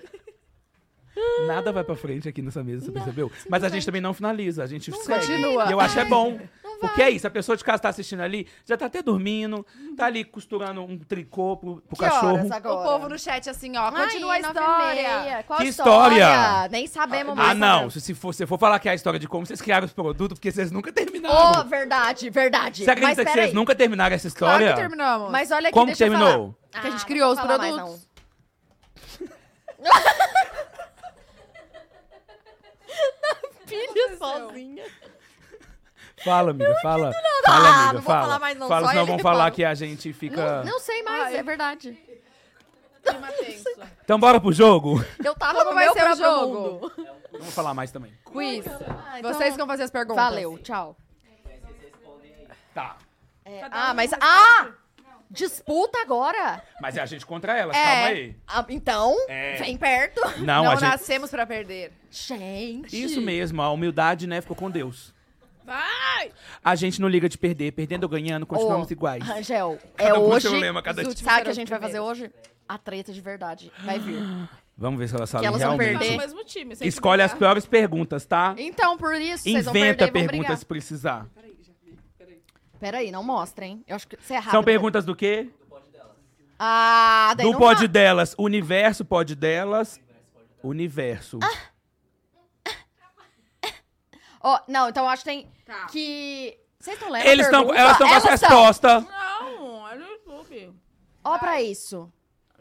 Nada vai pra frente aqui nessa mesa, você percebeu? Mas a gente também não finaliza, a gente segue. Continua. E eu acho é bom. Porque é isso, a pessoa de casa tá assistindo ali, já tá até dormindo, tá ali costurando um tricô pro, pro que cachorro. horas agora? O povo no chat assim, ó, Ai, continua a nove e história. meia. Qual Que história? história? Nem sabemos mais. Ah, não. Se, se for, se for falar que é a história de como vocês criaram os produtos, porque vocês nunca Oh, terminaram. verdade, verdade. Você acredita mas que vocês peraí. nunca terminaram essa Claro história? que terminamos. Mas olha aqui, como que é deixa eu terminou? falar. Que a gente Ah, criou não os vou falar mais, produtos. não. Sozinha. Fala, amiga, fala. Fala, Ah, amiga, não vou fala. falar mais não, Fala, só senão ele vão que falar fala. que a gente fica... Não, não sei mais, é verdade. Então bora pro jogo? Eu tava Como no vai meu ser o próprio jogo? mundo. Não vou falar mais também. Quiz. Ah, então- Vocês que vão fazer as perguntas. Valeu, tchau. Tá. É, Cada ah, um mas. responde. Ah! Disputa agora? Mas é a gente contra elas, calma É. aí. Ah, então, É. vem perto. Não, Não, a gente... nascemos pra perder. Gente. Isso mesmo, a humildade, né, ficou com Deus. Vai! A gente não liga de perder, perdendo ou ganhando, continuamos Ô, iguais. Rangel, é Cada um com hoje. seu lema, cada os time. um últimos Sabe o que serão a gente os vai fazer hoje? A treta de verdade. Vai vir. Vamos ver se elas sabem elas vão realmente. perder. Tá no mesmo time. sem Escolhe as brigar. piores perguntas, tá? Então, por isso, vocês vão perder Inventa e vão perguntas brigar. se precisar. Peraí, não mostra, hein? Eu acho que você é rápido. São perguntas do quê? Ah, daí Do não pode dá. delas, universo pode delas, universo. Ó, não, então eu acho que tem que... Vocês não lembram Eles a estão, pergunta? é elas estão com essa resposta. Não, olha o YouTube. Ó pra isso.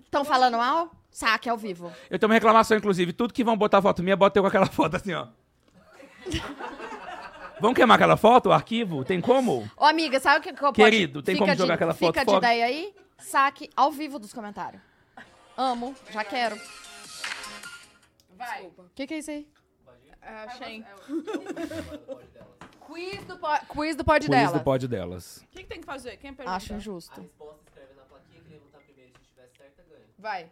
Estão falando mal? Saque ao vivo. Eu tenho uma reclamação, inclusive. Tudo que vão botar foto minha, bota eu com aquela foto assim, ó. Vão queimar aquela foto, o arquivo? Tem como? Um Ô, amiga, sabe o que que eu posso... Querido, tem Fica como jogar de- aquela foto Fica de fora? ideia aí? saque ao vivo dos comentários. Amo, já quero. Vai. O que, que é isso aí? É, Ah, Shen. Quiz do, po- quiz do pod Quiz dela. do pod delas. O que, que tem que fazer? Quem pergunta? Acho injusto. resposta escreve na plaquinha que levantar primeiro. Se tiver certa, ganha. Vai.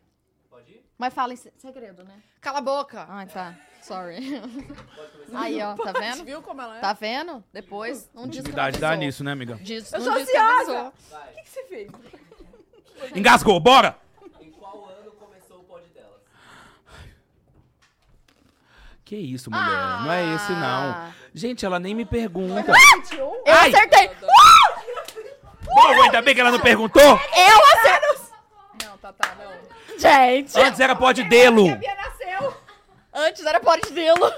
Pode ir? Mas fala em. se- Segredo, né? Cala a boca. Ah, tá. Sorry. Aí, ó, tá vendo? Viu como ela é? Tá vendo? Depois, não diz que não Intimidade dá avisou. nisso, né, amiga? Diz, Eu não sou diz que avisou. ansiosa. Vai. O que você fez? Engasgou, bora! Em qual ano começou o pod delas? Que isso, mulher? Não é esse, não. Ah. Gente, ela nem me pergunta. Eu Ai! acertei! Bom, ainda bem que ela não perguntou. Eu acertei! Não, Tatá, não. Gente! Antes era pod delo. Antes era pote delo.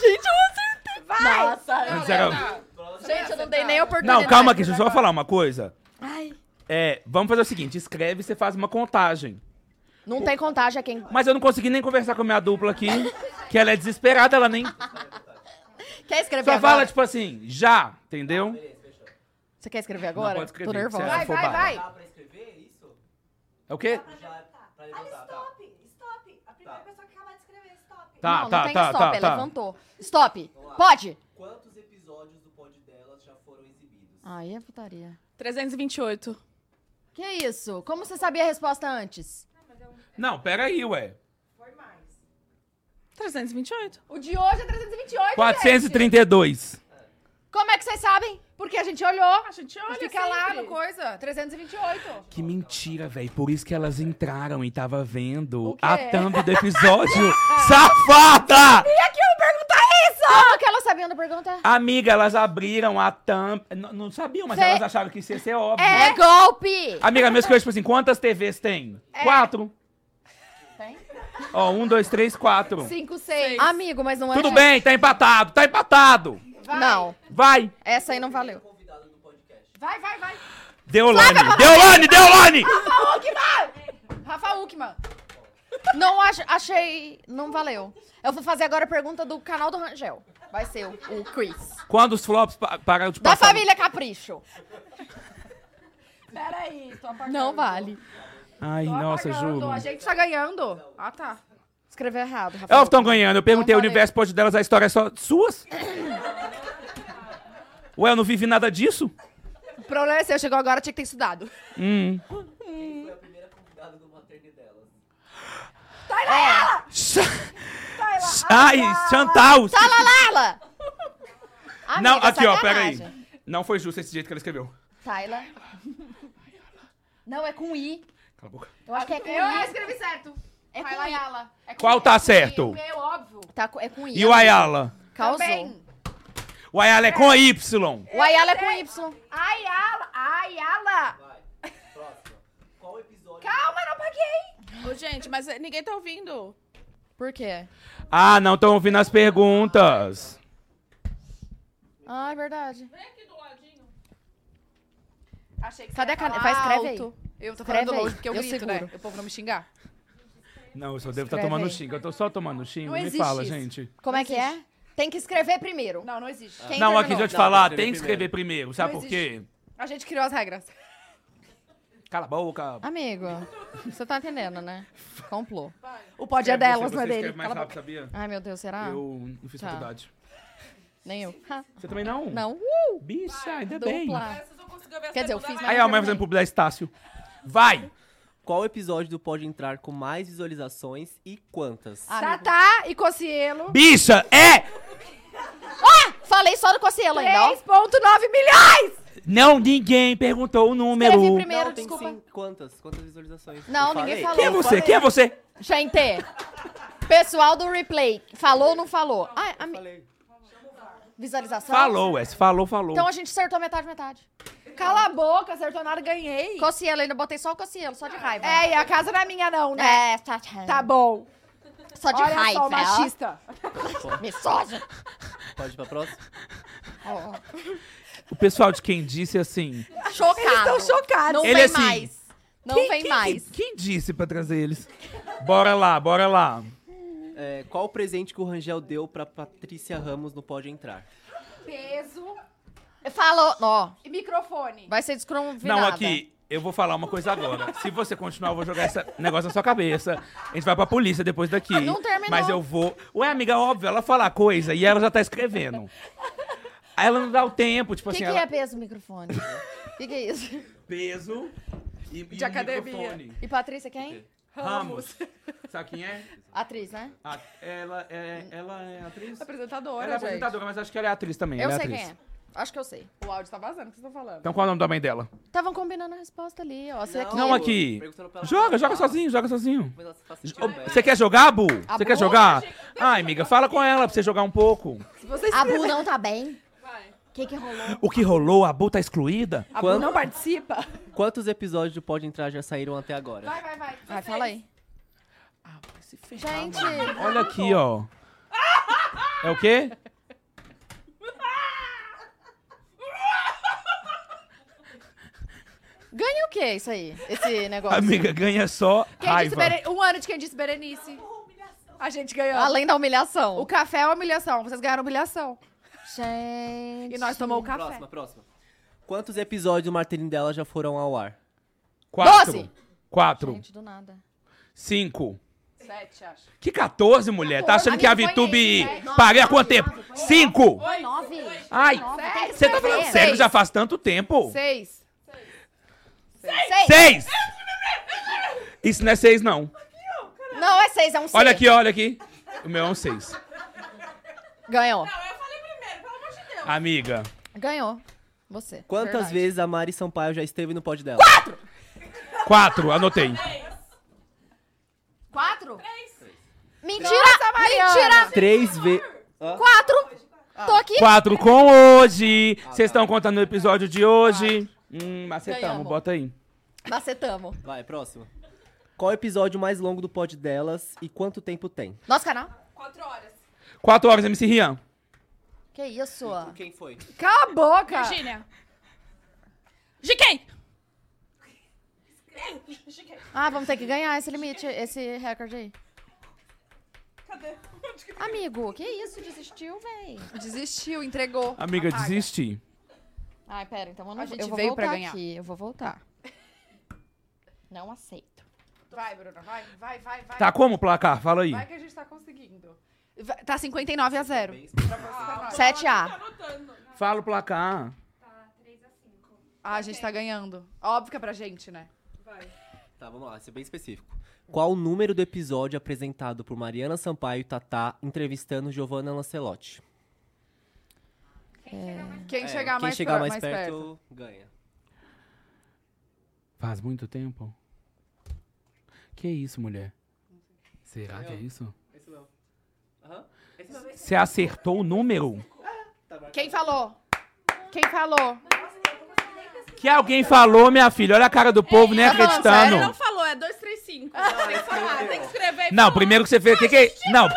Gente, eu acertei! Nossa, Antes era... gente, eu não dei nem oportunidade. Não, calma aqui, deixa eu só falar uma coisa. É, vamos fazer o seguinte, escreve e você faz uma contagem. Não tem contagem a quem... Mas eu não consegui nem conversar com a minha dupla aqui, que ela é desesperada, ela nem... Quer escrever Só agora? fala, tipo assim, já, entendeu? Você quer escrever agora? pode escrever, Tô nervosa. você é- Vai, vai, Afobada. vai. Dá pra escrever é isso? É o quê? Já Ah, pra levantar, tá? stop! Stop! A primeira Tá. pessoa que acabar de escrever, stop! Tá, não, tá, não tem tá, stop, tá, ela tá. levantou. Stop! lá. Pode! Quantos episódios do pod delas já foram exibidos? Aí é putaria. 328. Que isso? Como você sabia a resposta antes? Não, peraí, ué. 328. O de hoje é 328. 432. Como é que vocês sabem? Porque a gente olhou. A gente E olha fica lá no coisa. 328. Que mentira, velho. Por isso que elas entraram e tava vendo quê? a thumb do episódio. Safada! Como que elas sabiam da pergunta? é? Amiga, elas abriram a thumb. N- não sabiam, mas Cê- elas acharam que isso ia ser óbvio. É golpe! Amiga, mesmo que eu, tipo assim, quantas TVs tem? Quatro. É. Tem? Ó, um, dois, três, quatro. 5, 6. Amigo, mas não é... Tudo bem, tá empatado, tá empatado. Não, Vai! essa aí não valeu. Convidado do podcast. Vai, vai, vai. Deolane! Deolane! Deolane! Rafa Uckman. Não ach- achei. Não valeu. Eu vou fazer agora a pergunta do canal do Rangel. Vai ser o, o Chris. Quando os flops pa pararam de Da passar. família Capricho. Peraí, tô apagando. Não vale. Ai, Tô nossa, apagando. Júlio. A gente tá ganhando. Ah, tá. Escreveu errado, Rafael. Elas estão ganhando. Eu perguntei o Não valeu. universo pode delas, a história é só suas? Ué, eu não vivi nada disso? O problema é seu. Chegou agora, tinha que ter estudado. Hum. Quem foi a primeira convidada do Materne delas? Ch- Ai, Chantal! Talalala! Amiga, Não, aqui, ó, peraí. sacanagem. Não foi justo esse jeito que ela escreveu. Tayla. Não, é com I. Cala a boca. Eu acho que é com Eu I. escrevi certo. É com Vai I. Yala. É com Qual I. tá certo? Meu, óbvio. Tá, co- é com I. E o Ayala? Causou. Também. O Ayala é com Y. O Ayala é com Y. Ayala. Ayala. Vai. Próxima. Qual episódio? Calma, não paguei. Ô, gente, mas eh, ninguém tá ouvindo. Por quê? Ah, não estão ouvindo as perguntas. Ah, é verdade. Vem aqui do ladinho. Achei que Cadê você ia a caneta? falar Vai, escreve aí. alto. Ah, Eu tô Escreve falando aí, longe, porque eu, eu grito, seguro. né? O povo não me xingar. Não, eu só devo estar Escreve tomando aí. xinga. Eu tô só tomando xinga. Não Me existe fala, isso. gente. Como é que é? Tem que escrever primeiro. Não, não existe. Quem não, aqui terminou? deixa eu te Não. falar, escrever tem que escrever primeiro. Sabe Não por quê? A gente criou as regras. Cala a boca. Amigo, você tá entendendo, né? Complô. O pod é Escreve delas, você, não é você dele. escreve mais Cala a rápido, boca. Ah. sabia? Ai, meu Deus, será? Eu não fiz Tá. faculdade. Nem eu. Ha, Você também não? Não. Uh, Bicha, ainda bem. dupla. Vocês não conseguiram ver a Quer dizer, eu segunda, fiz vai. Aí a mãe fazendo publicidade Estácio. Vai! Qual episódio do Pode Entrar com mais visualizações e quantas? Ah, amigo. Tatá e Cocielo. Bicha, é! Falei só do Cossielo ainda, ó. 3,9 milhões! Não, ninguém perguntou o número. Escrevi primeiro, não, tem desculpa. sim. Quantas? Quantas visualizações? Não, Eu ninguém falei. falou. Quem é Eu você? Quem é você? Gente, pessoal do replay, falou ou não falou? Ah, ami- Falei. Visualização? Falou, Wes. Falou, falou. Então a gente acertou metade, metade. Cala a boca, acertou nada, ganhei. Cossielo, ainda botei só o Cossielo, só de raiva. É, e a casa não é minha não, né? É, tá, tá, Tá bom. só de Olha raiva. só, machista. Misógino. Pode ir pra próxima? Ó, ó. O pessoal de quem disse assim. Chocado. Eles estão chocados. Não Ele vem assim, mais. Não quem, vem quem- mais. Quem disse pra trazer eles? Bora lá, bora lá. É, qual o presente que o Rangel deu pra Patrícia Ramos no Pode Entrar? Peso. Falou, ó, E microfone. vai ser descronvinada. Não, aqui, eu vou falar uma coisa agora. Se você continuar, eu vou jogar esse negócio na sua cabeça. A gente vai pra polícia depois daqui. Ah, Não terminou. Mas eu vou. Ué, amiga, óbvio, ela fala a coisa e ela já tá escrevendo. Aí ela não dá o tempo, tipo O que, assim, que ela. é peso microfone? O que, que é isso? Peso e, e De um academia. microfone. E Patrícia quem? Ramos. Sabe quem é? Atriz, né? A- ela, é ela é atriz? Apresentadora, Ela é apresentadora, mas acho que ela é atriz também. eu ela é sei atriz. quem é. Acho que eu sei. gente. O áudio tá vazando, o que vocês estão falando? Então qual é o nome da mãe dela? Estavam combinando a resposta ali, ó. Você aqui. Não, aqui. Perguntando pra ela Joga, falar. joga sozinho, joga sozinho. Mas ela tá se faz Ô, sentido, velho. Você quer jogar, Bu? A Você é quer Bu? jogar? Ai, amiga, fala com ela pra você jogar um pouco. Se vocês... A Bu não tá bem? Vai. O que que rolou? O que rolou? A Bu tá excluída? A Bu Quando- não participa. Quantos episódios do Pode Entrar já saíram até agora? Vai, vai, vai. Vai, fala aí. Ah, Gente, Olha aqui, ó. É o quê? ganha o que isso aí? Esse negócio? Amiga, ganha só Quem disse raiva. Bere- Um ano de quem disse Berenice. A gente ganhou. Além da humilhação. O café é uma humilhação. Vocês ganharam humilhação. Gente. E nós tomamos o café. Próxima, próxima. Quantos episódios do Martelinho dela já foram ao ar? Quatro. Doze. Quatro. Gente, do nada. Cinco. Sete, acho. Que 14, mulher? Tá achando que a Amiga, foi VTube ele, né? paguei há quanto tempo? Cinco! Foi nove? Ai, Nove? Tem que você tá escrever. falando sério já faz tanto tempo? Seis. Seis! Isso não é seis, não. Não, é seis, é um seis. Olha aqui, olha aqui. O meu é um seis. Ganhou. Amiga. Ganhou. Você. Quantas Verdade. vezes a Mari Sampaio já esteve no pod dela? Quatro, anotei. Quatro? Mentira! mentira! Três vezes. Quatro! Tô aqui! Quatro com hoje. Vocês estão contando o episódio de hoje. Hum, macetamos, Ganhamos. bota aí. Macetamo. Vai, próximo. Qual episódio mais longo do pod delas e quanto tempo tem? Nosso canal? Quatro horas, MC Rian. Que isso? ó. Quem foi? Cala a boca! Virgínia. De quem? Ah, vamos ter que ganhar esse limite, esse recorde aí. Cadê? Amigo, que tá? isso? Desistiu, véi. Desistiu, entregou. Amiga, desisti. Ai, pera, então eu não A gente eu vou veio voltar pra ganhar. aqui. Eu vou voltar. Não aceito. Vai, Bruna, vai, vai, vai, vai. Tá como o placar? Fala aí. Vai que a gente tá conseguindo. Va- Tá 59 a 0. 7A. Fala o placar. Ah, a gente tá ganhando. Óbvio que é pra gente, né? Tá, vamos lá, ser bem específico. Qual o número do episódio apresentado por Mariana Sampaio e Tatá entrevistando Giovanna Lancelotti? Quem É, chegar, quem mais, chegar per- mais, perto, ganha. Faz muito tempo? Que isso, mulher? Será que é isso? Esse não. Aham. Esse não. é Você acertou o número? Quem falou? Quem falou? Tá Que alguém falou, minha filha. Olha a cara do povo, nem tá falando acreditando. sério? Não falou, é 235. Tem que falar, tem que escrever. e Não, falar. primeiro que você fez. Que que é? Não.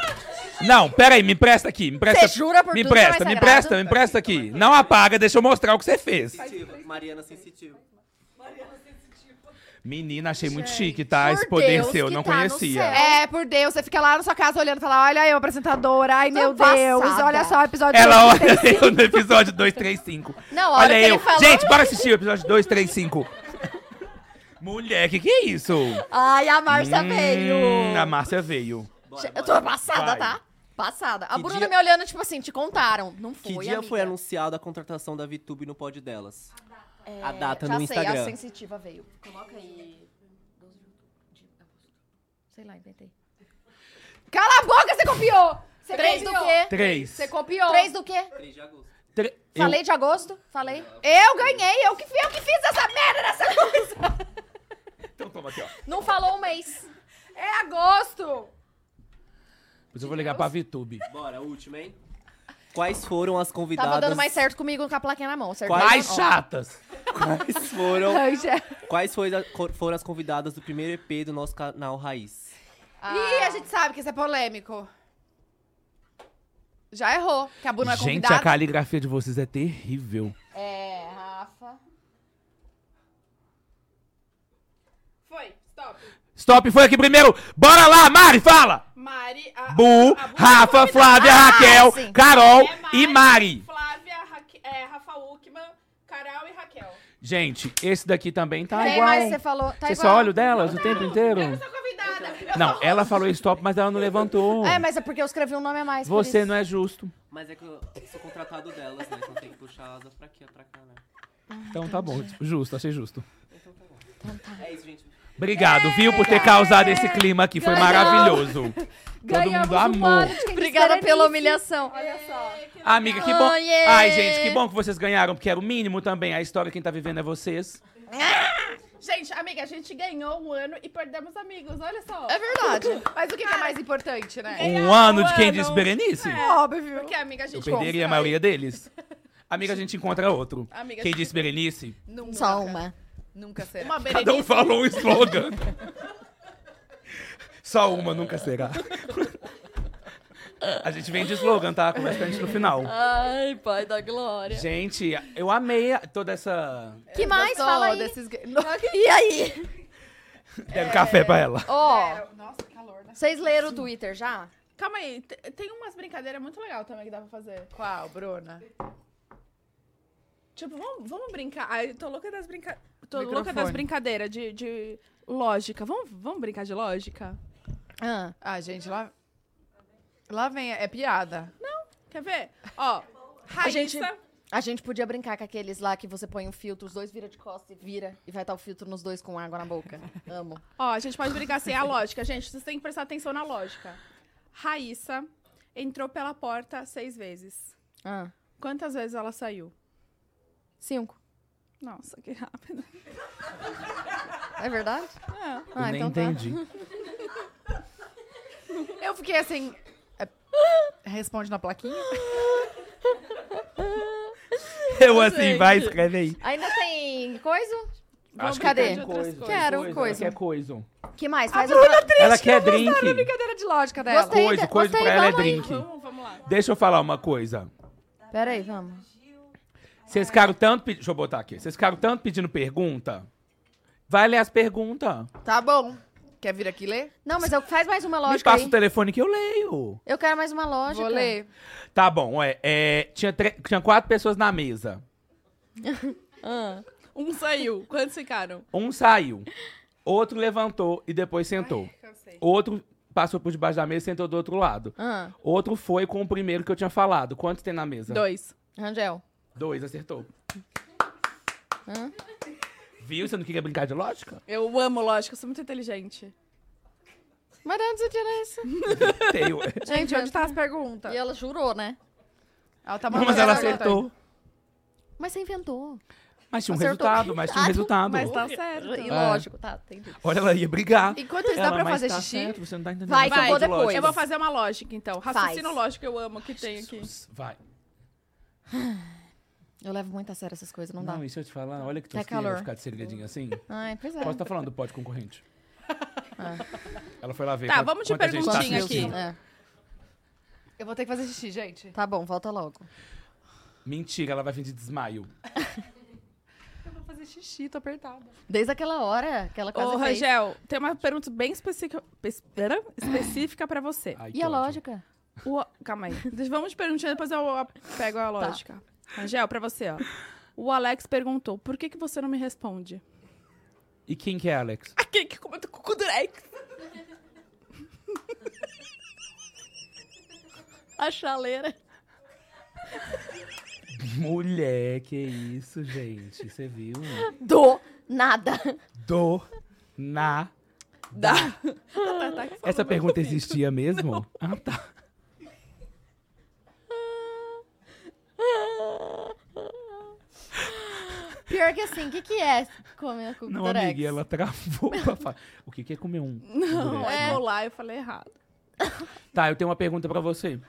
Não, peraí, me empresta aqui. Me empresta, Você jura por me tudo que é empresta, me mais sagrado? empresta, me empresta aqui. Não apaga, deixa eu mostrar o que você fez. Sensitiva, Mariana Sensitiva. Menina, achei muito chique, tá? por Esse poder Deus seu, que não tá no conhecia. céu. É, por Deus, você fica lá na sua casa olhando e fala: Olha eu, apresentadora, ai meu Tô Deus, passada. olha só o episódio Ela de hoje, olha tem eu no episódio 235. Não, a hora Olha que eu. ele falou. Gente, bora assistir o episódio 235. Mulher, que que é isso? Ai, a Márcia Hum, veio. A Márcia veio. Bora, Eu bora. tô passada, Vai. tá? Passada. A Que Bruna dia- me olhando, tipo assim, te contaram. Não foi, Que dia amiga. foi anunciada a contratação da VTube no pod delas? A data É, Já no sei, a Instagram. sensitiva veio. Coloca aí. Sei lá, inventei. Cala a boca, você copiou! Você Três do copiou. quê? Três. Você copiou. Três do quê? 3 de agosto. Tre- eu- Falei de agosto? Falei. Eu ganhei, eu que, fi- eu que fiz essa merda nessa coisa. Então toma aqui, ó. Não falou um mês. É agosto. Depois eu vou ligar pra VTube. Bora, última, hein? Quais foram as convidadas? Tava Tá dando mais certo comigo com a plaquinha na mão, certo? Quais- Mais Ó. chatas. Quais foram, Ih, quais foi a- co- foram as convidadas do primeiro EP do nosso canal Raiz? Ah. a gente sabe que isso é polêmico. Já errou, que a Bu não é Gente, a convidada. caligrafia de vocês é terrível. É, Rafa. Foi, stop. Stop, foi aqui primeiro. Bora lá, Mari, fala! Mari, a, a Bu, Bu foi Rafa, convidada. Flávia, Ah, Raquel, sim. Carol É e Mari. Flávia, Raque- é, Rafa Uckman, Gente, esse daqui também tá Tem, igual. mas você falou. Tá Você igual. só olha o delas o tempo inteiro? Não, ela falou stop, mas ela não levantou. É, mas é porque eu escrevi um nome a mais. por Você isso. não é justo. Mas é que eu sou contratado delas, né? Então tem que puxar a asa pra aqui, pra cá, né? Então tá bom, justo, achei justo. É isso, gente. Obrigado, viu, por ter causado esse clima aqui. Foi Ganhamos. maravilhoso. Todo Ganhamos mundo um amou. ano de quem Obrigada disse pela Berenice. humilhação. Amiga, que bom. Oiê. Ai, gente, que bom que vocês ganharam, porque era o mínimo também. A história quem tá vivendo é vocês. Gente, amiga, a gente ganhou um ano e perdemos amigos, olha só. É verdade. Mas o que, que é mais importante, né? Um ano de quem ano. diz Berenice. Óbvio. Porque, amiga, a gente Eu perderia a constrói. maioria deles. Amiga, a gente encontra outro. Amiga, Quem a gente- diz Berenice, Nunca, Só uma. Nunca será. Uma cada um Berenice, falou um slogan. Só uma nunca será. A gente vende slogan, tá? Conversa com a gente no final. Ai, pai da glória. É. Gente, eu amei a- toda essa. Que mais? Gostou Fala aí. desses ga- E aí? Deve café pra ela. Oh, Ó, Nossa, que calor, né? vocês leram o Twitter já? Calma aí, te- tem umas brincadeiras muito legais também que dá pra fazer. Qual, Bruna? Tipo, vamos, vamos brincar. Ai, tô louca das brincadeiras. Tô louca Microfone. das brincadeiras de, de lógica. Vamos, vamos brincar de lógica? Ah. Ah, gente, lá... Lá vem, é piada. Quer ver? Ó, Raíssa. gente- A gente podia brincar com aqueles lá que você põe um filtro, os dois vira de costas e vira, e vai estar o filtro nos dois com água na boca. Amo. Ó, a gente pode brincar assim, a lógica, gente. Vocês têm que prestar atenção na lógica. Raíssa entrou pela porta seis vezes. Ah. Quantas vezes ela saiu? Cinco. Nossa, que rápido. É verdade? Eu Ah, nem então tá. entendi. Eu fiquei assim... é- Responde na plaquinha. Eu assim, vai, escreve aí. Ainda tem coisa? Vamos, que cadê? tem coisa, tem Quero coisa. Ela quer coisa. Que mais? Faz outra. Ela quer drink. Brincadeira de lógica dela. Gostei. Coisa, coisa gostei, pra ela é vamos aí. drink. Vamos, vamos lá. Deixa eu falar uma coisa. Pera aí, vamos. Vocês ficaram tanto pedindo. Deixa eu botar aqui. Vocês ficaram tanto pedindo pergunta. Vai ler as perguntas. Tá bom. Quer vir aqui ler? Não, mas eu, faz mais uma Me lógica passa aí. o telefone que eu leio. Eu quero mais uma lógica. Vou ler. Tá bom, é. é, tinha, tre- tinha quatro pessoas na mesa. Um saiu. Quantos ficaram? Um saiu, outro levantou e depois sentou. outro passou por debaixo da mesa e sentou do outro lado. Ah, Outro foi com o primeiro que eu tinha falado. Quantos tem na mesa? Dois. Rangel. Dois, acertou. Hã? Viu? Você não queria brincar de lógica? Eu amo lógica, eu sou muito inteligente. Mas de onde você tira isso? Tem, ué. Gente, onde tá as perguntas? E ela jurou, né? Ela tá Não, mas mandando ela pergunta. acertou. Mas você inventou. Mas tinha um Acertou. Ah, resultado, mas tinha um resultado. Mas tá certo. E Ah. lógico, tá, entendi. Olha, ela ia brigar. Enquanto isso, Ela, dá pra mas fazer tá xixi? certo, você não tá entendendo. Vai, nada que eu vou de depois. lógica. Eu vou fazer uma lógica, então. Raciocínio Faz. lógico eu amo que tem aqui. Vai. Eu levo muito a sério essas coisas, não, Não, e se eu te falar, olha que Tá tosqueira calor. ficar de segredinho assim. dá. Ai, pois é. Posso estar falando do pódio concorrente? Ela foi lá ver. Tá, quant- vamos de quanta gente tá perguntinha aqui. assistindo. É, Eu vou ter que fazer xixi, gente. tá bom, volta logo. Mentira, ela vai vir de desmaio. Vou fazer xixi, tô apertada. Desde aquela hora que ela quase Ô, fez. Rangel, tem uma pergunta bem específica, pes- pera, específica pra você. Ai, que E a ódio. lógica? O- calma aí. Tá. Deixa- Vamos de perguntinha, depois eu eu pego a lógica. Rangel, pra você, ó. O Alex perguntou, por que, que você não me responde? E quem que é, Alex? Aquele que comenta com o Kudurex. A chaleira. Mulher, que isso, gente. Você viu? Do nada. Do na. Dá. Tá, Essa É. pergunta existia mesmo? Ah, tá. Pior que assim, o que, que é comer com Não, durex? amiga, ela travou pra falar. O que, que é comer um? Não, É. Vou lá, eu falei errado. Tá, eu tenho uma pergunta pra você.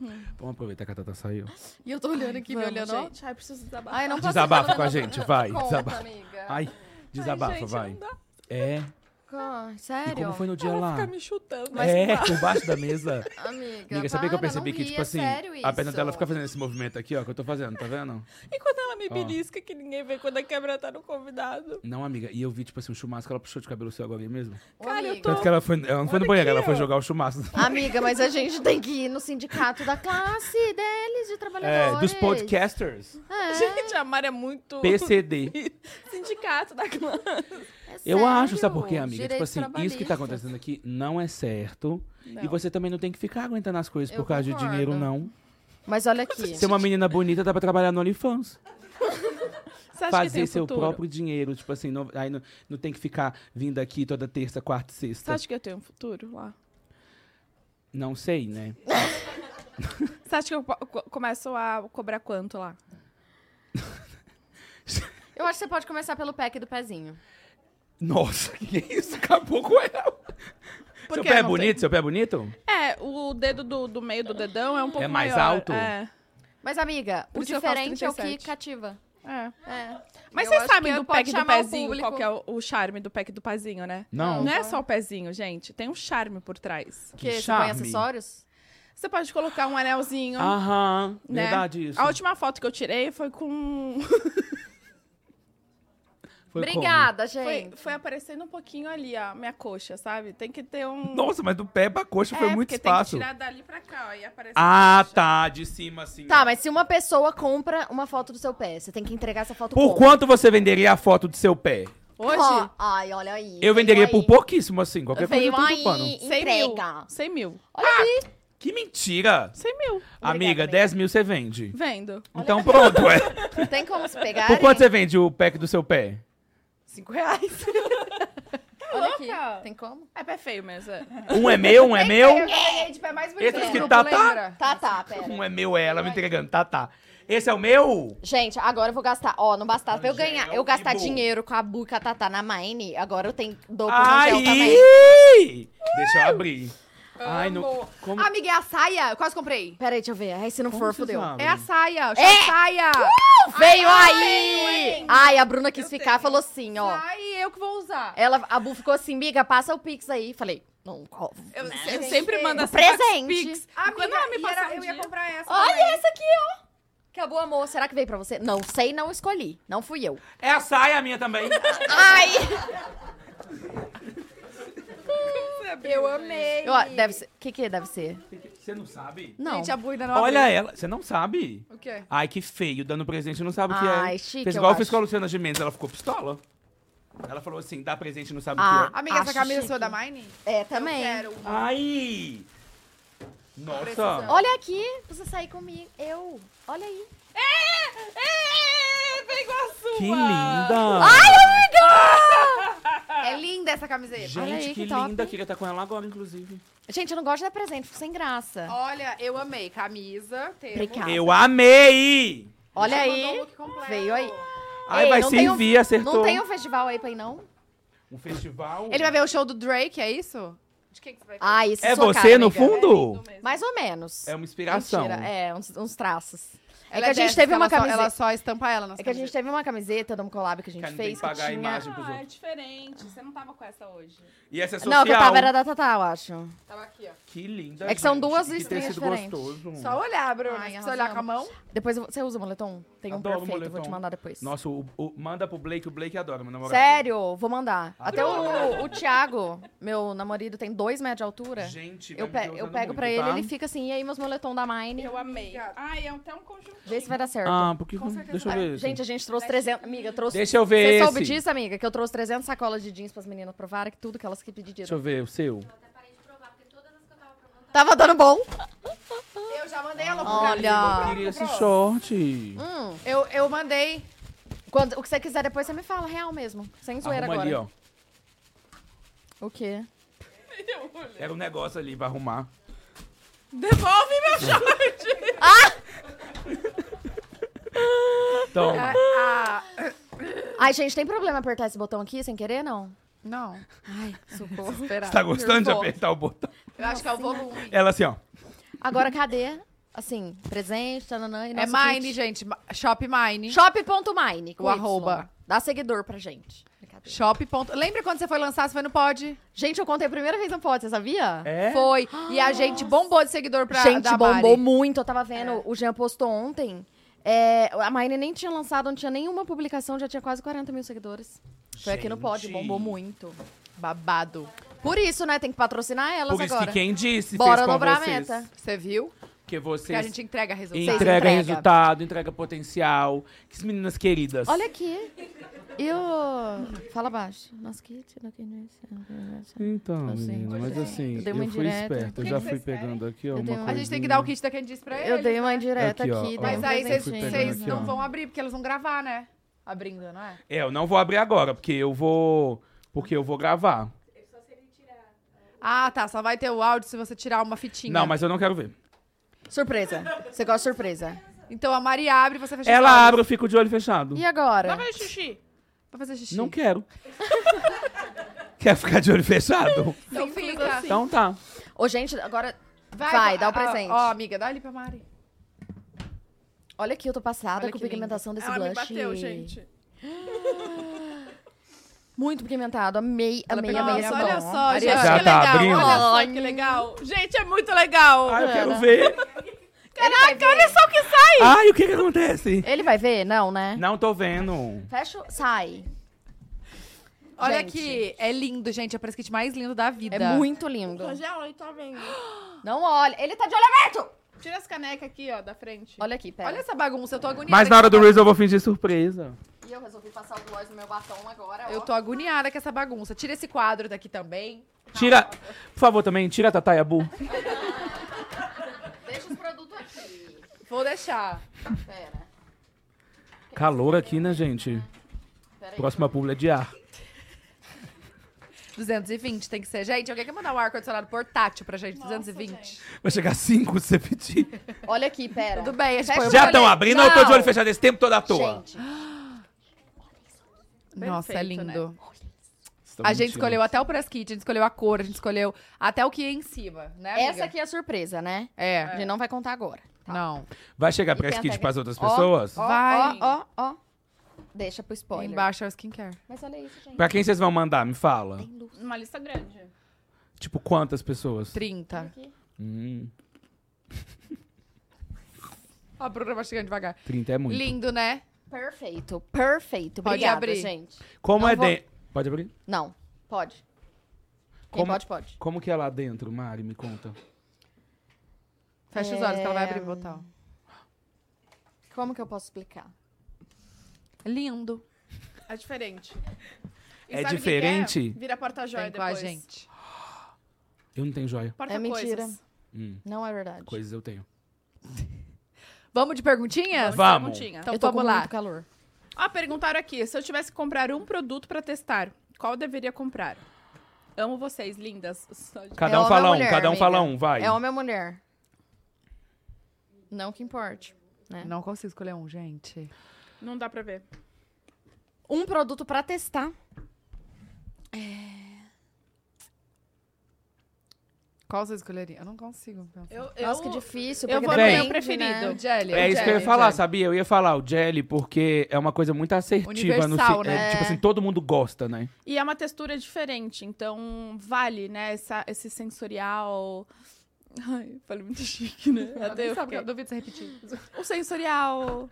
Hum. Vamos aproveitar que a Tata saiu. E eu tô olhando aqui, me olhando. ó. Gente, ai, preciso desabafar. Ai, não posso Desabafa falar com a nada, gente, não vai. conta, Desabafa. amiga. Ai, desabafa, gente, vai. não dá. É. Louca. E Sério? como foi no dia lá? Ficar me chutando. Ah. É, por baixo da mesa. Amiga, Amiga, sabia que eu para, percebi não que, ri, tipo é assim, sério a perna isso. dela fica fazendo esse movimento aqui, ó, que eu tô fazendo, tá vendo? E quando ela me Ó. belisca, que ninguém vê quando a câmera tá no convidado. Não, amiga, e eu vi, tipo assim, um chumaço que ela puxou de cabelo seu agora mesmo. Ô, Cara, eu amiga. Tanto que ela foi. Ela não foi no banheiro, ela foi jogar o chumaço. Amiga, mas a gente tem que ir no sindicato da classe deles, de trabalhadores. É, dos podcasters. É, Gente, a Mara é muito PCD. sindicato da clã. é Eu acho, sabe sério. por quê, amiga? tipo Direitos assim, isso que tá trabalhistas. acontecendo aqui não é certo. Não. E você também não tem que ficar aguentando as coisas Eu por causa de concordo. dinheiro, não. Mas olha aqui. Ser uma menina bonita dá pra trabalhar no Você OnlyFans. acha que tem um Fazer seu futuro? próprio dinheiro. Tipo assim, não, aí não, não tem que ficar vindo aqui toda terça, quarta e Você sexta. acha que eu tenho um futuro lá? Não sei, né? Você acha que eu po- co- começo a cobrar quanto lá? Eu acho que você pode começar pelo pack do pezinho. Nossa, que é isso? Acabou com ela. Por seu que pé é não bonito? Seu pé é bonito? É, o dedo do, do meio do dedão é um pouco mais maior. alto? É, Mas, amiga, Por o isso que eu faço diferente é o que 37. cativa. é. É. Mas Eu vocês acho sabem que do pode pack do chamar o pezinho, qual público. que é o, o charme do pack do pezinho, né? Não. Não é só o pezinho, gente. Tem um charme por trás. Porque você charme. põe acessórios? Você pode colocar um anelzinho. Aham, Né? Ah, verdade isso. A última foto que eu tirei foi com. Foi como? Obrigada, Foi, gente. foi aparecendo um pouquinho ali, a minha coxa, sabe? Tem que ter um. Nossa, mas do pé pra coxa foi É, muito porque espaço. Tem que tirar dali pra cá, ó, e aparece. a Ah, coxa. tá, de cima assim. Tá, mas se uma pessoa compra uma foto do seu pé, você tem que entregar essa foto Por como? quanto você venderia a foto do seu pé? Hoje, Ó, ai, olha aí. Eu venderia veio por aí. pouquíssimo, assim, qualquer coisa eu Veio tô pano. aí, 100 mil. entrega. 100 mil. Que mentira! 100 mil. Amiga, amiga. 10 mil você vende. Vendo. Então pronto, é. Tem como se pegar? Por quanto você vende o pack do seu pé? 5 reais. Olha aqui. Tem como? É pé feio mesmo. é. Um é meu, um é meu. ganhei tipo, é de pé mais Esse tá escrito bonito. tá, tá. Tá, tá, pera. Um é meu, é ela me entregando, tá, tá. Esse é o meu? Gente, Gente, agora eu vou gastar. Ó, não bastava eu Rangel ganhar, eu gastar e Bu. dinheiro com a buca a Tatá na Mine, agora eu tenho dou pro Rangel também. Aí! Deixa eu abrir. Ai, não. Como, Amiga, é a saia? Eu quase comprei. Peraí, deixa eu ver. Aí se não como for, você fodeu. sabe? É a saia, chama É! saia. Veio aí! Ai, a Bruna quis ficar, falou assim, ó. Ai, eu que vou usar. Ela, a Bu ficou assim, miga, passa o Pix aí. Falei, não, qual? Eu, eu sempre mando assim. presente. Pix. Amiga, Quando ela me e passar era- um eu ia dia- comprar essa. também. Olha essa aqui, ó. Acabou, amor. Será que veio pra você? Não sei, não escolhi. Não fui eu. É a saia minha também. Ai! Eu amei. é Ó, deve ser. O que que deve ser? Você não sabe? Não. Gente, a buina não Olha ela. Você não sabe? O quê? Ai, que feio. Dando presente não sabe o que é. Ai, chique, Fez eu igual eu acho. fiz com a Luciana Gimenez, ela ficou pistola. Ela falou assim, dá presente não sabe o Ah. que é. Amiga, essa Acho camisa chique. sua da Mine? É, também. Eu quero. Ah. Ai! Nossa! Precisando. Olha aqui, pra você sair comigo. Eu. Olha aí. É, pegou a sua. Que linda! É linda essa camiseta. Gente, Olha aí, que, que top, linda! hein? Queria estar com ela agora, inclusive. Gente, eu não gosto de dar presente, fico sem graça. Olha, eu amei. Camisa, temos. Obrigada. Eu amei! Olha Você mandou um o aí. look completo. Veio aí. Ai, Ei, vai não se tem um- envia, acertou. Não tem um festival aí pra ir, não? Um festival. Ele vai ver o show do Drake, é isso? De quem que você vai ver? Ah, isso É sua você, cara, no amiga. fundo? Mais ou menos. É uma inspiração. Mentira, é, uns, uns traços. É Ela que a gente dessas teve ela uma só- camiseta. ela só estampa ela nas É que a gente teve uma camiseta de um collab que a gente Cara, não tem que fez pagar a tinha... imagem pros Ah, é outros. diferente. Você não tava com essa hoje. E essa é social. Não, que eu tava era da Tatá, eu acho. Tava aqui, ó. Que linda, É que são gente. duas que estrelas tecido diferentes. gostoso. Só olhar, Bruno. Ai, Se você olhar com a mão. Depois eu vou- você usa o moletom? Tem um Adoro perfeito, eu vou moletom. te mandar depois. Nossa, o, o- manda pro Blake, o Blake adora, meu namorado. Sério, vou mandar. Até Adoro. o, o Thiago, meu namorado, tem dois metros de altura. Gente, vai eu, me pe- ver eu usando pego muito, pra ele, tá? ele fica assim, e aí meus moletom da Mine? Eu amei. Ai, é até um conjunto. Vê se vai dar certo. Ah, porque. Com certeza Deixa eu vai. ver. esse. Gente, a gente trouxe 300. Amiga, eu trouxe. Deixa eu ver. Você esse. soube disso, amiga? Que eu trouxe 300 sacolas de jeans pras meninas provarem, que tudo que elas que Deixa pediram. eu ver o seu. Tava dando bom. Eu já mandei ela pro Olha. Eu queria esse short. Hum. Eu, eu mandei. Quando, o que você quiser depois, você me fala, real mesmo. Sem zoeira Arruma agora. ali, ó. O quê? Era um negócio ali, vai arrumar. Devolve meu short. Ah! Então, Ah, Ai, gente, tem problema apertar esse botão aqui sem querer, não? não. Ai, socorro. Espera. você tá gostando de apertar o botão? Eu acho que é o volume. Ela assim, ó. Agora cadê? Assim, presente, tananã. e É nosso Mine, kit. gente. Ma- Shop Mine. Shop.mine. com O Y. arroba. Dá seguidor pra gente. Brincadeira. Shop. ponto- Lembra quando você foi lançar, você foi no Pod? Gente, eu contei a primeira vez no pod, você sabia? É? Foi. E a gente bombou de seguidor pra gente, da Mari. bombou muito. Eu tava vendo, o Jean postou ontem. É, a Marina nem tinha lançado, não tinha nenhuma publicação, já tinha quase 40 mil seguidores. Foi aqui no pod, Gente. bombou muito. Babado. Por isso, né? Tem que patrocinar elas Por isso agora. que quem disse Bora fez com dobrar a vocês. meta. Você viu? Porque Que a vocês gente entrega resultado. entregam entrega. resultado, entrega potencial. Que meninas queridas. Olha aqui. E o. Fala baixo. Nossa, que. Então, Eu sei, menina, mas eu assim, Eu dei eu, uma fui indireta. O esperto. Eu que já que fui vocês querem? pegando aqui, ó, Eu uma dei uma- A gente tem que dar o kit da Candice pra eles. Eu dei um- uma né? indireta Aqui, aqui. ó, ó. Mas aí Eu vocês fui presentinho. pegando vocês aqui, não ó. vão abrir, porque elas vão gravar, né? Abrindo, não é? É, eu não vou abrir agora, porque eu vou. Porque eu vou gravar. Ah, tá. Só vai ter o áudio se você tirar uma fitinha. Não, mas eu não quero ver. Surpresa. Você gosta de surpresa. Então a Mari abre e você fecha os Ela olhos. abre, eu fico de olho fechado. E agora? Vai, xixi. Vai fazer xixi. Não quero. Quer ficar de olho fechado? Então fica. Então tá. Ô, gente, agora. Vai, Vai, dá o ó, presente. Ó, amiga, dá ali pra Mari. Olha aqui, eu tô passada Olha com a que lindo. pigmentação desse Ela blush. me bateu, gente. Muito pigmentado. Amei, amei, pegou amei. Nossa, esse olha batom. só, é Maria, gente. Já que tá legal. abrindo? Olha só Olha que legal. Gente, é muito legal. Ah, eu quero ver. Caraca, olha só o que sai. Ai, o que que acontece? Ele vai ver? Não, né? Não tô vendo. Fecha, o- sai. Olha Gente. aqui. É lindo, gente. É o press kit mais lindo da vida. É muito lindo. Rangel, ele tá vendo. Não olha. Ele tá de olho aberto. Tira as canecas aqui, ó, da frente. Olha aqui, pera. Olha essa bagunça. Eu tô agoniada. Mas na com hora do essa Reels eu vou fingir surpresa. E eu resolvi passar o gloss no meu batom agora, Eu tô agoniada com essa bagunça. Tira esse quadro daqui também. Tira. Por favor, também, tira a Tatá e a Bu. Deixa os produtos aqui. Vou deixar. Pera. Calor aqui, né, gente? Próxima publi é de ar. 220 tem que ser. Gente, alguém quer mandar um ar-condicionado portátil pra gente? 220. Vai chegar cinco se você pedir. Olha aqui, pera. Tudo bem, a gente Fecha põe o o olho. Já olhei. estão abrindo ou eu tô de Não. olho fechado esse tempo todo à toa? Gente, Nossa, é né? Perfeito, lindo. Estão A gente mentindo. escolheu até o press kit, a gente escolheu a cor, a gente escolheu até o que ia em cima, né, amiga? essa aqui é a surpresa, né? É, A gente tá. não vai contar agora. não. Vai chegar E press tem kit até- pras outras Ó, pessoas? Ó, Vai. Ó, ó, ó. Deixa pro spoiler. Embaixo é o skincare. Mas olha isso, gente. Pra quem vocês vão mandar, me fala. Uma lista grande. Tipo, quantas pessoas? 30. Hum, A Bruna vai chegando devagar. 30 é muito. Lindo, né? Perfeito, perfeito. Pode Obrigada, abrir. gente. Como Não é vou- dentro. Pode abrir? Não, pode. Quem Como- pode, pode. Como que é lá dentro, Mari? Me conta. Fecha os olhos que ela vai É. abrir o botão. Como que eu posso explicar? Lindo. É diferente. E É sabe o que diferente? que é? Vira porta-joia Vem com a depois. gente. Eu não tenho joia. Porta É mentira. coisas. Hum, Não é verdade. coisas eu tenho. Vamos de perguntinhas? Vamos. Perguntinha. Então eu tô vamos com lá. muito calor. Ah, perguntaram aqui, se eu tivesse que comprar um produto pra testar, qual deveria comprar? Amo vocês, lindas. Só de- Cada É um homem fala ou um, mulher, cada um amiga? fala um, vai. É homem ou mulher? Não que importe. Não consigo escolher um, gente. Não dá pra ver. Um produto pra testar. Qual você escolheria? Eu não consigo. pensar. Eu, Nossa, que difícil. eu porque vou no Bem. meu depende, preferido. né? Jelly. É o isso que eu ia jelly, falar, jelly. sabia? Eu ia falar o jelly, porque é uma coisa muito assertiva. No, Universal, se- né? é, tipo assim, todo mundo gosta, né? E é uma textura diferente, então vale, né? Essa, esse sensorial. Ai, falei muito chique, né? Até eu Sabe, fiquei... eu duvido você repetir. O sensorial.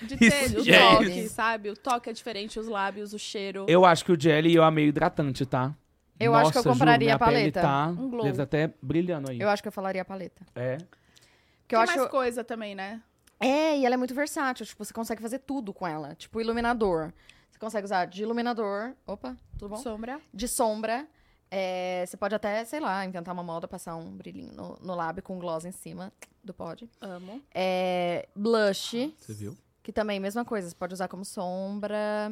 De Isso, ter o gente. toque, sabe? O toque é diferente, os lábios, o cheiro. Eu acho que o jelly eu amei hidratante, tá? Eu Nossa, acho que eu juro, compraria minha a paleta. Pele tá, Um glow. Deve tá até brilhando aí. Eu acho que eu falaria a paleta. É. Porque Tem eu acho. mais coisa também, né? É, e ela é muito versátil. Tipo, você consegue fazer tudo com ela. Tipo, iluminador. Você consegue usar de iluminador. Opa, tudo bom? Sombra. De sombra. É, você pode até, sei lá, inventar uma moda, passar um brilhinho no, no lábio com um gloss em cima do pod. Amo. É, blush, Você viu? que também é a mesma coisa. Você pode usar como sombra.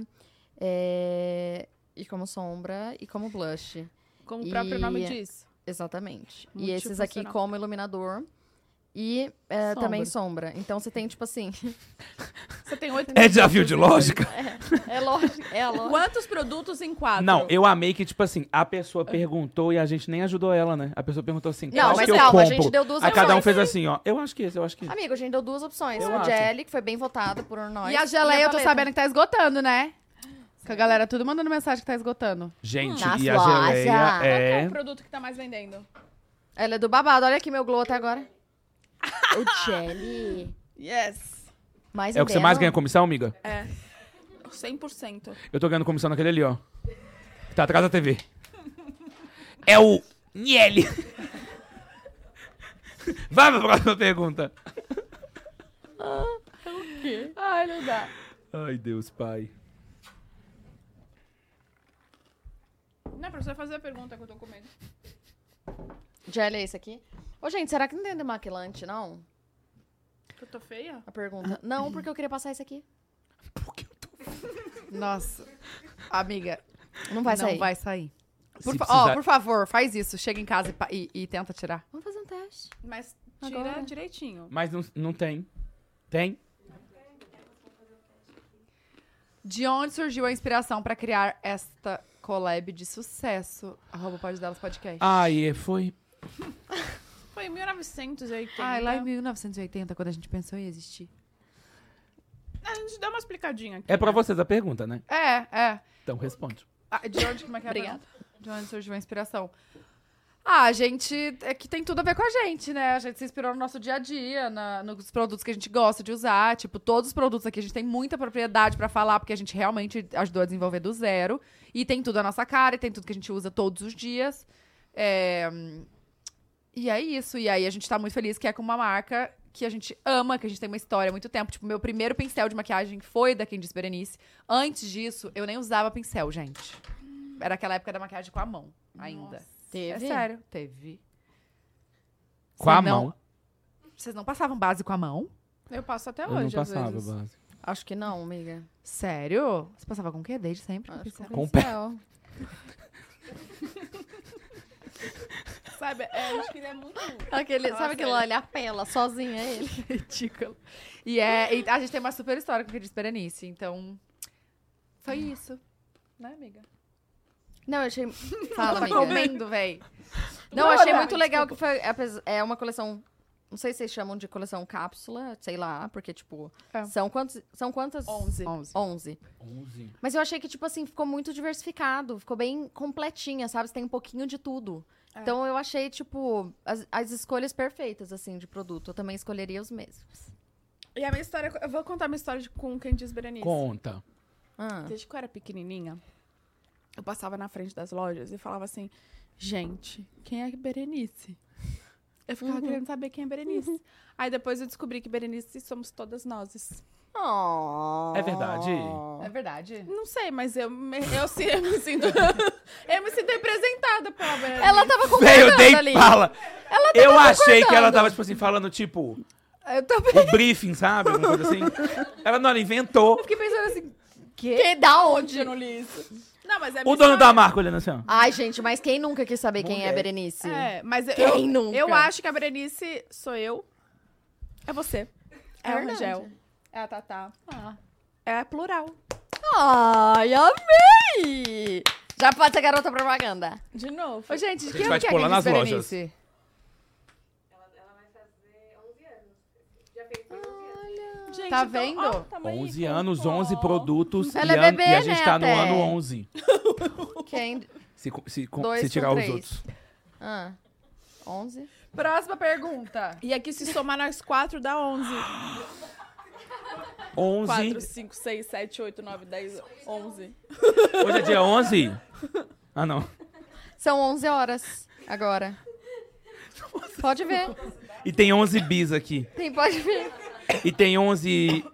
é, e como sombra e como blush. Como o próprio nome E- diz. Exatamente. E esses aqui Multifuncional. como iluminador. E é, Sombra. também sombra. Então você tem, tipo assim. Você tem oito É desafio de lógica? é lógico. É lógico. Quantos produtos em quatro? Não, eu amei que, tipo assim, a pessoa perguntou e a gente nem ajudou ela, né? A pessoa perguntou assim, Não, qual mas que eu calma, a compro? gente deu duas Aí cada um opções. fez assim, ó. Eu acho que esse, eu acho que esse. Amigo, a gente deu duas opções. Eu o acho. jelly, que foi bem votado por nós. E a geleia, eu tô paleta. sabendo que tá esgotando, né? Com a galera tudo mandando mensagem que tá esgotando. Gente, Nas e a lojas. geleia Qual que é é... o produto que tá mais vendendo? Ela é do babado. Olha aqui meu glow até agora. O Jelly. Yes. Mais É o que você interno. mais ganha comissão, amiga? 100%. Eu tô ganhando comissão naquele ali, ó. Que tá atrás da TV. É o Niele. Vai pra próxima pergunta. Ah, é Ai, não dá. Ai, Deus, pai. Não, pra você fazer a pergunta que eu tô comendo. Jelly é esse aqui. Ô, gente, será que não tem demaquilante, não? Que eu tô feia? A pergunta. Não, porque eu queria passar esse aqui. Nossa. Amiga, Não vai sair. não vai sair. Por, Se fa- precisar- ó, por favor, faz isso. Chega em casa e pa- e, e tenta tirar. Vamos fazer um teste. Mas tira Agora. direitinho. Mas não, não tem. Tem? De onde surgiu a inspiração pra criar esta collab de sucesso? Arroba pode delas podcast. Ai, foi... Foi em 1980. Ah, é lá em 1980, quando a gente pensou em existir. A gente deu uma explicadinha aqui. É pra vocês a pergunta, né? É, é. Então, responde. Ah, de onde, como é que é a Obrigada. pergunta? De onde surgiu a inspiração? Ah, a gente é que tem tudo a ver com a gente, né? A gente se inspirou no nosso dia a dia, na- nos produtos que a gente gosta de usar. Tipo, todos os produtos aqui a gente tem muita propriedade pra falar, porque a gente realmente ajudou a desenvolver do zero. E tem tudo a nossa cara, e tem tudo que a gente usa todos os dias. É, E é isso. E aí a gente tá muito feliz que é com uma marca que a gente ama, que a gente tem uma história há muito tempo. Tipo, meu primeiro pincel de maquiagem foi da Candice Berenice. Antes disso, eu nem usava pincel, gente. Era aquela época da maquiagem com a mão, ainda. É Teve? sério, teve. Com a Vocês não- mão. Vocês não passavam base com a mão? Eu passo até Eu não é hoje, passava, às vezes. base. Acho que não, amiga. Sério? Você passava com o quê? Desde sempre? Acho que pincel? Com o pé. Sabe, é, eu acho que ele é muito... Aquele, Nossa, sabe aquilo ele- lá? Ele apela sozinha é ele. Ridículo. E, é, e a gente tem uma super história com a Candice Berenice, então... Foi isso. Né, amiga? Não, eu achei. Fala, tá amiga. comendo, véi. Não, eu achei Não, muito não, legal que foi. apes- É uma coleção. Não sei se vocês chamam de coleção cápsula, sei lá, porque, tipo. É. São, quantos, são quantas? 11. 11. 11. 11. Mas eu achei que, tipo assim, ficou muito diversificado. Ficou bem completinha, sabe? Você tem um pouquinho de tudo. É. Então eu achei, tipo, as, as escolhas perfeitas, assim, de produto. Eu também escolheria os mesmos. E a minha história... Eu vou contar a minha história de, com quem diz Berenice. Conta. Ah. Desde que eu era pequenininha, eu passava na frente das lojas e falava assim, gente, quem é Berenice? Eu ficava querendo saber quem é Berenice. Aí depois eu descobri que Berenice somos todas nós. É verdade? É verdade? Não sei, mas eu, me- eu, sim- eu me sinto... eu me sinto representada pela Berenice. Ela tava com Véi, eu dei ali. fala. eu achei que ela concordando. tava, tipo assim, falando, tipo, Eu tô o briefing, sabe? Alguma coisa assim. Ela não, ela inventou. fiquei pensando assim... Quê? Que da onde? Eu não li isso. Não, mas é O dono da marca olhando assim, ó. Ai, gente, mas quem nunca quis saber quem é Mulher. a Berenice? É, mas eu, Quem eu, nunca? eu acho que a Berenice sou eu. É você. É, o verdade. Rangel. É a Tatá. É plural. Ai, amei! Já pode ser garota propaganda. De novo. Ô, gente, de gente que ano vai que te é pôr lá Candice nas lojas. Berenice? Gente, Tá então, vendo? ó, tamo aí, 11 com- um anos, ó. 11 produtos. Ela e, é ano- bebê, e a gente né, tá no até? ano 11. Quem? Se, co- se, co- Dois se com tirar os três. outros. Ah, 11. Próxima pergunta. E aqui se somar nós quatro dá 11. 11. 4, 5, 6, 7, 8, 9, 10, 11. Hoje é dia 11? Ah, não. São 11 horas agora. Pode ver. E tem 11 bis aqui. Tem, pode ver. E tem 11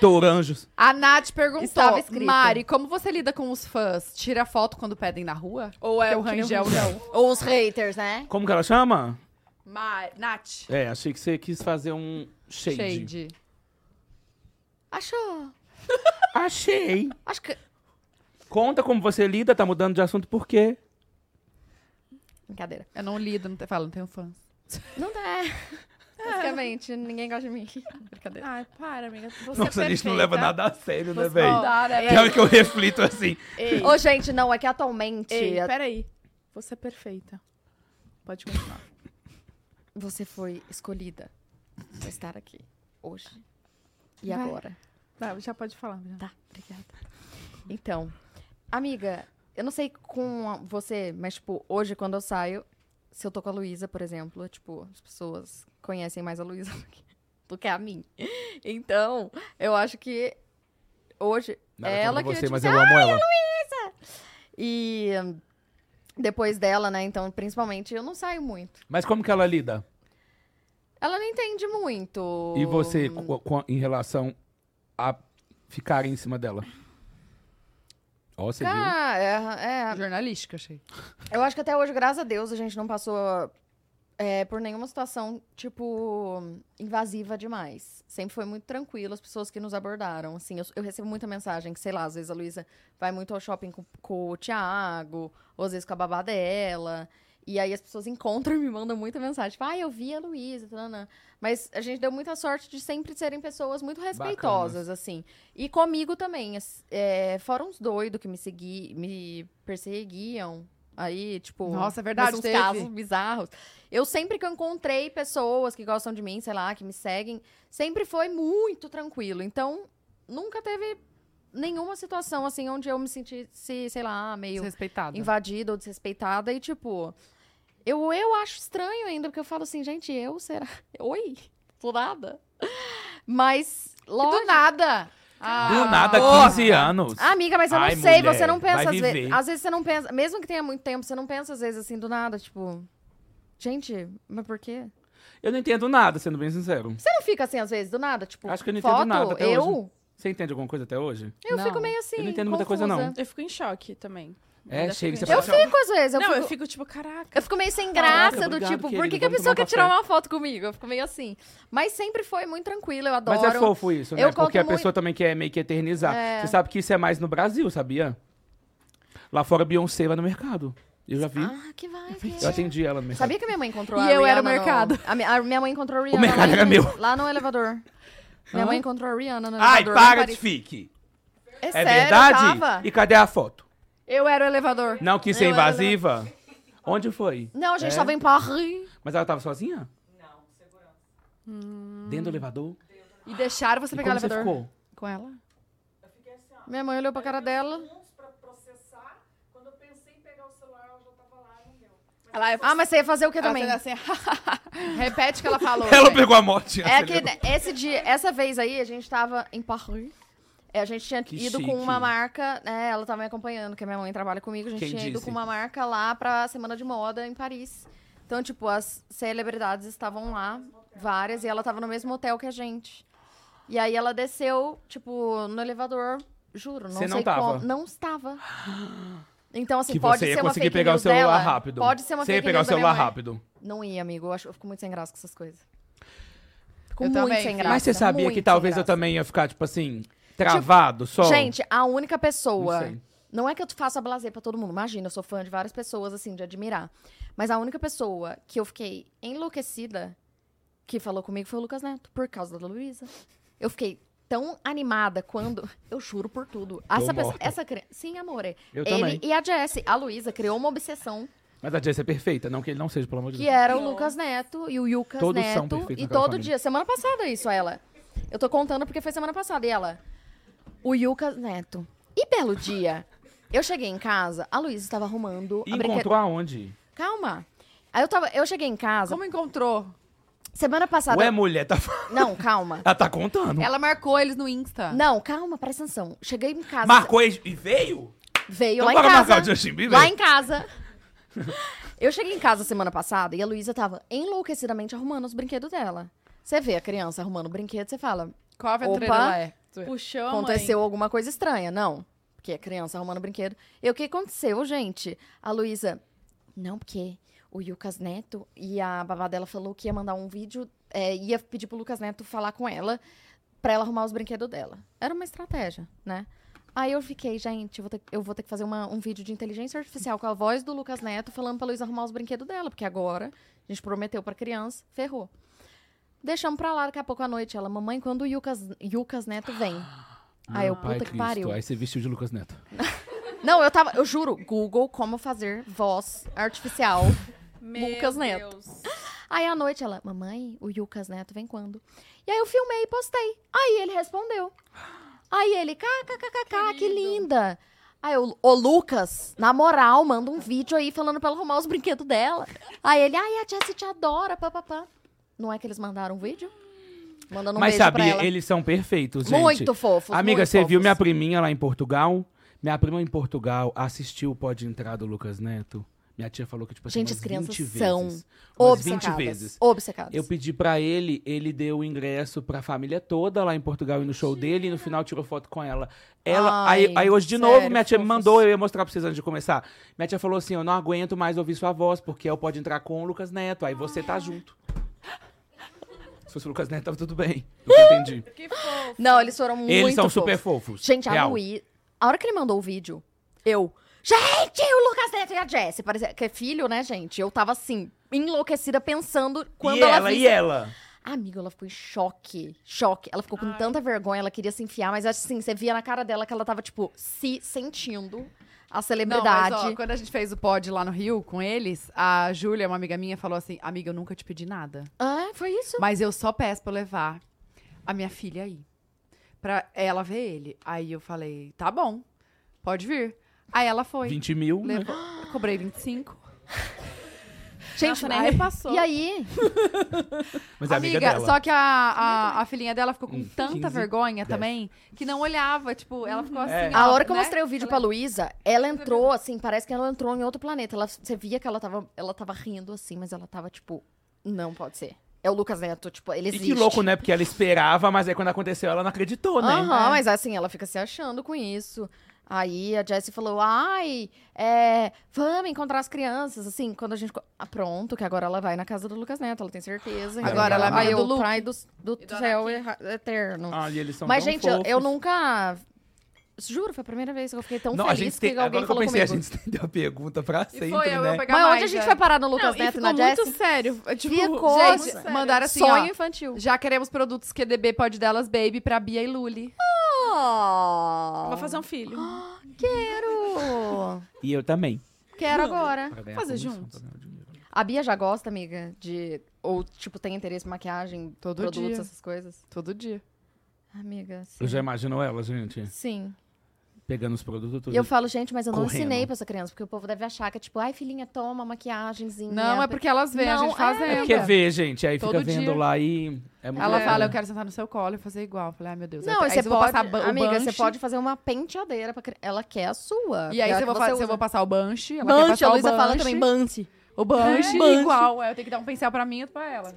touranjos. A Nath perguntou, Estava escrito. Mari, como você lida com os fãs? Tira foto quando pedem na rua? Ou é Porque o um Rangel não. Ou os haters, né? Como que ela chama? Mari, Nath, É, achei que você quis fazer um shade. shade. Achou. Achei. Acho que. Conta como você lida, tá mudando de assunto, por quê? Brincadeira. Eu não lido, não te- falo, não tenho fãs. Não dá. Basicamente, ninguém gosta de mim. Brincadeira. Ai, para, amiga. Você Nossa, é a gente não perfeita. leva nada a sério, né, Você- velho? Ó, é- Pior que eu reflito assim. Ei, Ô, gente, não, é que atualmente. ei, a- peraí. Você é perfeita. Pode continuar. Você foi escolhida pra estar aqui hoje. E Vai. agora? Tá, já pode falar. Já. Tá, obrigada. Então, Amiga, eu não sei com a- você, mas, tipo, hoje quando eu saio, se eu tô com a Luísa, por exemplo, tipo, as pessoas conhecem mais a Luísa do que- do que a mim. Então, eu acho que hoje Nada é ela contra você, que. tipo, mas assim, eu amo ela. E hum, depois dela, né? Então, principalmente, eu não saio muito. Mas como que ela lida? Ela não entende muito. E você, co- co- em relação a ficar em cima dela? Ó, você viu? Cara, é, Ah. é, Jornalística, achei. Eu acho que até hoje, graças a Deus, a gente não passou é, por nenhuma situação, tipo, invasiva demais. Sempre foi muito tranquilo as pessoas que nos abordaram. Assim, eu, eu recebo muita mensagem que, sei lá, às vezes a Luísa vai muito ao shopping com, com o Thiago, ou às vezes com a babá dela. E aí as pessoas encontram e me mandam muita mensagem. Tipo, ah, eu vi a Luísa, tananã. Mas a gente deu muita sorte de sempre serem pessoas muito respeitosas, assim. E comigo também. as- É, fora uns doidos que me segui, me perseguiam. Aí, tipo. Nossa, é verdade, mas uns teve. casos bizarros. Eu sempre que eu encontrei pessoas que gostam de mim, sei lá, que me seguem, sempre foi muito tranquilo. Então, nunca teve nenhuma situação assim onde eu me senti, se, sei lá, meio Desrespeitada. invadida ou desrespeitada e tipo eu eu acho estranho ainda porque eu falo assim gente eu será oi do nada mas lógico, Do nada. Do nada, porra. 15 anos. Ah, amiga mas eu não Ai, sei mulher, você não pensa vai às vezes viver. às vezes você não pensa mesmo que tenha muito tempo você não pensa às vezes assim do nada tipo gente mas por quê Eu não entendo nada, sendo bem sincero. você não fica assim às vezes do nada tipo Acho que eu não entendo foto nada até eu hoje. Você entende alguma coisa até hoje? eu Não. fico meio assim Eu não entendo muita coisa, confusa. Eu fico em choque também. É, Ainda chega e você fica- fala eu assim, fico às vezes eu não, fico... eu fico tipo, caraca. Eu fico meio sem Caraca, graça, do obrigado, tipo, por querido, que, que a vamos pessoa tomar quer um tirar café. uma foto comigo? Eu fico meio assim. Mas sempre foi muito tranquilo, eu adoro. Mas é fofo isso, né? Eu Porque conto a pessoa também quer meio que eternizar. Você sabe que isso é mais no Brasil, sabia? Lá fora, Beyoncé vai no mercado. Eu já vi. Ah, que vai, que Eu é. atendi ela no mercado. Sabia que a minha mãe encontrou E a eu era o Rihanna no- mercado. A, mi- a minha mãe encontrou a Rihanna mercado lá, era em- meu. lá no elevador. Minha mãe encontrou a Rihanna no Ai, elevador. para Não de pare- fique. É, É sério, eu verdade? tava? E cadê a foto? Eu era o elevador. Não quis ser Eu era- invasiva? Onde foi? Não, a gente É? tava em Paris. Mas ela tava sozinha? Não, segurança. Dentro do Hum. elevador? E deixaram você E pegar o como você elevador. ficou? Com ela? Minha mãe olhou pra cara dela. é Ah, mas você ia fazer o que Ela também? fez assim, Repete o que ela falou. Ela gente. pegou a morte. É que né? esse dia, essa vez aí, a gente tava em Paris. É, A gente tinha Que ido chique. com uma marca, né? Ela tava me acompanhando, que a minha mãe trabalha comigo. A gente Quem tinha ido disse? com uma marca lá pra Semana de Moda em Paris. Então, tipo, as celebridades estavam lá, várias, e ela tava no mesmo hotel que a gente. E aí ela desceu, tipo, no elevador, juro, não Você não sei tava? como. Não estava. Então, assim, que pode você ser ia uma conseguir fake pegar o news celular dela. rápido. Pode ser uma Você ia fake pegar o news da minha celular mãe. rápido. Não ia, amigo. Eu, acho, eu fico muito sem graça com essas coisas. Fico Eu muito também sem fico. graça. Graça, Mas você sabia muito que sem talvez eu graça. também ia ficar, tipo assim, travado só? Gente, a única Não pessoa. sei. Não é que eu faça blazer pra todo mundo. Imagina, eu sou fã de várias pessoas, assim, de admirar. Mas a única pessoa que eu fiquei enlouquecida que falou comigo foi o Lucas Neto, por causa da Luísa. Eu fiquei tão animada quando. Eu juro por tudo. Essa pessoa. morta. Essa criança. Sim, amor. é. Eu Ele também. e a Jessie. A Luísa criou uma obsessão Mas a Jess é perfeita, não que ele não seja, pelo amor de que é Deus. era o Lucas Neto e o Lucas Todos são Neto. perfeitos E naquela todo família. dia, semana passada é isso, ela. Eu tô contando porque foi semana passada. E ela, o Lucas Neto. E belo dia, eu cheguei em casa, a Luísa estava arrumando E a brinca- encontrou aonde? Calma. Aí eu, tava, eu cheguei em casa, Como encontrou? semana passada... é- Ué, mulher, tá... Não, calma. ela tá contando. Ela marcou eles no Insta. Não, calma, presta atenção. Cheguei em casa... Marcou e e veio? Veio Então lá em bora marcar o casa. Justin Bieber? Lá em casa. Eu cheguei em casa semana passada e a Luísa tava enlouquecidamente arrumando os brinquedos dela. Você vê a criança arrumando o brinquedo, você fala, Qual a aventureira Opa. ela é? Puxou a mãe. aconteceu alguma coisa estranha, não. Porque a criança arrumando brinquedo. E o que aconteceu, gente? A Luísa, não, porque o Lucas Neto e a babá dela falou que ia mandar um vídeo, é, ia pedir pro Lucas Neto falar com ela pra ela arrumar os brinquedos dela. Era uma estratégia, né? Aí eu fiquei, gente, eu vou ter, eu vou ter que fazer uma- um vídeo de inteligência artificial com a voz do Lucas Neto falando pra Luísa arrumar os brinquedos dela, porque agora a gente prometeu pra criança, ferrou. Deixamos pra lá daqui a pouco à noite. Ela, mamãe, quando o Lucas, Lucas Neto vem? Ah, Aí eu, puta que pariu. Aí você vestiu de Lucas Neto. Não, eu tava, eu juro, Google como fazer voz artificial. Meu Lucas Neto. Deus. Aí à noite ela, mamãe, o Lucas Neto vem quando? E aí eu filmei e postei. Aí ele respondeu. Aí ele, kkkk, que, linda. Aí eu, ô Lucas, na moral, manda um vídeo aí falando pra ela arrumar os brinquedos dela. Aí ele, ai, a Jessie te adora, papapá. Não é que eles mandaram um vídeo? Mandando um Mas beijo pra sabia, ela. eles são perfeitos, gente. Muito fofos, Amiga, muito você viu fofos. minha priminha lá em Portugal? Minha prima em Portugal assistiu o Pode Entrar do Lucas Neto. Minha tia falou que, tipo assim, Gente, umas as crianças 20 são vezes. Umas 20 Obcecadas. vezes. Obcecadas. Eu pedi pra ele, ele deu o ingresso pra família toda lá em Portugal e no show dele, e no final tirou foto com ela. Ela, Ai, aí, aí hoje de sério, novo, minha tia me fofos. mandou, eu ia mostrar pra vocês antes de começar. Minha tia falou assim: Eu não aguento mais ouvir sua voz, porque eu pode entrar com o Lucas Neto, aí você tá junto. Se fosse o Lucas Neto, tava tudo bem. Nunca entendi. Não, eles foram muito Eles são fofos. super fofos. Gente, a real. Luí... A hora que ele mandou o vídeo, eu... Gente, o Lucas Neto e a Jessie. Parecia que é filho, né, gente? Eu tava assim, enlouquecida, pensando quando e ela, ela, visse- e é- ela. Amiga, ela ficou em choque. Choque. Ela ficou com tanta vergonha, ela queria se enfiar, mas assim, você via na cara dela que ela tava, tipo, se sentindo a Não, celebridade. mas, ó, quando a gente fez o pod lá no Rio com eles, a Júlia, uma amiga minha, falou assim: Amiga, eu nunca te pedi nada. Ah, foi isso? Mas eu só peço pra eu levar a minha filha aí. Pra ela ver ele. Aí eu falei, tá bom, pode vir. Aí ela foi. 20 mil. né? Levou, cobrei 25. Gente, Nossa, nem ai- repassou. E aí? Mas a amiga, dela. só que a, a, a filhinha dela ficou com Hum, tanta 15, vergonha 10. também que não olhava. Tipo, ela ficou assim. É. ó, A hora que eu né? mostrei o vídeo pra Luísa, ela entrou, assim, parece que ela entrou em outro planeta. Ela, você via que ela tava, ela tava rindo, assim, mas ela tava, tipo, não pode ser. É o Lucas Neto, tipo, ele E existe. que louco, né? Porque ela esperava, mas aí quando aconteceu, ela não acreditou, né? Aham, mas assim, ela fica se achando com isso. Aí a Jessie falou, ai, é, vamos encontrar as crianças, assim, quando a gente... co- Ah, pronto, que agora ela vai na casa do Lucas Neto, ela tem certeza. então Agora ela é vai amiga do ao Luke. Pai do, do E do céu erra- eterno. Ah, e eles são Mas, tão gente, eu, eu fofos. nunca... Juro, foi a primeira vez que eu fiquei tão Não, a feliz gente que tem, alguém agora que eu falou pensei, comigo. a gente estendeu a pergunta pra E sempre, foi eu, eu né? pegar Mas mais, é. onde a gente já. vai parar no é. Não, Lucas e Neto e ficou na muito Jessie? sério. é, Tipo, Ficou, Gente, sério. mandaram assim, Sonho ó. infantil. Já queremos produtos QDB Pode Delas Baby pra Bia e Luli. Vou fazer um filho. Quero! E eu também. Quero agora. Fazer juntos. A Bia já gosta, amiga, de... Ou, tipo, tem interesse em maquiagem, Todo produtos, dia. essas coisas? Todo dia. Amiga, sim. Eu já imagino ela, gente, Sim. pegando os produtos tudo. E eu falo, gente, mas eu não Correndo. ensinei pra essa criança, porque o povo deve achar que é tipo, ai, filhinha, toma maquiagenzinha. Não, é porque elas veem a Não, gente é. fazendo. É porque vê, gente, aí fica Todo vendo dia. lá e... É muito Ela bacana. fala, eu quero sentar no seu colo e fazer igual. Eu falei, ai meu Deus. Não, aí, aí aí você eu vou pode, passar ba- o amiga, você Banshee. pode fazer uma penteadeira pra criança. Ela quer a sua. E aí, é a se eu, que vou, fa- se eu usa. vou passar o Banshee, ela quer Banshee, passar a o Luísa fala Banshee. também, Banshee. O Banshee, Banshee. igual. Aí eu tenho que dar um pincel pra mim e outro pra ela.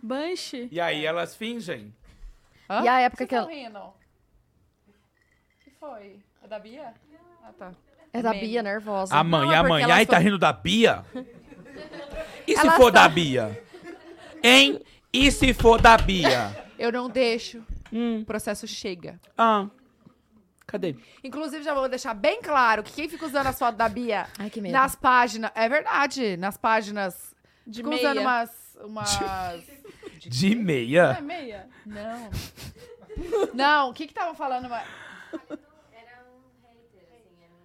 Banshee. E aí elas fingem. Hã? E a época que tá ela... rindo? O que foi? É da Bia? Ah, tá. É da Bia, nervosa. A mãe, Não, é a porque mãe. elas Ai, tá são- rindo da Bia? E se Elas for da Bia? Hein? E se for da Bia? Eu não deixo. Hum. O processo chega. Ah. Cadê? Inclusive, já vou deixar bem claro que quem fica usando as fotos da Bia Ai, que medo. nas páginas. É verdade. Nas páginas. De Fica meia. É, usando umas. umas... De meia? meia? Não. Não, o que que estavam falando? mas-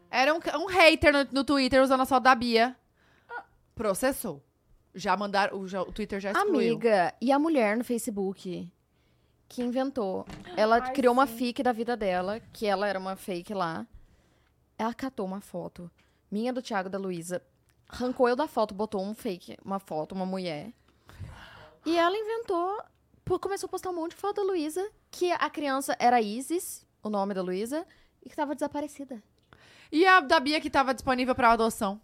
Era um, um hater no, no Twitter usando a foto da Bia. Ah. Processou. Já mandaram. O, já- o Twitter já excluiu. Amiga, e a mulher no Facebook que inventou? Ela criou uma fic da vida dela, que ela era uma fake lá. Ela catou uma foto minha do Thiago e da Luísa, arrancou eu da foto, botou um fake, uma foto, uma mulher. E ela inventou, pô, começou a postar um monte de foto da Luísa, que a criança era Isis, o nome da Luísa, e que tava desaparecida. E a da Bia que tava disponível pra adoção.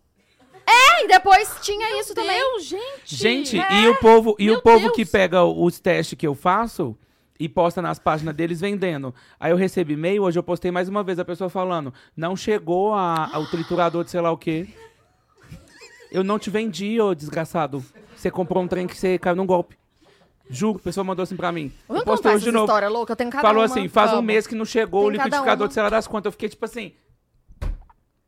E depois tinha isso também. Meu, gente! É, Gente, É. e o povo, e o povo que pega os testes que eu faço e posta nas páginas deles vendendo. Aí eu recebi e-mail, hoje eu postei mais uma vez a pessoa falando: "Não chegou a, ao triturador de sei lá o quê". Eu não te vendi, ô desgraçado. Você comprou um trem que você caiu num golpe. Juro, a pessoa mandou assim pra mim. Eu Vamos postei contar hoje de essa novo. história louca, eu tenho cada Falou uma. assim: "Faz um Vamos. mês que não chegou o Tem cada liquidificador uma. de sei lá das quantas". Eu fiquei tipo assim: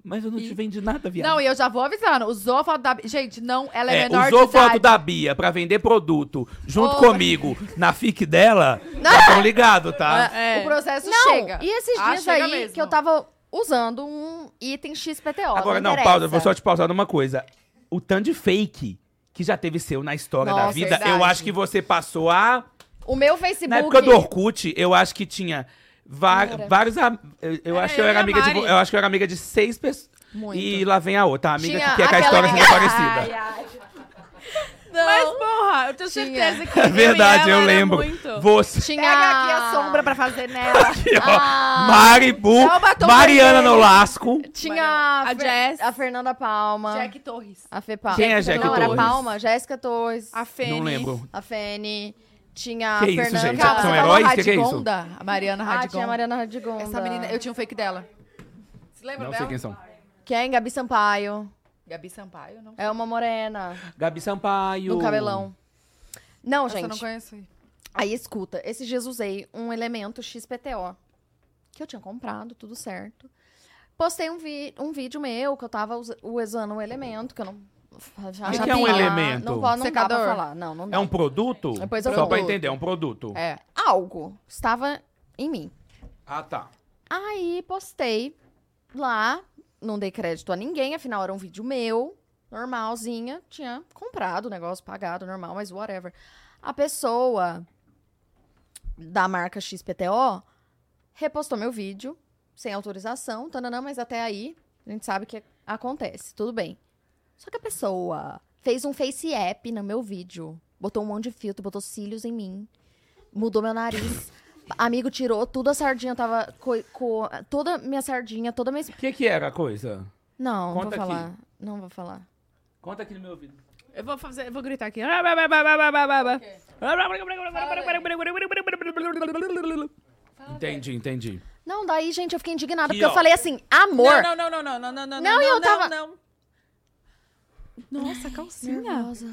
"Mas eu não te vendi nada, viado". Não, e eu já vou avisando. Usou a foto da Bia. Gente, não, ela é, É, menor usou de idade. foto da Bia pra vender produto junto Ô, comigo na FIC dela, já tão ligado, tá? É, O processo Não, chega. e esses Ah, dias chega aí mesmo. que eu tava usando um item XPTO. Agora, não, interessa. pausa, vou só te pausar numa coisa. O tanto de fake que já teve seu na história da Nossa, vida, verdade. eu acho que você passou a. O meu Facebook... Na época do Orkut, eu acho que tinha va- Cara. vários. am- Eu, eu acho que eu eu era e a amiga de. Mari. vo- Eu acho que eu era amiga de seis pessoas. Muito. E lá vem a outra, a amiga Tinha que quer que a aquela história que- seja parecida. Mas, porra, eu tenho Tinha. certeza que. É verdade, eu, eu, e ela era lembro. Muito. Você. Tinha Pega aqui a sombra pra fazer nela. Aqui, ó. Ah. Maribu, Dá o batom Mariana vermelho. Nolasco. Tinha a, a Fer- Jess. a Fernanda Palma. Jack Torres. A Fê Palma. Quem é Jack Não, era Torres? Palma, Jéssica Torres. A Fene. Não lembro. A Fene. Tinha Que a isso, Fernanda. gente? Calma, São você falou heróis? Que que é isso? Radigonda, a Mariana Ra- Ah, Radigonda. tinha a Mariana Radigonda. Essa menina, eu tinha um fake dela. Você lembra Não sei dela? quem são. Quem? Gabi Sampaio. Gabi Sampaio, não? É uma morena. Gabi Sampaio. No Um cabelão. Não, Essa eu não gente. conheço. Aí escuta, esses dias usei um elemento XPTO que eu tinha comprado, tudo certo. Postei um, vi- um vídeo meu que eu tava usa- usando um elemento, que eu não. Já, O que já que é um tem lá, elemento? Não, pode, não dá pra Secador? falar. Não, não dá. É um produto? Depois eu Só pra produto. entender, é um produto. É, algo estava em mim. Ah, tá. Aí postei lá, não dei crédito a ninguém, afinal era um vídeo meu, normalzinha, tinha comprado o negócio, pagado, normal, mas whatever. A pessoa da marca XPTO repostou meu vídeo, sem autorização, tananã, mas até aí a gente sabe que acontece, tudo bem. Só que a pessoa fez um face app no meu vídeo, botou um monte de filtro, botou cílios em mim, mudou meu nariz. Amigo tirou tudo a sardinha, tava co, co- toda minha sardinha, toda minha. esp- O que, que era a coisa? Não, não vou Conta aqui. falar. Não vou falar. Conta aqui no meu ouvido. Eu vou fazer, eu vou gritar aqui. Não, Entendi, entendi. Não, daí, gente, eu fiquei indignada, Aqui, porque ó. eu falei assim, amor. não, não, não, não, não, não, não, Não, eu não, tava- não. Nossa, calcinha. Nervosa.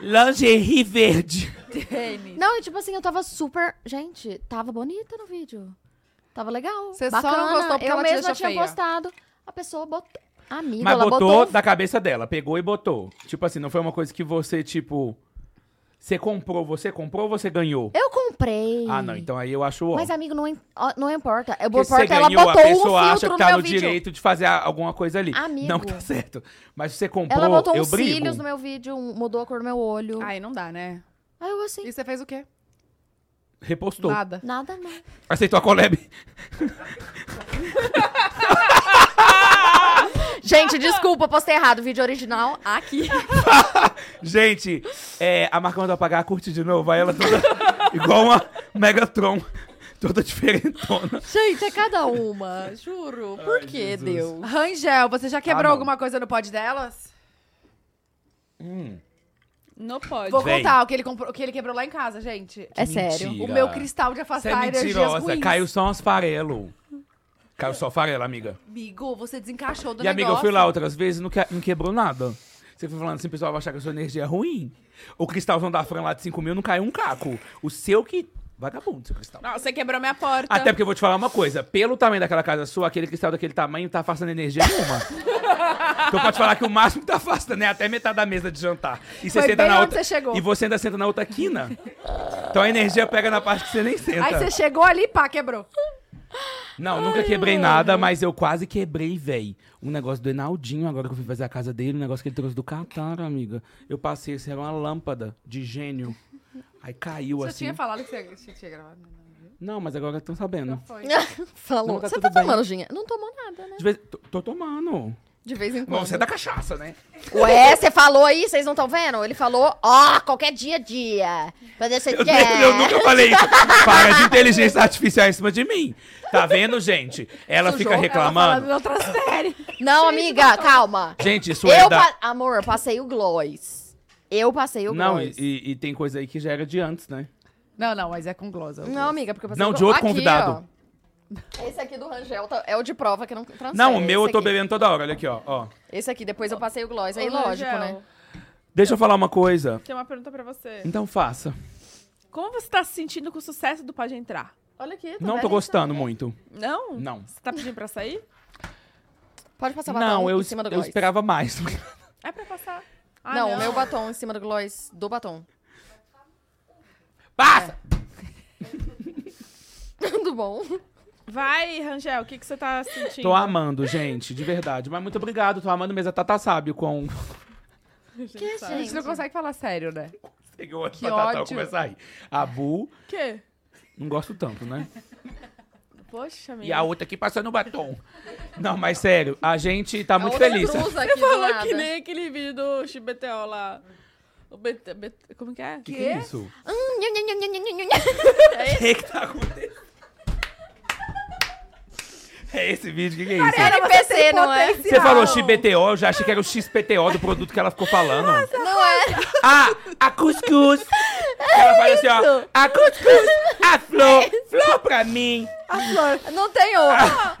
Lingerie verde. Tênis. Não, e tipo assim, eu tava super. Gente, tava bonita no vídeo. Tava legal. Você só não bacana. postou porque Eu ela te mesma deixa tinha feia. postado. A pessoa botou. Amiga, Mas ela botou, botou. um da cabeça dela, pegou e botou. Tipo assim, não foi uma coisa que você, tipo. Você comprou, você comprou ou você ganhou? Eu comprei. Ah, não, então aí eu acho ó. Mas, amigo, não, im- ó, não importa. Eu Porque importa, você ela ganhou, botou a pessoa um acha filtro que no tá meu no vídeo. direito de fazer a- alguma coisa ali. Amigo. Não que tá certo. Mas se você comprou, Ela botou eu uns brigo. cílios no meu vídeo, um- mudou a cor do meu olho. Aí não dá, né? Aí eu assim, E você fez o quê? Repostou. Nada. nada não. Aceitou a collab. Gente, desculpa, postei errado. O vídeo original aqui. Gente, é, a marca mandou apagar, curte de novo. Aí ela toda. igual uma Megatron. Toda diferentona. Gente, é cada uma, juro. Por que, Deus? Rangel, você já Ah, quebrou não. alguma coisa no pod delas? Não pode. Vou Véi. contar o que, ele comprou, o que ele quebrou lá em casa, gente. É sério. O meu cristal de Você tá afastar é energias mentirosa. ruins. Caiu só umas farelo. Caiu só farelo, amiga. Amigo, você desencaixou do e amiga, eu negócio. fui lá outras vezes e não, que- não quebrou nada. Você foi falando assim, o pessoal vai achar que a sua energia é ruim. O cristalzão da Fran lá de 5 mil não caiu um caco. O seu que... Vagabundo, seu cristal. Não, você quebrou minha porta. Até porque eu vou te falar uma coisa. Pelo tamanho daquela casa sua, aquele cristal daquele tamanho não tá afastando energia nenhuma. então pode falar que o máximo que tá afastando é até metade da mesa de jantar. E você Foi senta bem na onde outra... você chegou. E você ainda senta na outra quina. Então a energia pega na parte que você nem senta. Aí você chegou ali e pá, quebrou. Não, nunca quebrei nada, mas eu quase quebrei, véi. Um negócio do Enaldinho, agora que eu fui fazer a casa dele, um negócio que ele trouxe do Catar, amiga. Eu passei, isso era uma lâmpada de gênio. Aí caiu Você assim. tinha falado que você você tinha gravado. né? Não, mas agora estão sabendo. Foi. Falou. Não, tá você tudo tá bem. tomando gin? Não tomou nada, né? De vez... tô, tô tomando. De vez em Bom, quando. você é da cachaça, né? Ué, você falou aí, vocês não estão vendo? Ele falou, ó, qualquer dia, dia. Pra deixar Eu, eu nunca falei isso. Para de inteligência artificial em cima de mim. Tá vendo, gente? Ela fica reclamando. Falando em outra série. Não, amiga, calma. Gente, isso é Eu, da... pa- amor, eu passei o gloss. Eu passei o Não, e, gloss. e- e tem coisa aí que já era de antes, né? Não, não, mas é com glosa. Não, amiga, porque eu passei Não, o de gloss. outro convidado. ó. Esse aqui do Rangel tá- é o de prova que não transfere. Não, o meu Esse eu tô aqui. bebendo toda hora. Olha aqui, ó. ó. Esse aqui, depois eu passei o gloss. Aí, Ô, lógico, Rangel, né? Deixa eu falar uma coisa. Tem uma pergunta pra você. Então faça. Como você tá se sentindo com o sucesso do Pode Entrar? Olha aqui. Não tô vendo? gostando muito. Não? Não. Você tá pedindo pra sair? Pode passar batom Não, eu, em cima do eu gloss. esperava mais. É pra passar. Ah, Não, o meu batom em cima do gloss, do batom. Passa! Tudo bom. Vai, Rangel, o que, que você tá sentindo? Tô amando, gente, de verdade. Mas muito obrigado, tô amando mesmo. A Tata sabe com. Que, A gente não consegue falar sério, né? Pegou a Que ódio. começar a rir. A Bu. O quê? Não gosto tanto, né? Poxa, E a outra aqui passando batom. Não, mas sério, a gente tá muito outra feliz. cruza aqui Você do falou nada. que nem aquele vídeo do XBTO lá. O BT, BT, como que é? Que que é isso? O que que tá acontecendo? É esse vídeo, o que, que é isso? NPC, não é? Você falou XBTO, eu já achei que era o XPTO do produto que ela ficou falando. Não é? Ah, a cuscuz. Ela fala assim, ó. A cuscuz, a flor, flor pra mim. Não tem Ah,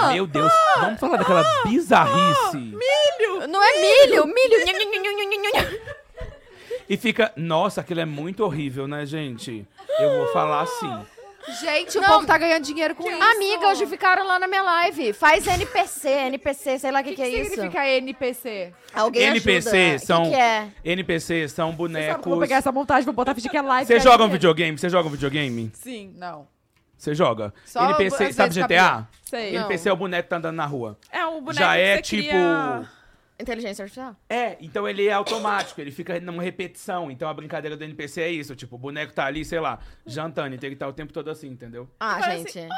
outro. Meu Deus, vamos falar daquela bizarrice. Não é milho, milho. Nho, nho, nho, nho, nho, nho. E fica, nossa, aquilo é muito horrível, né, gente? Eu vou falar assim. Gente, o Não. povo tá ganhando dinheiro com isso. Amiga, hoje ficaram lá na minha live. Faz NPC, NPC, sei lá o que, que, é isso. significa É NPC? Alguém NPC ajuda. Que são- que é? NPCs são Sabe que eu vou bonecos. pegar essa montagem, vou botar fingir que é live. Você pra joga um mim? videogame? Você joga um videogame? Sim. Não. Você joga? Só NPC, às sabe vezes GTA? Sei. NPC é o boneco que tá andando na rua. É um boneco Já que é você tipo. cria- Inteligência artificial? É, então ele é automático, ele fica numa repetição. Então a brincadeira do NPC é isso, tipo, o boneco tá ali, sei lá, jantando, e tem que estar o tempo todo assim, entendeu? Ah, Parece- gente.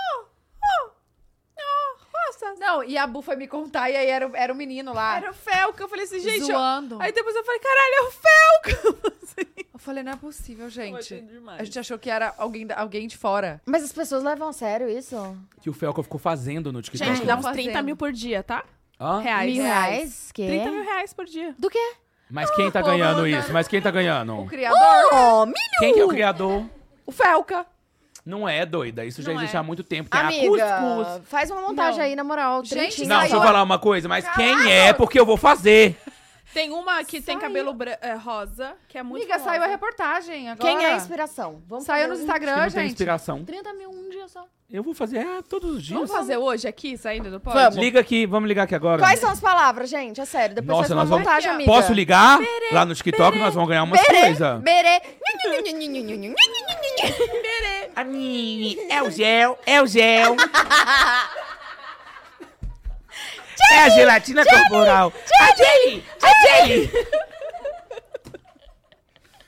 Não, e a Bu foi me contar, e aí era, o- era o menino lá. Ah, Era o Felca. Eu falei assim, gente... eu- zoando. Aí depois eu falei, caralho, é o Felca! Assim. Eu falei, não é possível, gente. demais. A gente achou que era alguém, da- alguém de fora. Mas as pessoas levam a sério isso? Que o Felco ficou fazendo no TikTok. Gente, dá uns Fazendo. 30 mil por dia, tá? Hã? Reais. Mil reais? É. Que? 30 mil reais por dia. Do quê? Mas quem tá ganhando isso? Mas quem tá ganhando? O criador, Oh, milho! Quem que é o criador? o Felca. Não é doida, isso já Não existe é. há muito tempo. Tem a cuscuz. Amiga, faz uma montagem Não. aí, na moral. Gente, Gente, Não, deixa eu falar uma coisa, mas quem é, porque eu vou fazer. Tem uma que tem cabelo bran- é, rosa, que é muito Amiga, famosa. saiu a reportagem agora. Quem é a inspiração? Vamos Saiu fazer nos Acho um- que Instagram, não tem gente. inspiração. 30 mil um dia só. Eu vou fazer é, todos os dias. Vamos fazer hoje aqui, saindo do pódio? Vamos. Liga aqui, vamos ligar aqui agora. Quais são as palavras, gente? É sério, depois Nossa, faz uma nós vamos- montagem, amiga. Posso ligar? Lá no TikTok nós vamos ganhar umas coisas. Berê. É o gel, é o gel. é a gelatina corporal. A Jelly, a Jelly.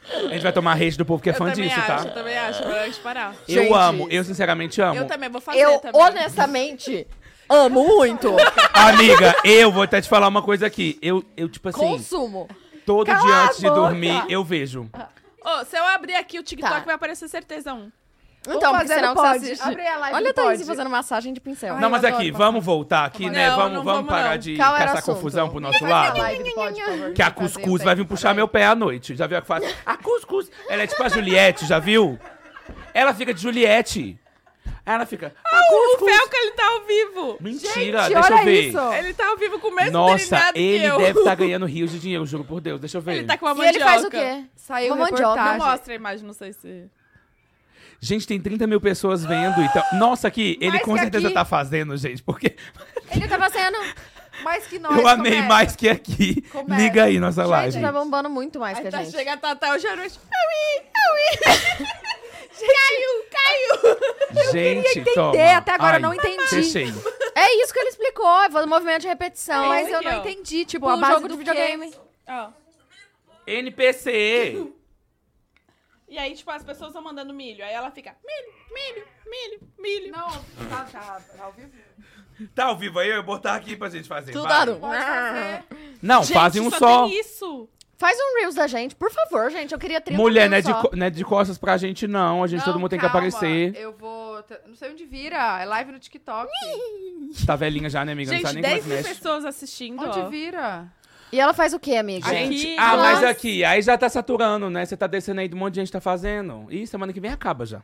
A gente vai tomar rage do povo que é fã eu também disso, acho, eu tá? também acho. Melhor a gente parar. Eu Gente. amo, eu sinceramente amo. Eu também vou fazer Eu, né? também. honestamente, amo muito. Amiga, eu vou até te falar uma coisa aqui. Eu, eu tipo assim, Consumo. todo Cala dia a antes de boca. dormir, eu vejo. Ô, se eu abrir aqui o TikTok, Tá. vai aparecer certeza um. Então, porque fazer senão no você pod. assiste. Abre a live Olha do a Thaís pod. fazendo massagem de pincel. não, eu mas adoro aqui, passar. vamos voltar aqui, né? Não, vamos, não vamos vamos, parar não. de Qual era o caçar assunto? confusão pro nosso Vai na lado. live do pod, por favor, Que a vai fazer Cuscuz essa vai aí. vir puxar meu pé à noite. Já viu a que faz? A Cuscuz! Ela é tipo a Juliette, já viu? Ela fica de Juliette. Aí Ela fica. Ah, A O Cuscuz! Felca, ele tá ao vivo. Mentira, Gente, deixa eu é olha ver. É isso. Ele tá ao vivo com o mesmo delineado Nossa, que ele eu. deve estar ganhando rios de dinheiro, juro por Deus. Deixa eu ver. Ele tá com uma E ele mandioca. faz o quê? Tá, Saiu Uma mandioca, Não reportagem. mostra a imagem, não sei se... Gente, tem 30 mil pessoas vendo. Então... Nossa, aqui, ele Mais com que certeza aqui. tá fazendo, gente, porque tá Ele tava sendo... Mais que nós. eu amei começa. mais que aqui. Começa. Liga aí nossa live. Gente, tá bombando muito mais que Aí a tá, gente. chega a Tatá hoje à noite. Gente, toma. Entender, até agora Ai, eu não entendi. Fechei. É isso que ele explicou. É o movimento de repetição. Mas eu Aqui, não ó. entendi, tipo, Tipo, a um base jogo do de videogame. quê? Ó. NPC. E aí, tipo, as pessoas estão mandando milho. Aí ela fica, milho, milho, milho, milho. Não, tá, tá, tá ao vivo. Tá ao vivo aí, eu ia botar aqui pra gente fazer. Tudo vai. a um. Pode fazer. Não, Gente, fazem um só só. tem isso. Faz um Reels da gente, por favor, gente. Eu queria 30 um Mulher, não é, Reels de, só. co- não é de costas pra gente, não. A gente, todo Não, mundo tem que calma, aparecer. Eu vou. t- Não sei onde vira. É live no TikTok. Tá velhinha já, né, amiga? não tá Gente, nem mais 10 mil mexe. pessoas assistindo, Onde ó. vira? E ela faz o quê, amiga? Gente, Aqui, ah, mas nossa. aqui, aí já tá saturando, né? Você tá descendo aí do monte de gente tá fazendo. Ih, semana que vem acaba já.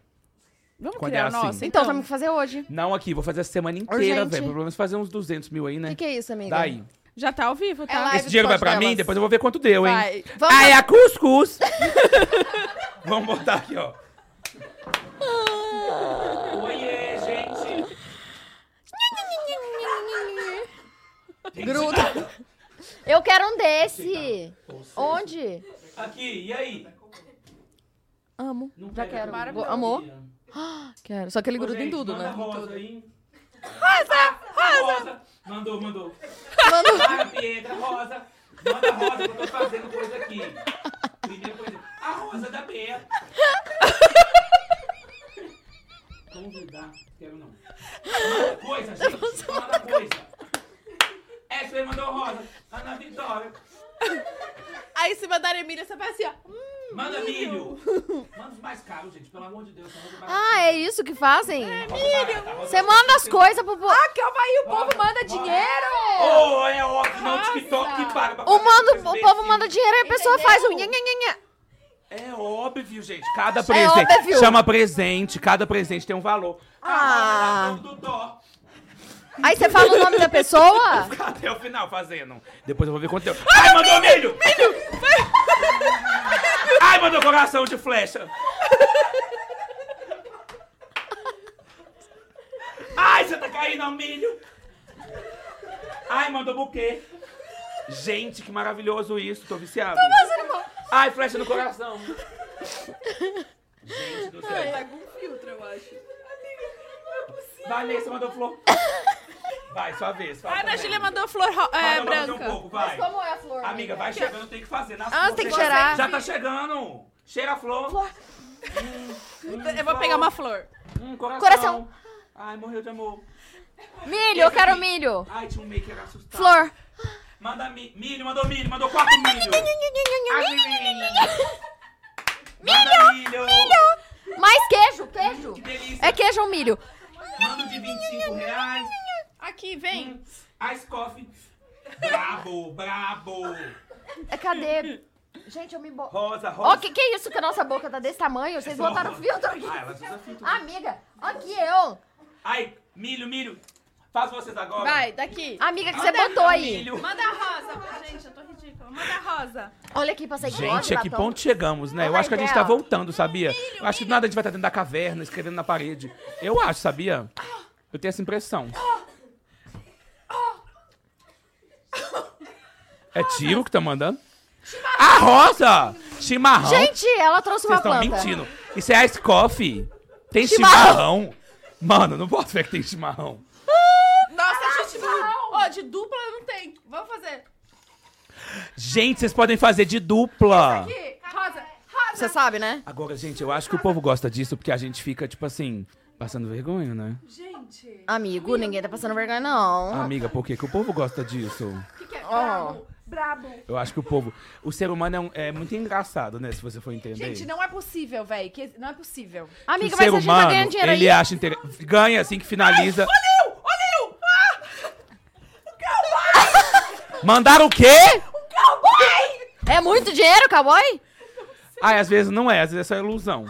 Vamos Quando criar é o assim. nosso, Então, então. temos que fazer hoje. O Não aqui, vou fazer a semana inteira, Urgente. velho. Pelo menos fazer uns 200 mil aí, né? que, que é isso, amiga? Daí. Já tá ao vivo, tá? É live. Esse dinheiro vai pode pra delas. mim, depois eu vou ver quanto deu, hein? Vai. Vamos Ai, a cuscuz! Vamos botar aqui, ó. Ah. Oiê, gente! Gruda. Eu quero um desse. Onde? Aqui, e aí? Amo. Já quero. Maravilhoso. Amor? Quero. Só que ele gruda em tudo, né? ah, Rosa, Rosa! Rosa! Mandou, mandou. Manda- Para, Pietra, Rosa. Manda a Rosa, que eu tô fazendo coisa aqui. Primeira coisa. A Rosa da Bia. tá? Quero não. Manda coisa, Tá gente. Manda coisa. Ashley mandou rosa. Ana Vitória. Aí se mandar Emília, você vai assim, ó. hum, Manda milho. Manda os mais caros, gente. Pelo amor de Deus. só manda barato. Ah, é isso que fazem? Rosa barata, rosa Você manda tá. as coisas pro... po- Ah, calma aí, o povo manda dinheiro! Oh, é óbvio, não, TikTok que paga pra O, fazer mando- essas o povo imbecil. manda dinheiro e a pessoa faz um... Nhan, nhan, nhan, nhan. É óbvio, gente. Cada presente. É óbvio. Chama presente, cada presente tem um valor. Ah. manda lá, do dó. Aí você fala o nome da pessoa? Fica até o final fazendo. Depois eu vou ver quanto tempo. Ai, mandou milho! Milho! Ai, mandou coração de flecha! Ai, você tá caindo ao milho! Ai, mandou buquê! Gente, que maravilhoso isso, tô viciado. Ai, flecha no coração! Gente do céu. Tá com filtro, eu acho. é Vanessa mandou flor. Vai, sua vez. fala A Ana também. Júlia mandou flor ro- é, Fala mais um branca. pouco, vai. Como é a flor? Amiga, vai chegando, tem que fazer. Nas Ah, flores. tem que cheirar. Já tá chegando. Cheira a flor. Hum, hum, Eu vou pegar uma flor. Hum, coração. Coração. Ai, morreu de amor. Milho, eu quero milho. Ai, tinha um meio que era assustado. Flor. Manda mi- milho, mandou milho, mandou quatro milho. Ai, milho. Manda milho. Mais queijo, queijo. Que delícia. É queijo ou milho? Manda o de 25 reais. Aqui, vem. Hum, Ice coffee. Brabo, brabo. É, Cadê? Gente, eu me... bo- Rosa, rosa. Ó, que, que isso que a nossa boca tá desse tamanho? Vocês botaram o filtro aqui. Ah, elas usam filtro. Amiga, aqui é, eu. Ai, milho, milho. Faz vocês agora. Vai, daqui. Amiga que você botou aí. Milho. Manda a rosa pra gente, eu tô ridícula. Manda a rosa. Olha aqui, passei Gente, a que ponto chegamos, né? Eu Ai, acho que a gente tá Bel. voltando, sabia? Eu acho que do nada a gente vai estar dentro da caverna, escrevendo na parede. Eu acho, sabia? Eu tenho essa impressão. É tiro que tá mandando? A rosa! Chimarrão! Gente, ela trouxe Vocês uma estão planta. mentindo. Isso é ice coffee. Tem chimarrão. Chimarrão. Mano, não posso ver que tem chimarrão. Nossa, gente, não. Ó, de dupla não tem. Vamos fazer. Gente, vocês podem fazer de dupla. Aqui, rosa. Você sabe, né? Agora, gente, eu acho que o povo gosta disso porque a gente fica, tipo assim, passando vergonha, né? Amigo, ninguém tá passando vergonha, não. Amiga, por que, que o povo gosta disso? é Ó. Eu acho que o povo. O ser humano é, um- é muito engraçado, né? Se você for entender. Gente, não é possível, velho. que- Não é possível. Amiga, o mas ser a gente tá humano, ganhando dinheiro ele aí. acha inter... Ganha assim que finaliza. olha eu! Olha eu! Mandaram o quê? É muito dinheiro, cowboy? Ai, às vezes não é, às vezes é só ilusão.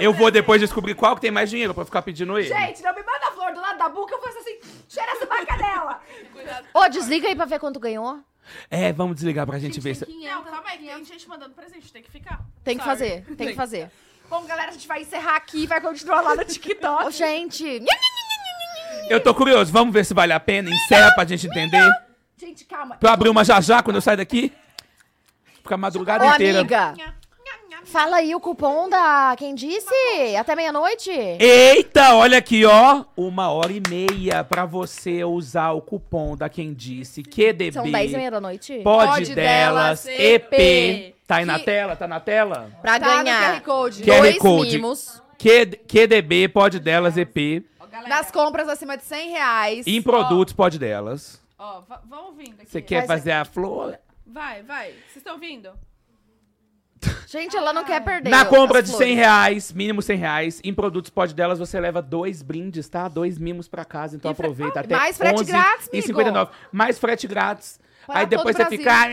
Eu vou depois descobrir qual que tem mais dinheiro pra eu ficar pedindo ele. Gente, não me manda a flor do lado da boca, eu faço assim, cheira essa bacanela. Ô, desliga aí pra ver quanto ganhou. É, vamos desligar pra gente Tem ver se. 500, Não, calma aí, tem gente mandando presente, tem que ficar. Tem que Sorry. fazer, tem que fazer. Bom, galera, a gente vai encerrar aqui, vai continuar lá no TikTok. Ô, gente. Eu tô curioso, vamos ver se vale a pena. Encerra pra gente entender. Gente, calma. Pra eu abrir uma já já quando eu sair daqui? Fica a Ô, madrugada inteira. amiga. Fala aí o cupom da... Quem disse? Até meia-noite? Eita, olha aqui, ó. Uma hora e meia pra você usar o cupom da quem disse QDB. São dez e meia da noite? Pode, Pode delas, delas, EP. EP. Tá aí na Que- tela? Tá na tela? Pra Tá no QR ganhar Code. Que- dois QR Code. mimos. Q- QDB, pode delas, EP. Nas compras acima de 100 reais. Em produtos, pode delas. Ó, va- vão vindo aqui. Você quer Faz fazer a flor? Vai, vai. Vocês estão vindo? Gente, ela não quer perder. Na o- compra as de flores. 100 reais, mínimo 100 reais, em produtos pode delas, você leva dois brindes, tá? Dois mimos pra casa, então aproveita até ah, mais frete 11 grátis, e migo. 59. Mais frete grátis. Para Aí depois você todo o fica...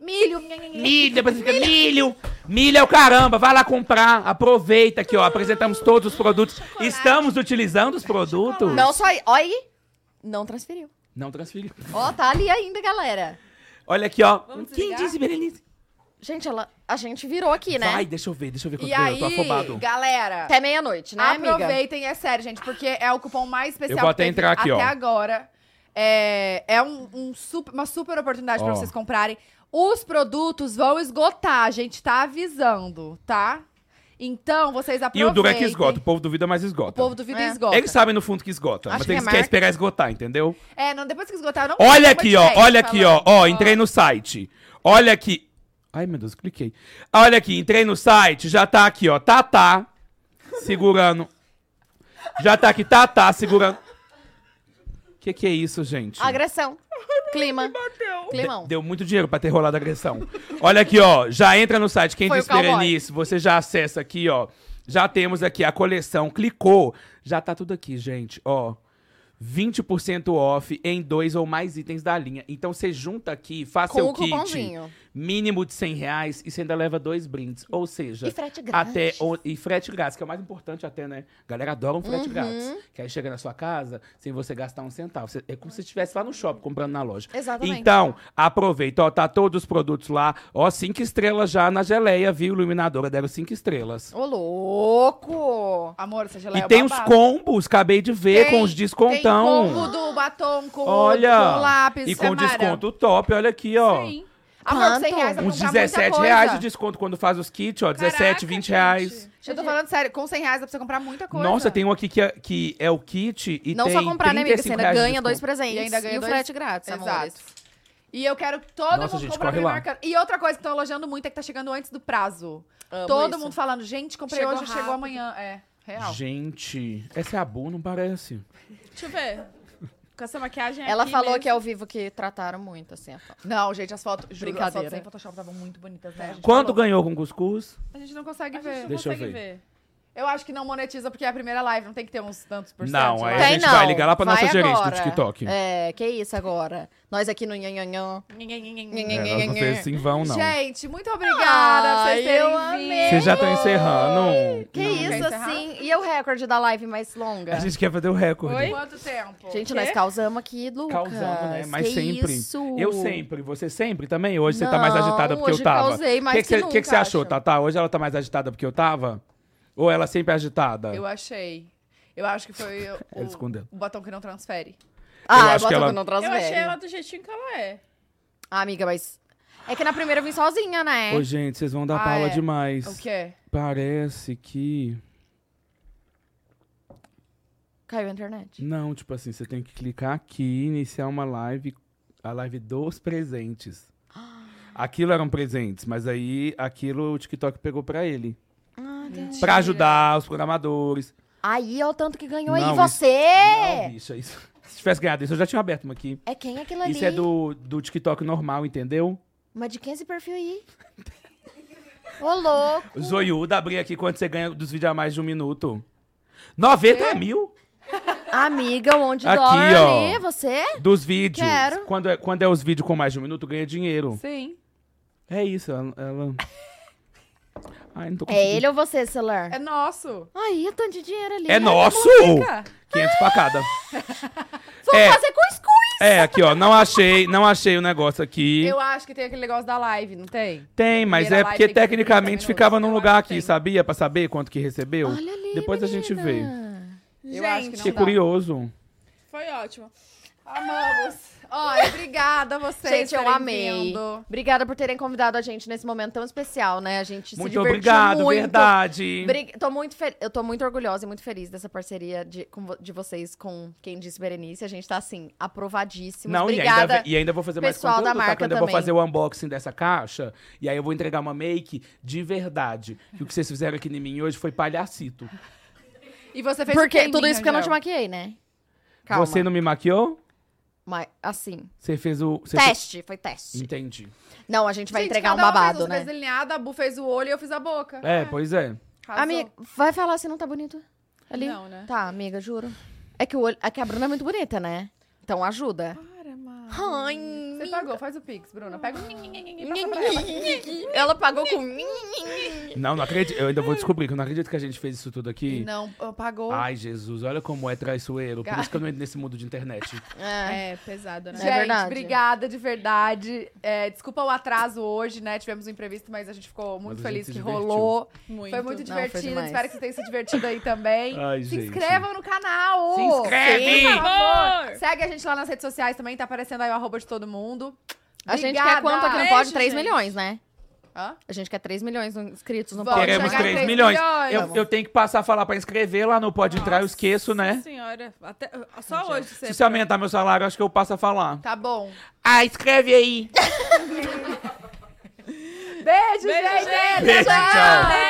Milho. Milho, depois você fica milho. Milho é o caramba, vai lá comprar, aproveita aqui, ó, apresentamos todos os produtos. Estamos utilizando os produtos. Não só aí. Olha aí. Não transferiu. Não transferiu. Ó, tá ali ainda, galera. Olha aqui, ó. Quem desligar? disse, Berenice? Gente, ela, a gente virou aqui, né? Vai, deixa eu ver, deixa eu ver quanto E ganhou, eu aí, tô afobado. galera, Até meia-noite, né, amiga? aproveitem, é sério, gente, porque é o cupom mais especial Eu vou que até teve entrar aqui, até ó. agora. É, é um, um super- uma super oportunidade pra Ó. vocês comprarem. Os produtos vão esgotar, a gente tá avisando, tá? Então, vocês E o aproveitem. duro é que esgota, o povo duvida, mas esgota. O povo do Vida É. esgota. Eles sabem no fundo que esgota, Acho mas que tem é que quer marketing. esperar esgotar, entendeu? É, não, depois que esgotar, eu não Olha uma aqui, ó, ideia olha aqui, ó, tá falando. ó, entrei no site. Olha aqui. Ai, meu Deus, cliquei. Olha aqui, entrei no site, já tá aqui, ó, Tatá, tá, segurando Já tá aqui, tá, tá, segurando. Que que é isso, gente? Agressão. Clima. Climão. Deu muito dinheiro pra ter rolado agressão. Olha aqui, ó. Já entra no site. Quem Foi o disse cowboy. Berenice, você já acessa aqui, ó. Já temos aqui a coleção. Clicou. Já tá tudo aqui, gente. Ó. 20% off em dois ou mais itens da linha. Então você junta aqui, faz Com seu o kit. cupomzinho. Mínimo de 100 reais e você ainda leva dois brindes. Ou seja, E frete grátis. até on- e frete grátis, que é o mais importante até, né? Galera adora um Uhum. frete grátis. Que aí chega na sua casa sem você gastar um centavo. Você- é como se estivesse lá no shopping comprando na loja. Exatamente. Então, aproveita, ó, tá todos os produtos lá. Ó, cinco estrelas já na geleia, viu? Iluminadora deram cinco estrelas. Ô, louco! Amor, essa E geleia é tem os babado. combos, acabei de ver, Tem- com os descontão. Tem combo é do batom com, o- Olha, com o lápis. e com Samara. desconto top, olha aqui, ó. Sim. Amor, de 100 reais vai Uns comprar muita 17 coisa. reais o desconto quando faz os kits, ó. 17, Caraca, 20 gente. reais. Eu tô falando sério, com 100 reais dá pra você comprar muita coisa. Nossa, tem um aqui que é, que é o kit e Não tem só comprar, né, amiga? Você 35 ainda reais de ganha dois desconto. presentes. E E, ainda ganha o dois- frete grátis, amores. Exato. E eu quero que todo Nossa, mundo gente, compra corre me lá. marcando. E outra coisa que estão elogiando muito é que tá chegando antes do prazo. Amo todo isso. mundo falando, gente, comprei Chegou hoje, chegou rápido. amanhã. É, real. Gente, essa é a Bu, não parece? Deixa eu ver. Com essa maquiagem Ela aqui falou mesmo. que é ao vivo que trataram muito, assim, a foto. Não, gente, as fotos, juro, as Brincadeira. fotos sem Photoshop estavam muito bonitas, né? A gente Quanto falou. ganhou com cuscuz? A gente não consegue A gente ver. não Deixa eu consegue ver. Eu acho que não monetiza porque é a primeira live, não tem que ter uns tantos por cento. Não, aí lá. É, a Tem gente vai não, ligar lá pra vai nossa gerente do agora. TikTok. É, que isso agora? Nós aqui no nhanhanhã. É, nós não fez assim em vão, não. Gente, muito obrigada por vocês Ai, eu terem amei. vindo. Vocês já estão encerrando. Que Não, quer isso, encerrar? assim? E o recorde da live mais longa? A gente quer fazer o recorde. Oi? Quanto tempo? Gente, nós causamos aqui, Lucas. Causamos, né? Mas que sempre. Isso? Eu sempre. Você sempre também? Hoje você tá mais Não, agitada porque eu hoje tava. causei mais que, que você- que, nunca, que você achou, acho. Tatá? Hoje ela tá mais agitada porque eu tava? Ou ela sempre é agitada? Eu achei. Eu acho que foi o, Ela escondeu. o batom que não transfere. Ah, acho que bota ela- que não Eu achei transfere. ela do jeitinho que ela é. Ah, amiga, mas... É que na primeira eu vim sozinha, né? Ô, gente, vocês vão dar Ah, pala é. demais. O quê? Parece que. Caiu a internet. Não, tipo assim, você tem que clicar aqui e iniciar uma live, a live dos presentes. Aquilo eram presentes, mas aí aquilo o TikTok pegou pra ele. Pra ajudar os programadores. Aí, ó, o tanto que Não, ganhou aí. isso- Você! Não, bicha, isso. Se tivesse ganhado isso, eu já tinha aberto uma aqui. É quem é aquilo ali? Isso é do, do TikTok normal, entendeu? Mas de quem é esse perfil aí? Ô, louco! Zoiuda, abri aqui quando você ganha dos vídeos a mais de um minuto. 90 mil Amiga, um onde Aqui, dorme ó. você? dos vídeos. Quero. Quando é, quando é os vídeos com mais de um minuto, ganha dinheiro. Sim. É isso, ela. ela- Ai, não tô É conseguindo. ele ou você, celular? É nosso. Aí, o tanto de dinheiro ali. né? É nosso! 500 pra cada. Vamos É. fazer com escudo! É, aqui, ó. Não achei, não achei o negócio aqui. Eu acho que tem aquele negócio da live, não tem? Tem, mas é Primeira porque live tem que ter 30 tecnicamente minutos, ficava num eu lugar acho que tem. aqui, sabia? Pra saber quanto que recebeu. Olha ali, Depois a gente vê. menina. Eu acho que não Fiquei dá. curioso. Foi ótimo. Amamos. Olha, obrigada a vocês. Gente, eu terem amei. vindo. Obrigada por terem convidado a gente nesse momento tão especial, né? A gente se Muito divertiu obrigado, muito. verdade. Bri- Tô muito fel- Eu tô muito orgulhosa e muito feliz dessa parceria de, com vo- de vocês com quem disse Berenice. A gente tá, assim, aprovadíssimo. Não, e Obrigada. ainda, e ainda vou fazer mais pessoal conteúdo, da tá? marca Que ainda vou também. fazer o unboxing dessa caixa e aí eu vou entregar uma make de verdade. E o que vocês fizeram aqui em mim hoje foi palhacito. E você fez o quê Porque em tudo mim, isso porque eu não te Angel? maquiei, né? Calma. Você não me maquiou? Mas, assim, Você fez o. você teste, foi fez- teste. Entendi. Não, a gente vai Gente, entregar um cada uma babado, fez né? Fez delineada, a Bu fez o olho e eu fiz a boca. É, pois é. Arrasou. Amiga, vai falar se não tá bonito. Ali. Não, né? Tá, amiga, juro. É que, o olho... é que a Bruna é muito bonita, né? Então ajuda. Para, mano. Ai, você pagou, faz o pix, Bruna. Pega o ela pagou com mim. Não, não acredito. Eu ainda vou descobrir, que eu não acredito que a gente fez isso tudo aqui. Não, pagou. Ai, Jesus, olha como é traiçoeiro. Por Ga- isso que eu não entro nesse mundo de internet. É. É, pesado, né? Gente, É verdade. obrigada de verdade. É, desculpa o atraso hoje, né? Tivemos um imprevisto, mas a gente ficou muito Mas a feliz gente que se divertiu. rolou. Muito. Foi muito Não, foi divertido. demais. Espero que vocês tenham se divertido aí também. Ai, se gente. inscrevam no canal! Se inscreve! Por favor! Segue a gente lá nas redes sociais também, tá aparecendo aí o arroba de todo mundo. A gente Obrigada. quer quanto aqui no Beijo, Pode? 3 gente. milhões, né? Hã? A gente quer 3 milhões no- inscritos no Vamos Pode. Queremos chegar Chegar- três 3 milhões. milhões. Eu, eu tenho que passar a falar pra inscrever lá no Pode Entrar, eu esqueço, né? Senhora, até, só hoje você. Se você aumentar meu salário, acho que eu passo a falar. Tá bom. Ah, escreve aí! Beijo, Beijo, gente! gente! Beijo, tchau! Beijo.